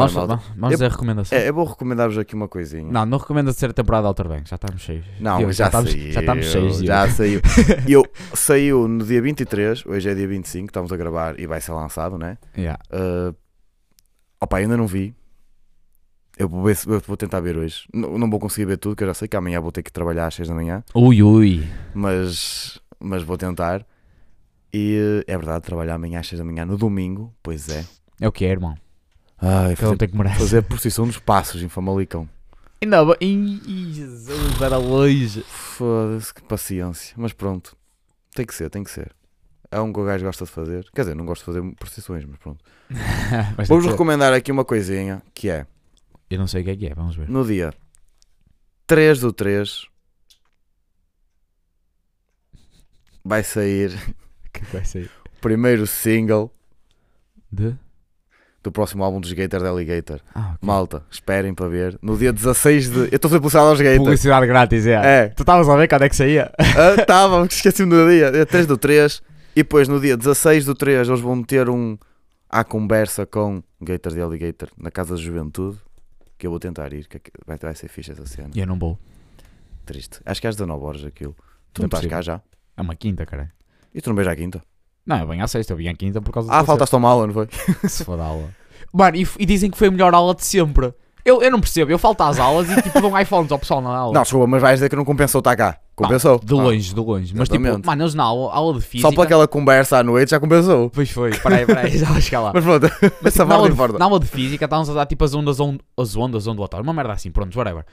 Speaker 1: Vamos,
Speaker 2: malta,
Speaker 1: vamos- vamos
Speaker 2: Eu-
Speaker 1: dizer a recomendação.
Speaker 2: É, é bom recomendar-vos aqui uma coisinha.
Speaker 1: Não, não recomendo a terceira temporada de Outer Banks, já estamos cheios.
Speaker 2: Não,
Speaker 1: Diogo,
Speaker 2: já,
Speaker 1: estamos,
Speaker 2: saiu,
Speaker 1: já estamos cheios. Diogo.
Speaker 2: Já saiu. Eu, saiu no dia 23, hoje é dia 25, estamos a gravar e vai ser lançado, né?
Speaker 1: Yeah.
Speaker 2: Uh, opa, ainda não vi. Eu vou, ver se- eu vou tentar ver hoje. Não, não vou conseguir ver tudo, que eu já sei que amanhã vou ter que trabalhar às 6 da manhã,
Speaker 1: Ui, ui.
Speaker 2: mas, mas vou tentar. E eh, é verdade, trabalhar amanhã às 6 da manhã no domingo, pois é.
Speaker 1: É o que é, irmão.
Speaker 2: Ai,
Speaker 1: Cada um
Speaker 2: fazer,
Speaker 1: tem que merece.
Speaker 2: fazer procissão dos passos em Famalicão.
Speaker 1: Ainda bem. Ih, ih, Jesus, era longe.
Speaker 2: Foda-se, que paciência. Mas pronto, tem que ser, tem que ser. É um que o gajo gosta de fazer. Quer dizer, não gosto de fazer procissões, mas pronto.
Speaker 1: Mas tem
Speaker 2: Vou-vos
Speaker 1: que é. ser.
Speaker 2: recomendar aqui uma coisinha, que é,
Speaker 1: Eu não sei o que é que é, vamos ver.
Speaker 2: no dia 3 do 3 vai sair
Speaker 1: O que é que vai sair?
Speaker 2: o primeiro single
Speaker 1: De?
Speaker 2: do próximo álbum dos Gator de Alligator.
Speaker 1: Ah, ok.
Speaker 2: Malta, esperem para ver. No dia 16 de... Eu estou a fazer publicidade aos Gator.
Speaker 1: Publicidade grátis, é.
Speaker 2: É,
Speaker 1: Tu estavas a ver quando é que saía?
Speaker 2: Ah, tava, esqueci-me do dia. É 3 do 3. E depois no dia 16 do 3 eles vão meter um à conversa com Gator de Alligator na Casa da Juventude. Que eu vou tentar ir, que vai, vai ser fixe essa cena.
Speaker 1: E eu não vou.
Speaker 2: Triste. Acho que às 19 horas aquilo. Tu
Speaker 1: Não é
Speaker 2: não estás
Speaker 1: possível.
Speaker 2: cá já.
Speaker 1: É uma quinta, cara.
Speaker 2: E tu não vejo à quinta.
Speaker 1: Não, eu venho à sexta, eu vim à quinta por causa do
Speaker 2: Ah,
Speaker 1: concerto.
Speaker 2: faltaste ao mal, não foi?
Speaker 1: Que se for a aula. Mano, e, f- e dizem que foi a melhor aula de sempre. Eu, eu não percebo, eu falto às aulas e tipo dou um iPhones ao pessoal na aula.
Speaker 2: Não, desculpa, mas vais dizer que não compensou estar cá. Compensou.
Speaker 1: De longe, de longe. Mas tipo,
Speaker 2: Exatamente.
Speaker 1: mano, eles na aula, aula de física.
Speaker 2: Só para aquela conversa à noite já compensou.
Speaker 1: Pois foi, peraí, peraí, já vou chegar lá.
Speaker 2: Mas pronto, essa
Speaker 1: tipo, na,
Speaker 2: parte
Speaker 1: aula
Speaker 2: não
Speaker 1: de,
Speaker 2: importa.
Speaker 1: na aula de física estávamos a dar tipo as ondas, on, as ondas ondulatórias, uma merda assim, pronto, whatever.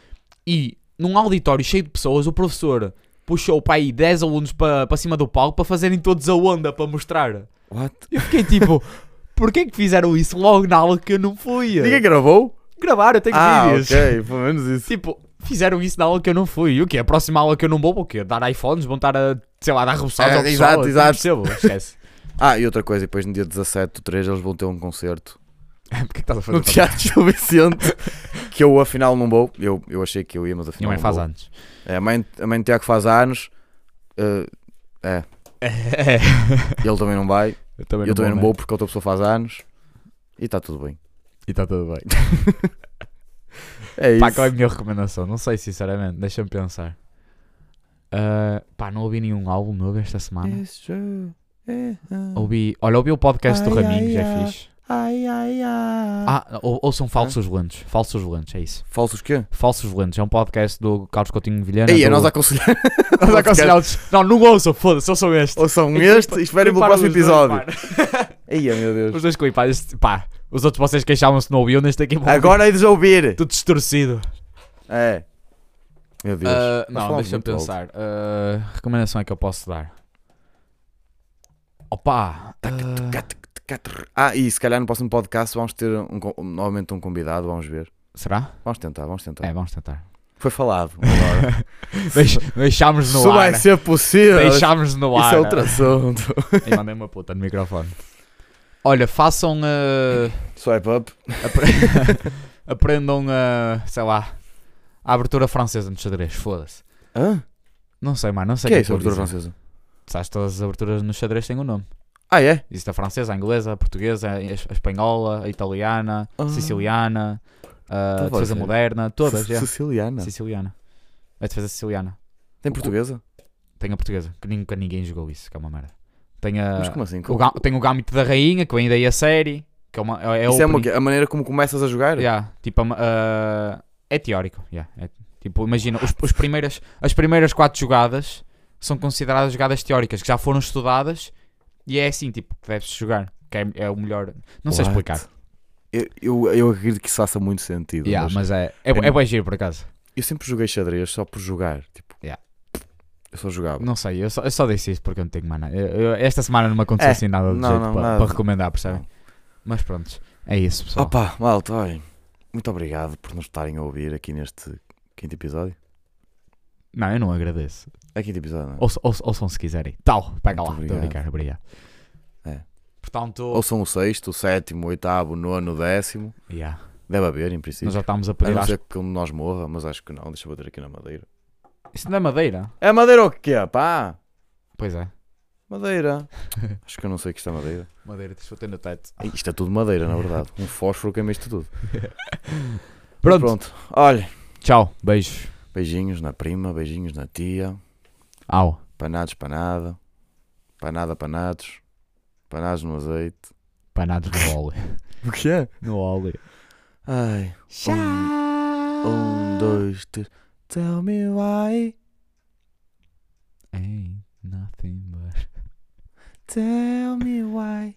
Speaker 1: E num auditório cheio de pessoas, o professor puxou para aí 10 alunos para para cima do palco para fazerem todos a onda para mostrar.
Speaker 2: What?
Speaker 1: Eu fiquei tipo, porquê que fizeram isso logo na aula que eu não fui?
Speaker 2: Ninguém gravou?
Speaker 1: Gravaram, eu tenho
Speaker 2: Ah,
Speaker 1: vídeos.
Speaker 2: ok, pelo menos isso.
Speaker 1: Tipo, fizeram isso na aula que eu não fui. E o quê? A próxima aula que eu não vou, vou o quê? Dar iPhones? Vão estar a, sei lá, dar rebuçados
Speaker 2: É,
Speaker 1: ao pessoal?
Speaker 2: exato,
Speaker 1: Eu
Speaker 2: exato.
Speaker 1: Não percebo, esquece.
Speaker 2: Ah, e outra coisa, depois no dia 17 do 3 eles vão ter um concerto
Speaker 1: Porquê que estás a fazer
Speaker 2: no
Speaker 1: isso?
Speaker 2: Teatro Gil Vicente que eu afinal não vou. Eu, eu achei que eu ia, mas afinal.
Speaker 1: Minha mãe
Speaker 2: não
Speaker 1: faz
Speaker 2: vou.
Speaker 1: anos.
Speaker 2: É, a mãe, a mãe do Tiago faz anos. eh, é, ele também não vai.
Speaker 1: eu também
Speaker 2: eu também não
Speaker 1: né?
Speaker 2: vou porque outra pessoa faz anos. E está tudo bem.
Speaker 1: E está tudo bem.
Speaker 2: É isso.
Speaker 1: Pá, qual é a minha recomendação? Não sei, sinceramente. Deixa-me pensar. Ah, pá, não ouvi nenhum álbum novo esta semana.
Speaker 2: Esse jogo é-
Speaker 1: Ouvi... Olha, ouvi o podcast do
Speaker 2: Ai,
Speaker 1: Raminhos,
Speaker 2: ai,
Speaker 1: é
Speaker 2: ai.
Speaker 1: fixe.
Speaker 2: Ai, ai, ai.
Speaker 1: Ah, ou, ouçam Falsos Lentos. Falsos Lentos, é isso.
Speaker 2: Falsos quê?
Speaker 1: Falsos Lentos. É um podcast do Carlos Coutinho Vilhena.
Speaker 2: Ei,
Speaker 1: do...
Speaker 2: é nós aconselhamos.
Speaker 1: Nós aconselhamos. Não, não ouçam, foda-se, ouçam este.
Speaker 2: Ouçam Um este e esperem pelo próximo episódio.
Speaker 1: Dois,
Speaker 2: Ei, meu Deus.
Speaker 1: os dois clipar, este, pá, os outros vocês queixavam-se não ouviam neste aqui.
Speaker 2: Agora é de ouvir.
Speaker 1: Tudo distorcido.
Speaker 2: É. Meu Deus.
Speaker 1: Ah,
Speaker 2: Nós
Speaker 1: não,
Speaker 2: falamos
Speaker 1: deixa-me
Speaker 2: muito alto.
Speaker 1: pensar. Ah, recomendação é que eu posso dar. Opa! ah,
Speaker 2: Ah, e se calhar no próximo podcast vamos ter um con- novamente um convidado, vamos ver.
Speaker 1: será?
Speaker 2: Vamos tentar, vamos tentar.
Speaker 1: É, vamos tentar.
Speaker 2: Foi falado. Agora.
Speaker 1: Deix, deixámos
Speaker 2: Se
Speaker 1: no ar.
Speaker 2: vai ser possível.
Speaker 1: Deixámos no ar. né?
Speaker 2: Isso é outro assunto.
Speaker 1: E mandei uma puta no microfone. Olha, façam. ah,
Speaker 2: Swipe up.
Speaker 1: apre- aprendam a. sei lá. A abertura francesa no xadrez, foda-se.
Speaker 2: Hã?
Speaker 1: Não sei, mano, não
Speaker 2: O
Speaker 1: sei
Speaker 2: que é
Speaker 1: o
Speaker 2: isso,
Speaker 1: eu vou
Speaker 2: abertura
Speaker 1: dizer.
Speaker 2: francesa?
Speaker 1: Sabes, todas as aberturas no xadrez têm um nome.
Speaker 2: Ah, é?
Speaker 1: Existe a francesa, a inglesa, a portuguesa, a es- a espanhola, a italiana, a
Speaker 2: Ah.
Speaker 1: siciliana, a
Speaker 2: Tá bom,
Speaker 1: defesa
Speaker 2: sério.
Speaker 1: moderna, todas, é. já.
Speaker 2: Siciliana.
Speaker 1: Siciliana. A defesa siciliana.
Speaker 2: Tem portuguesa?
Speaker 1: Tem a portuguesa, que nunca ninguém jogou isso, que é uma merda. Tem, a,
Speaker 2: Mas como assim?
Speaker 1: Ah, o, ga- tem o gambito da rainha, que vem daí a série, que é uma... É, é
Speaker 2: Isso é uma
Speaker 1: opening-
Speaker 2: quê? a maneira como começas a jogar?
Speaker 1: Yeah, tipo, a ma- ah, é teórico, yeah, é- tipo, imagina, os, os primeiras, as primeiras quatro jogadas são consideradas jogadas teóricas, que já foram estudadas, e é assim, tipo, que deves jogar, que é, é o melhor... Não sei
Speaker 2: What?
Speaker 1: explicar.
Speaker 2: Eu, eu, eu acredito que isso faça muito sentido.
Speaker 1: Yeah, mas
Speaker 2: mas
Speaker 1: é, é, é,
Speaker 2: é-
Speaker 1: bem giro por acaso.
Speaker 2: Eu sempre joguei xadrez só por jogar. Tipo,
Speaker 1: Yeah.
Speaker 2: eu só jogava.
Speaker 1: Não sei, eu só, eu só disse isso porque eu não tenho mais nada. Eu- eu- esta semana não me aconteceu
Speaker 2: É,
Speaker 1: assim nada de
Speaker 2: não,
Speaker 1: jeito
Speaker 2: não,
Speaker 1: para,
Speaker 2: nada.
Speaker 1: para recomendar, percebem? Mas pronto, é isso pessoal.
Speaker 2: Opa, malta, olhem. Muito obrigado por nos estarem a ouvir aqui neste quinto episódio.
Speaker 1: Não, eu não agradeço.
Speaker 2: É quinto episódio, não é?
Speaker 1: Ouçam, ouçam, ouçam se quiserem. Tal, pega lá,
Speaker 2: Muito
Speaker 1: estou a
Speaker 2: obrigado.
Speaker 1: brincar, obrigado.
Speaker 2: É.
Speaker 1: Portanto,
Speaker 2: Ouçam o sexto, o sétimo, o oitavo, o nono, o décimo.
Speaker 1: yeah,
Speaker 2: Deve haver, em princípio.
Speaker 1: nós já estamos a
Speaker 2: A
Speaker 1: pedir
Speaker 2: não
Speaker 1: às...
Speaker 2: ser que um de nós morra, mas acho que não. Deixa eu bater aqui na madeira.
Speaker 1: Isso não é madeira?
Speaker 2: É madeira o quê, pá?
Speaker 1: Pois é.
Speaker 2: Madeira. acho que eu não sei que isto é madeira.
Speaker 1: Madeira, deixa eu ter no teto.
Speaker 2: Ei, Isto é tudo madeira, na verdade. Um fósforo queima isto tudo.
Speaker 1: Pronto,
Speaker 2: Pronto. Olha,
Speaker 1: tchau, beijos.
Speaker 2: beijinhos na prima, beijinhos na tia.
Speaker 1: Au.
Speaker 2: Panados, panada. Panada, panados. Panados no azeite.
Speaker 1: Panados no óleo.
Speaker 2: O que é?
Speaker 1: No óleo.
Speaker 2: Ai.
Speaker 1: Tchau.
Speaker 2: Um, dois, três. Tell me why.
Speaker 1: Ain't nothing but...
Speaker 2: Tell me why.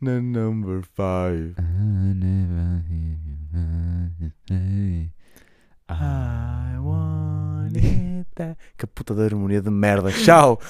Speaker 2: Na number five. Ah,
Speaker 1: Ah.
Speaker 2: I want it that. Que puta de harmonia de merda. Tchau.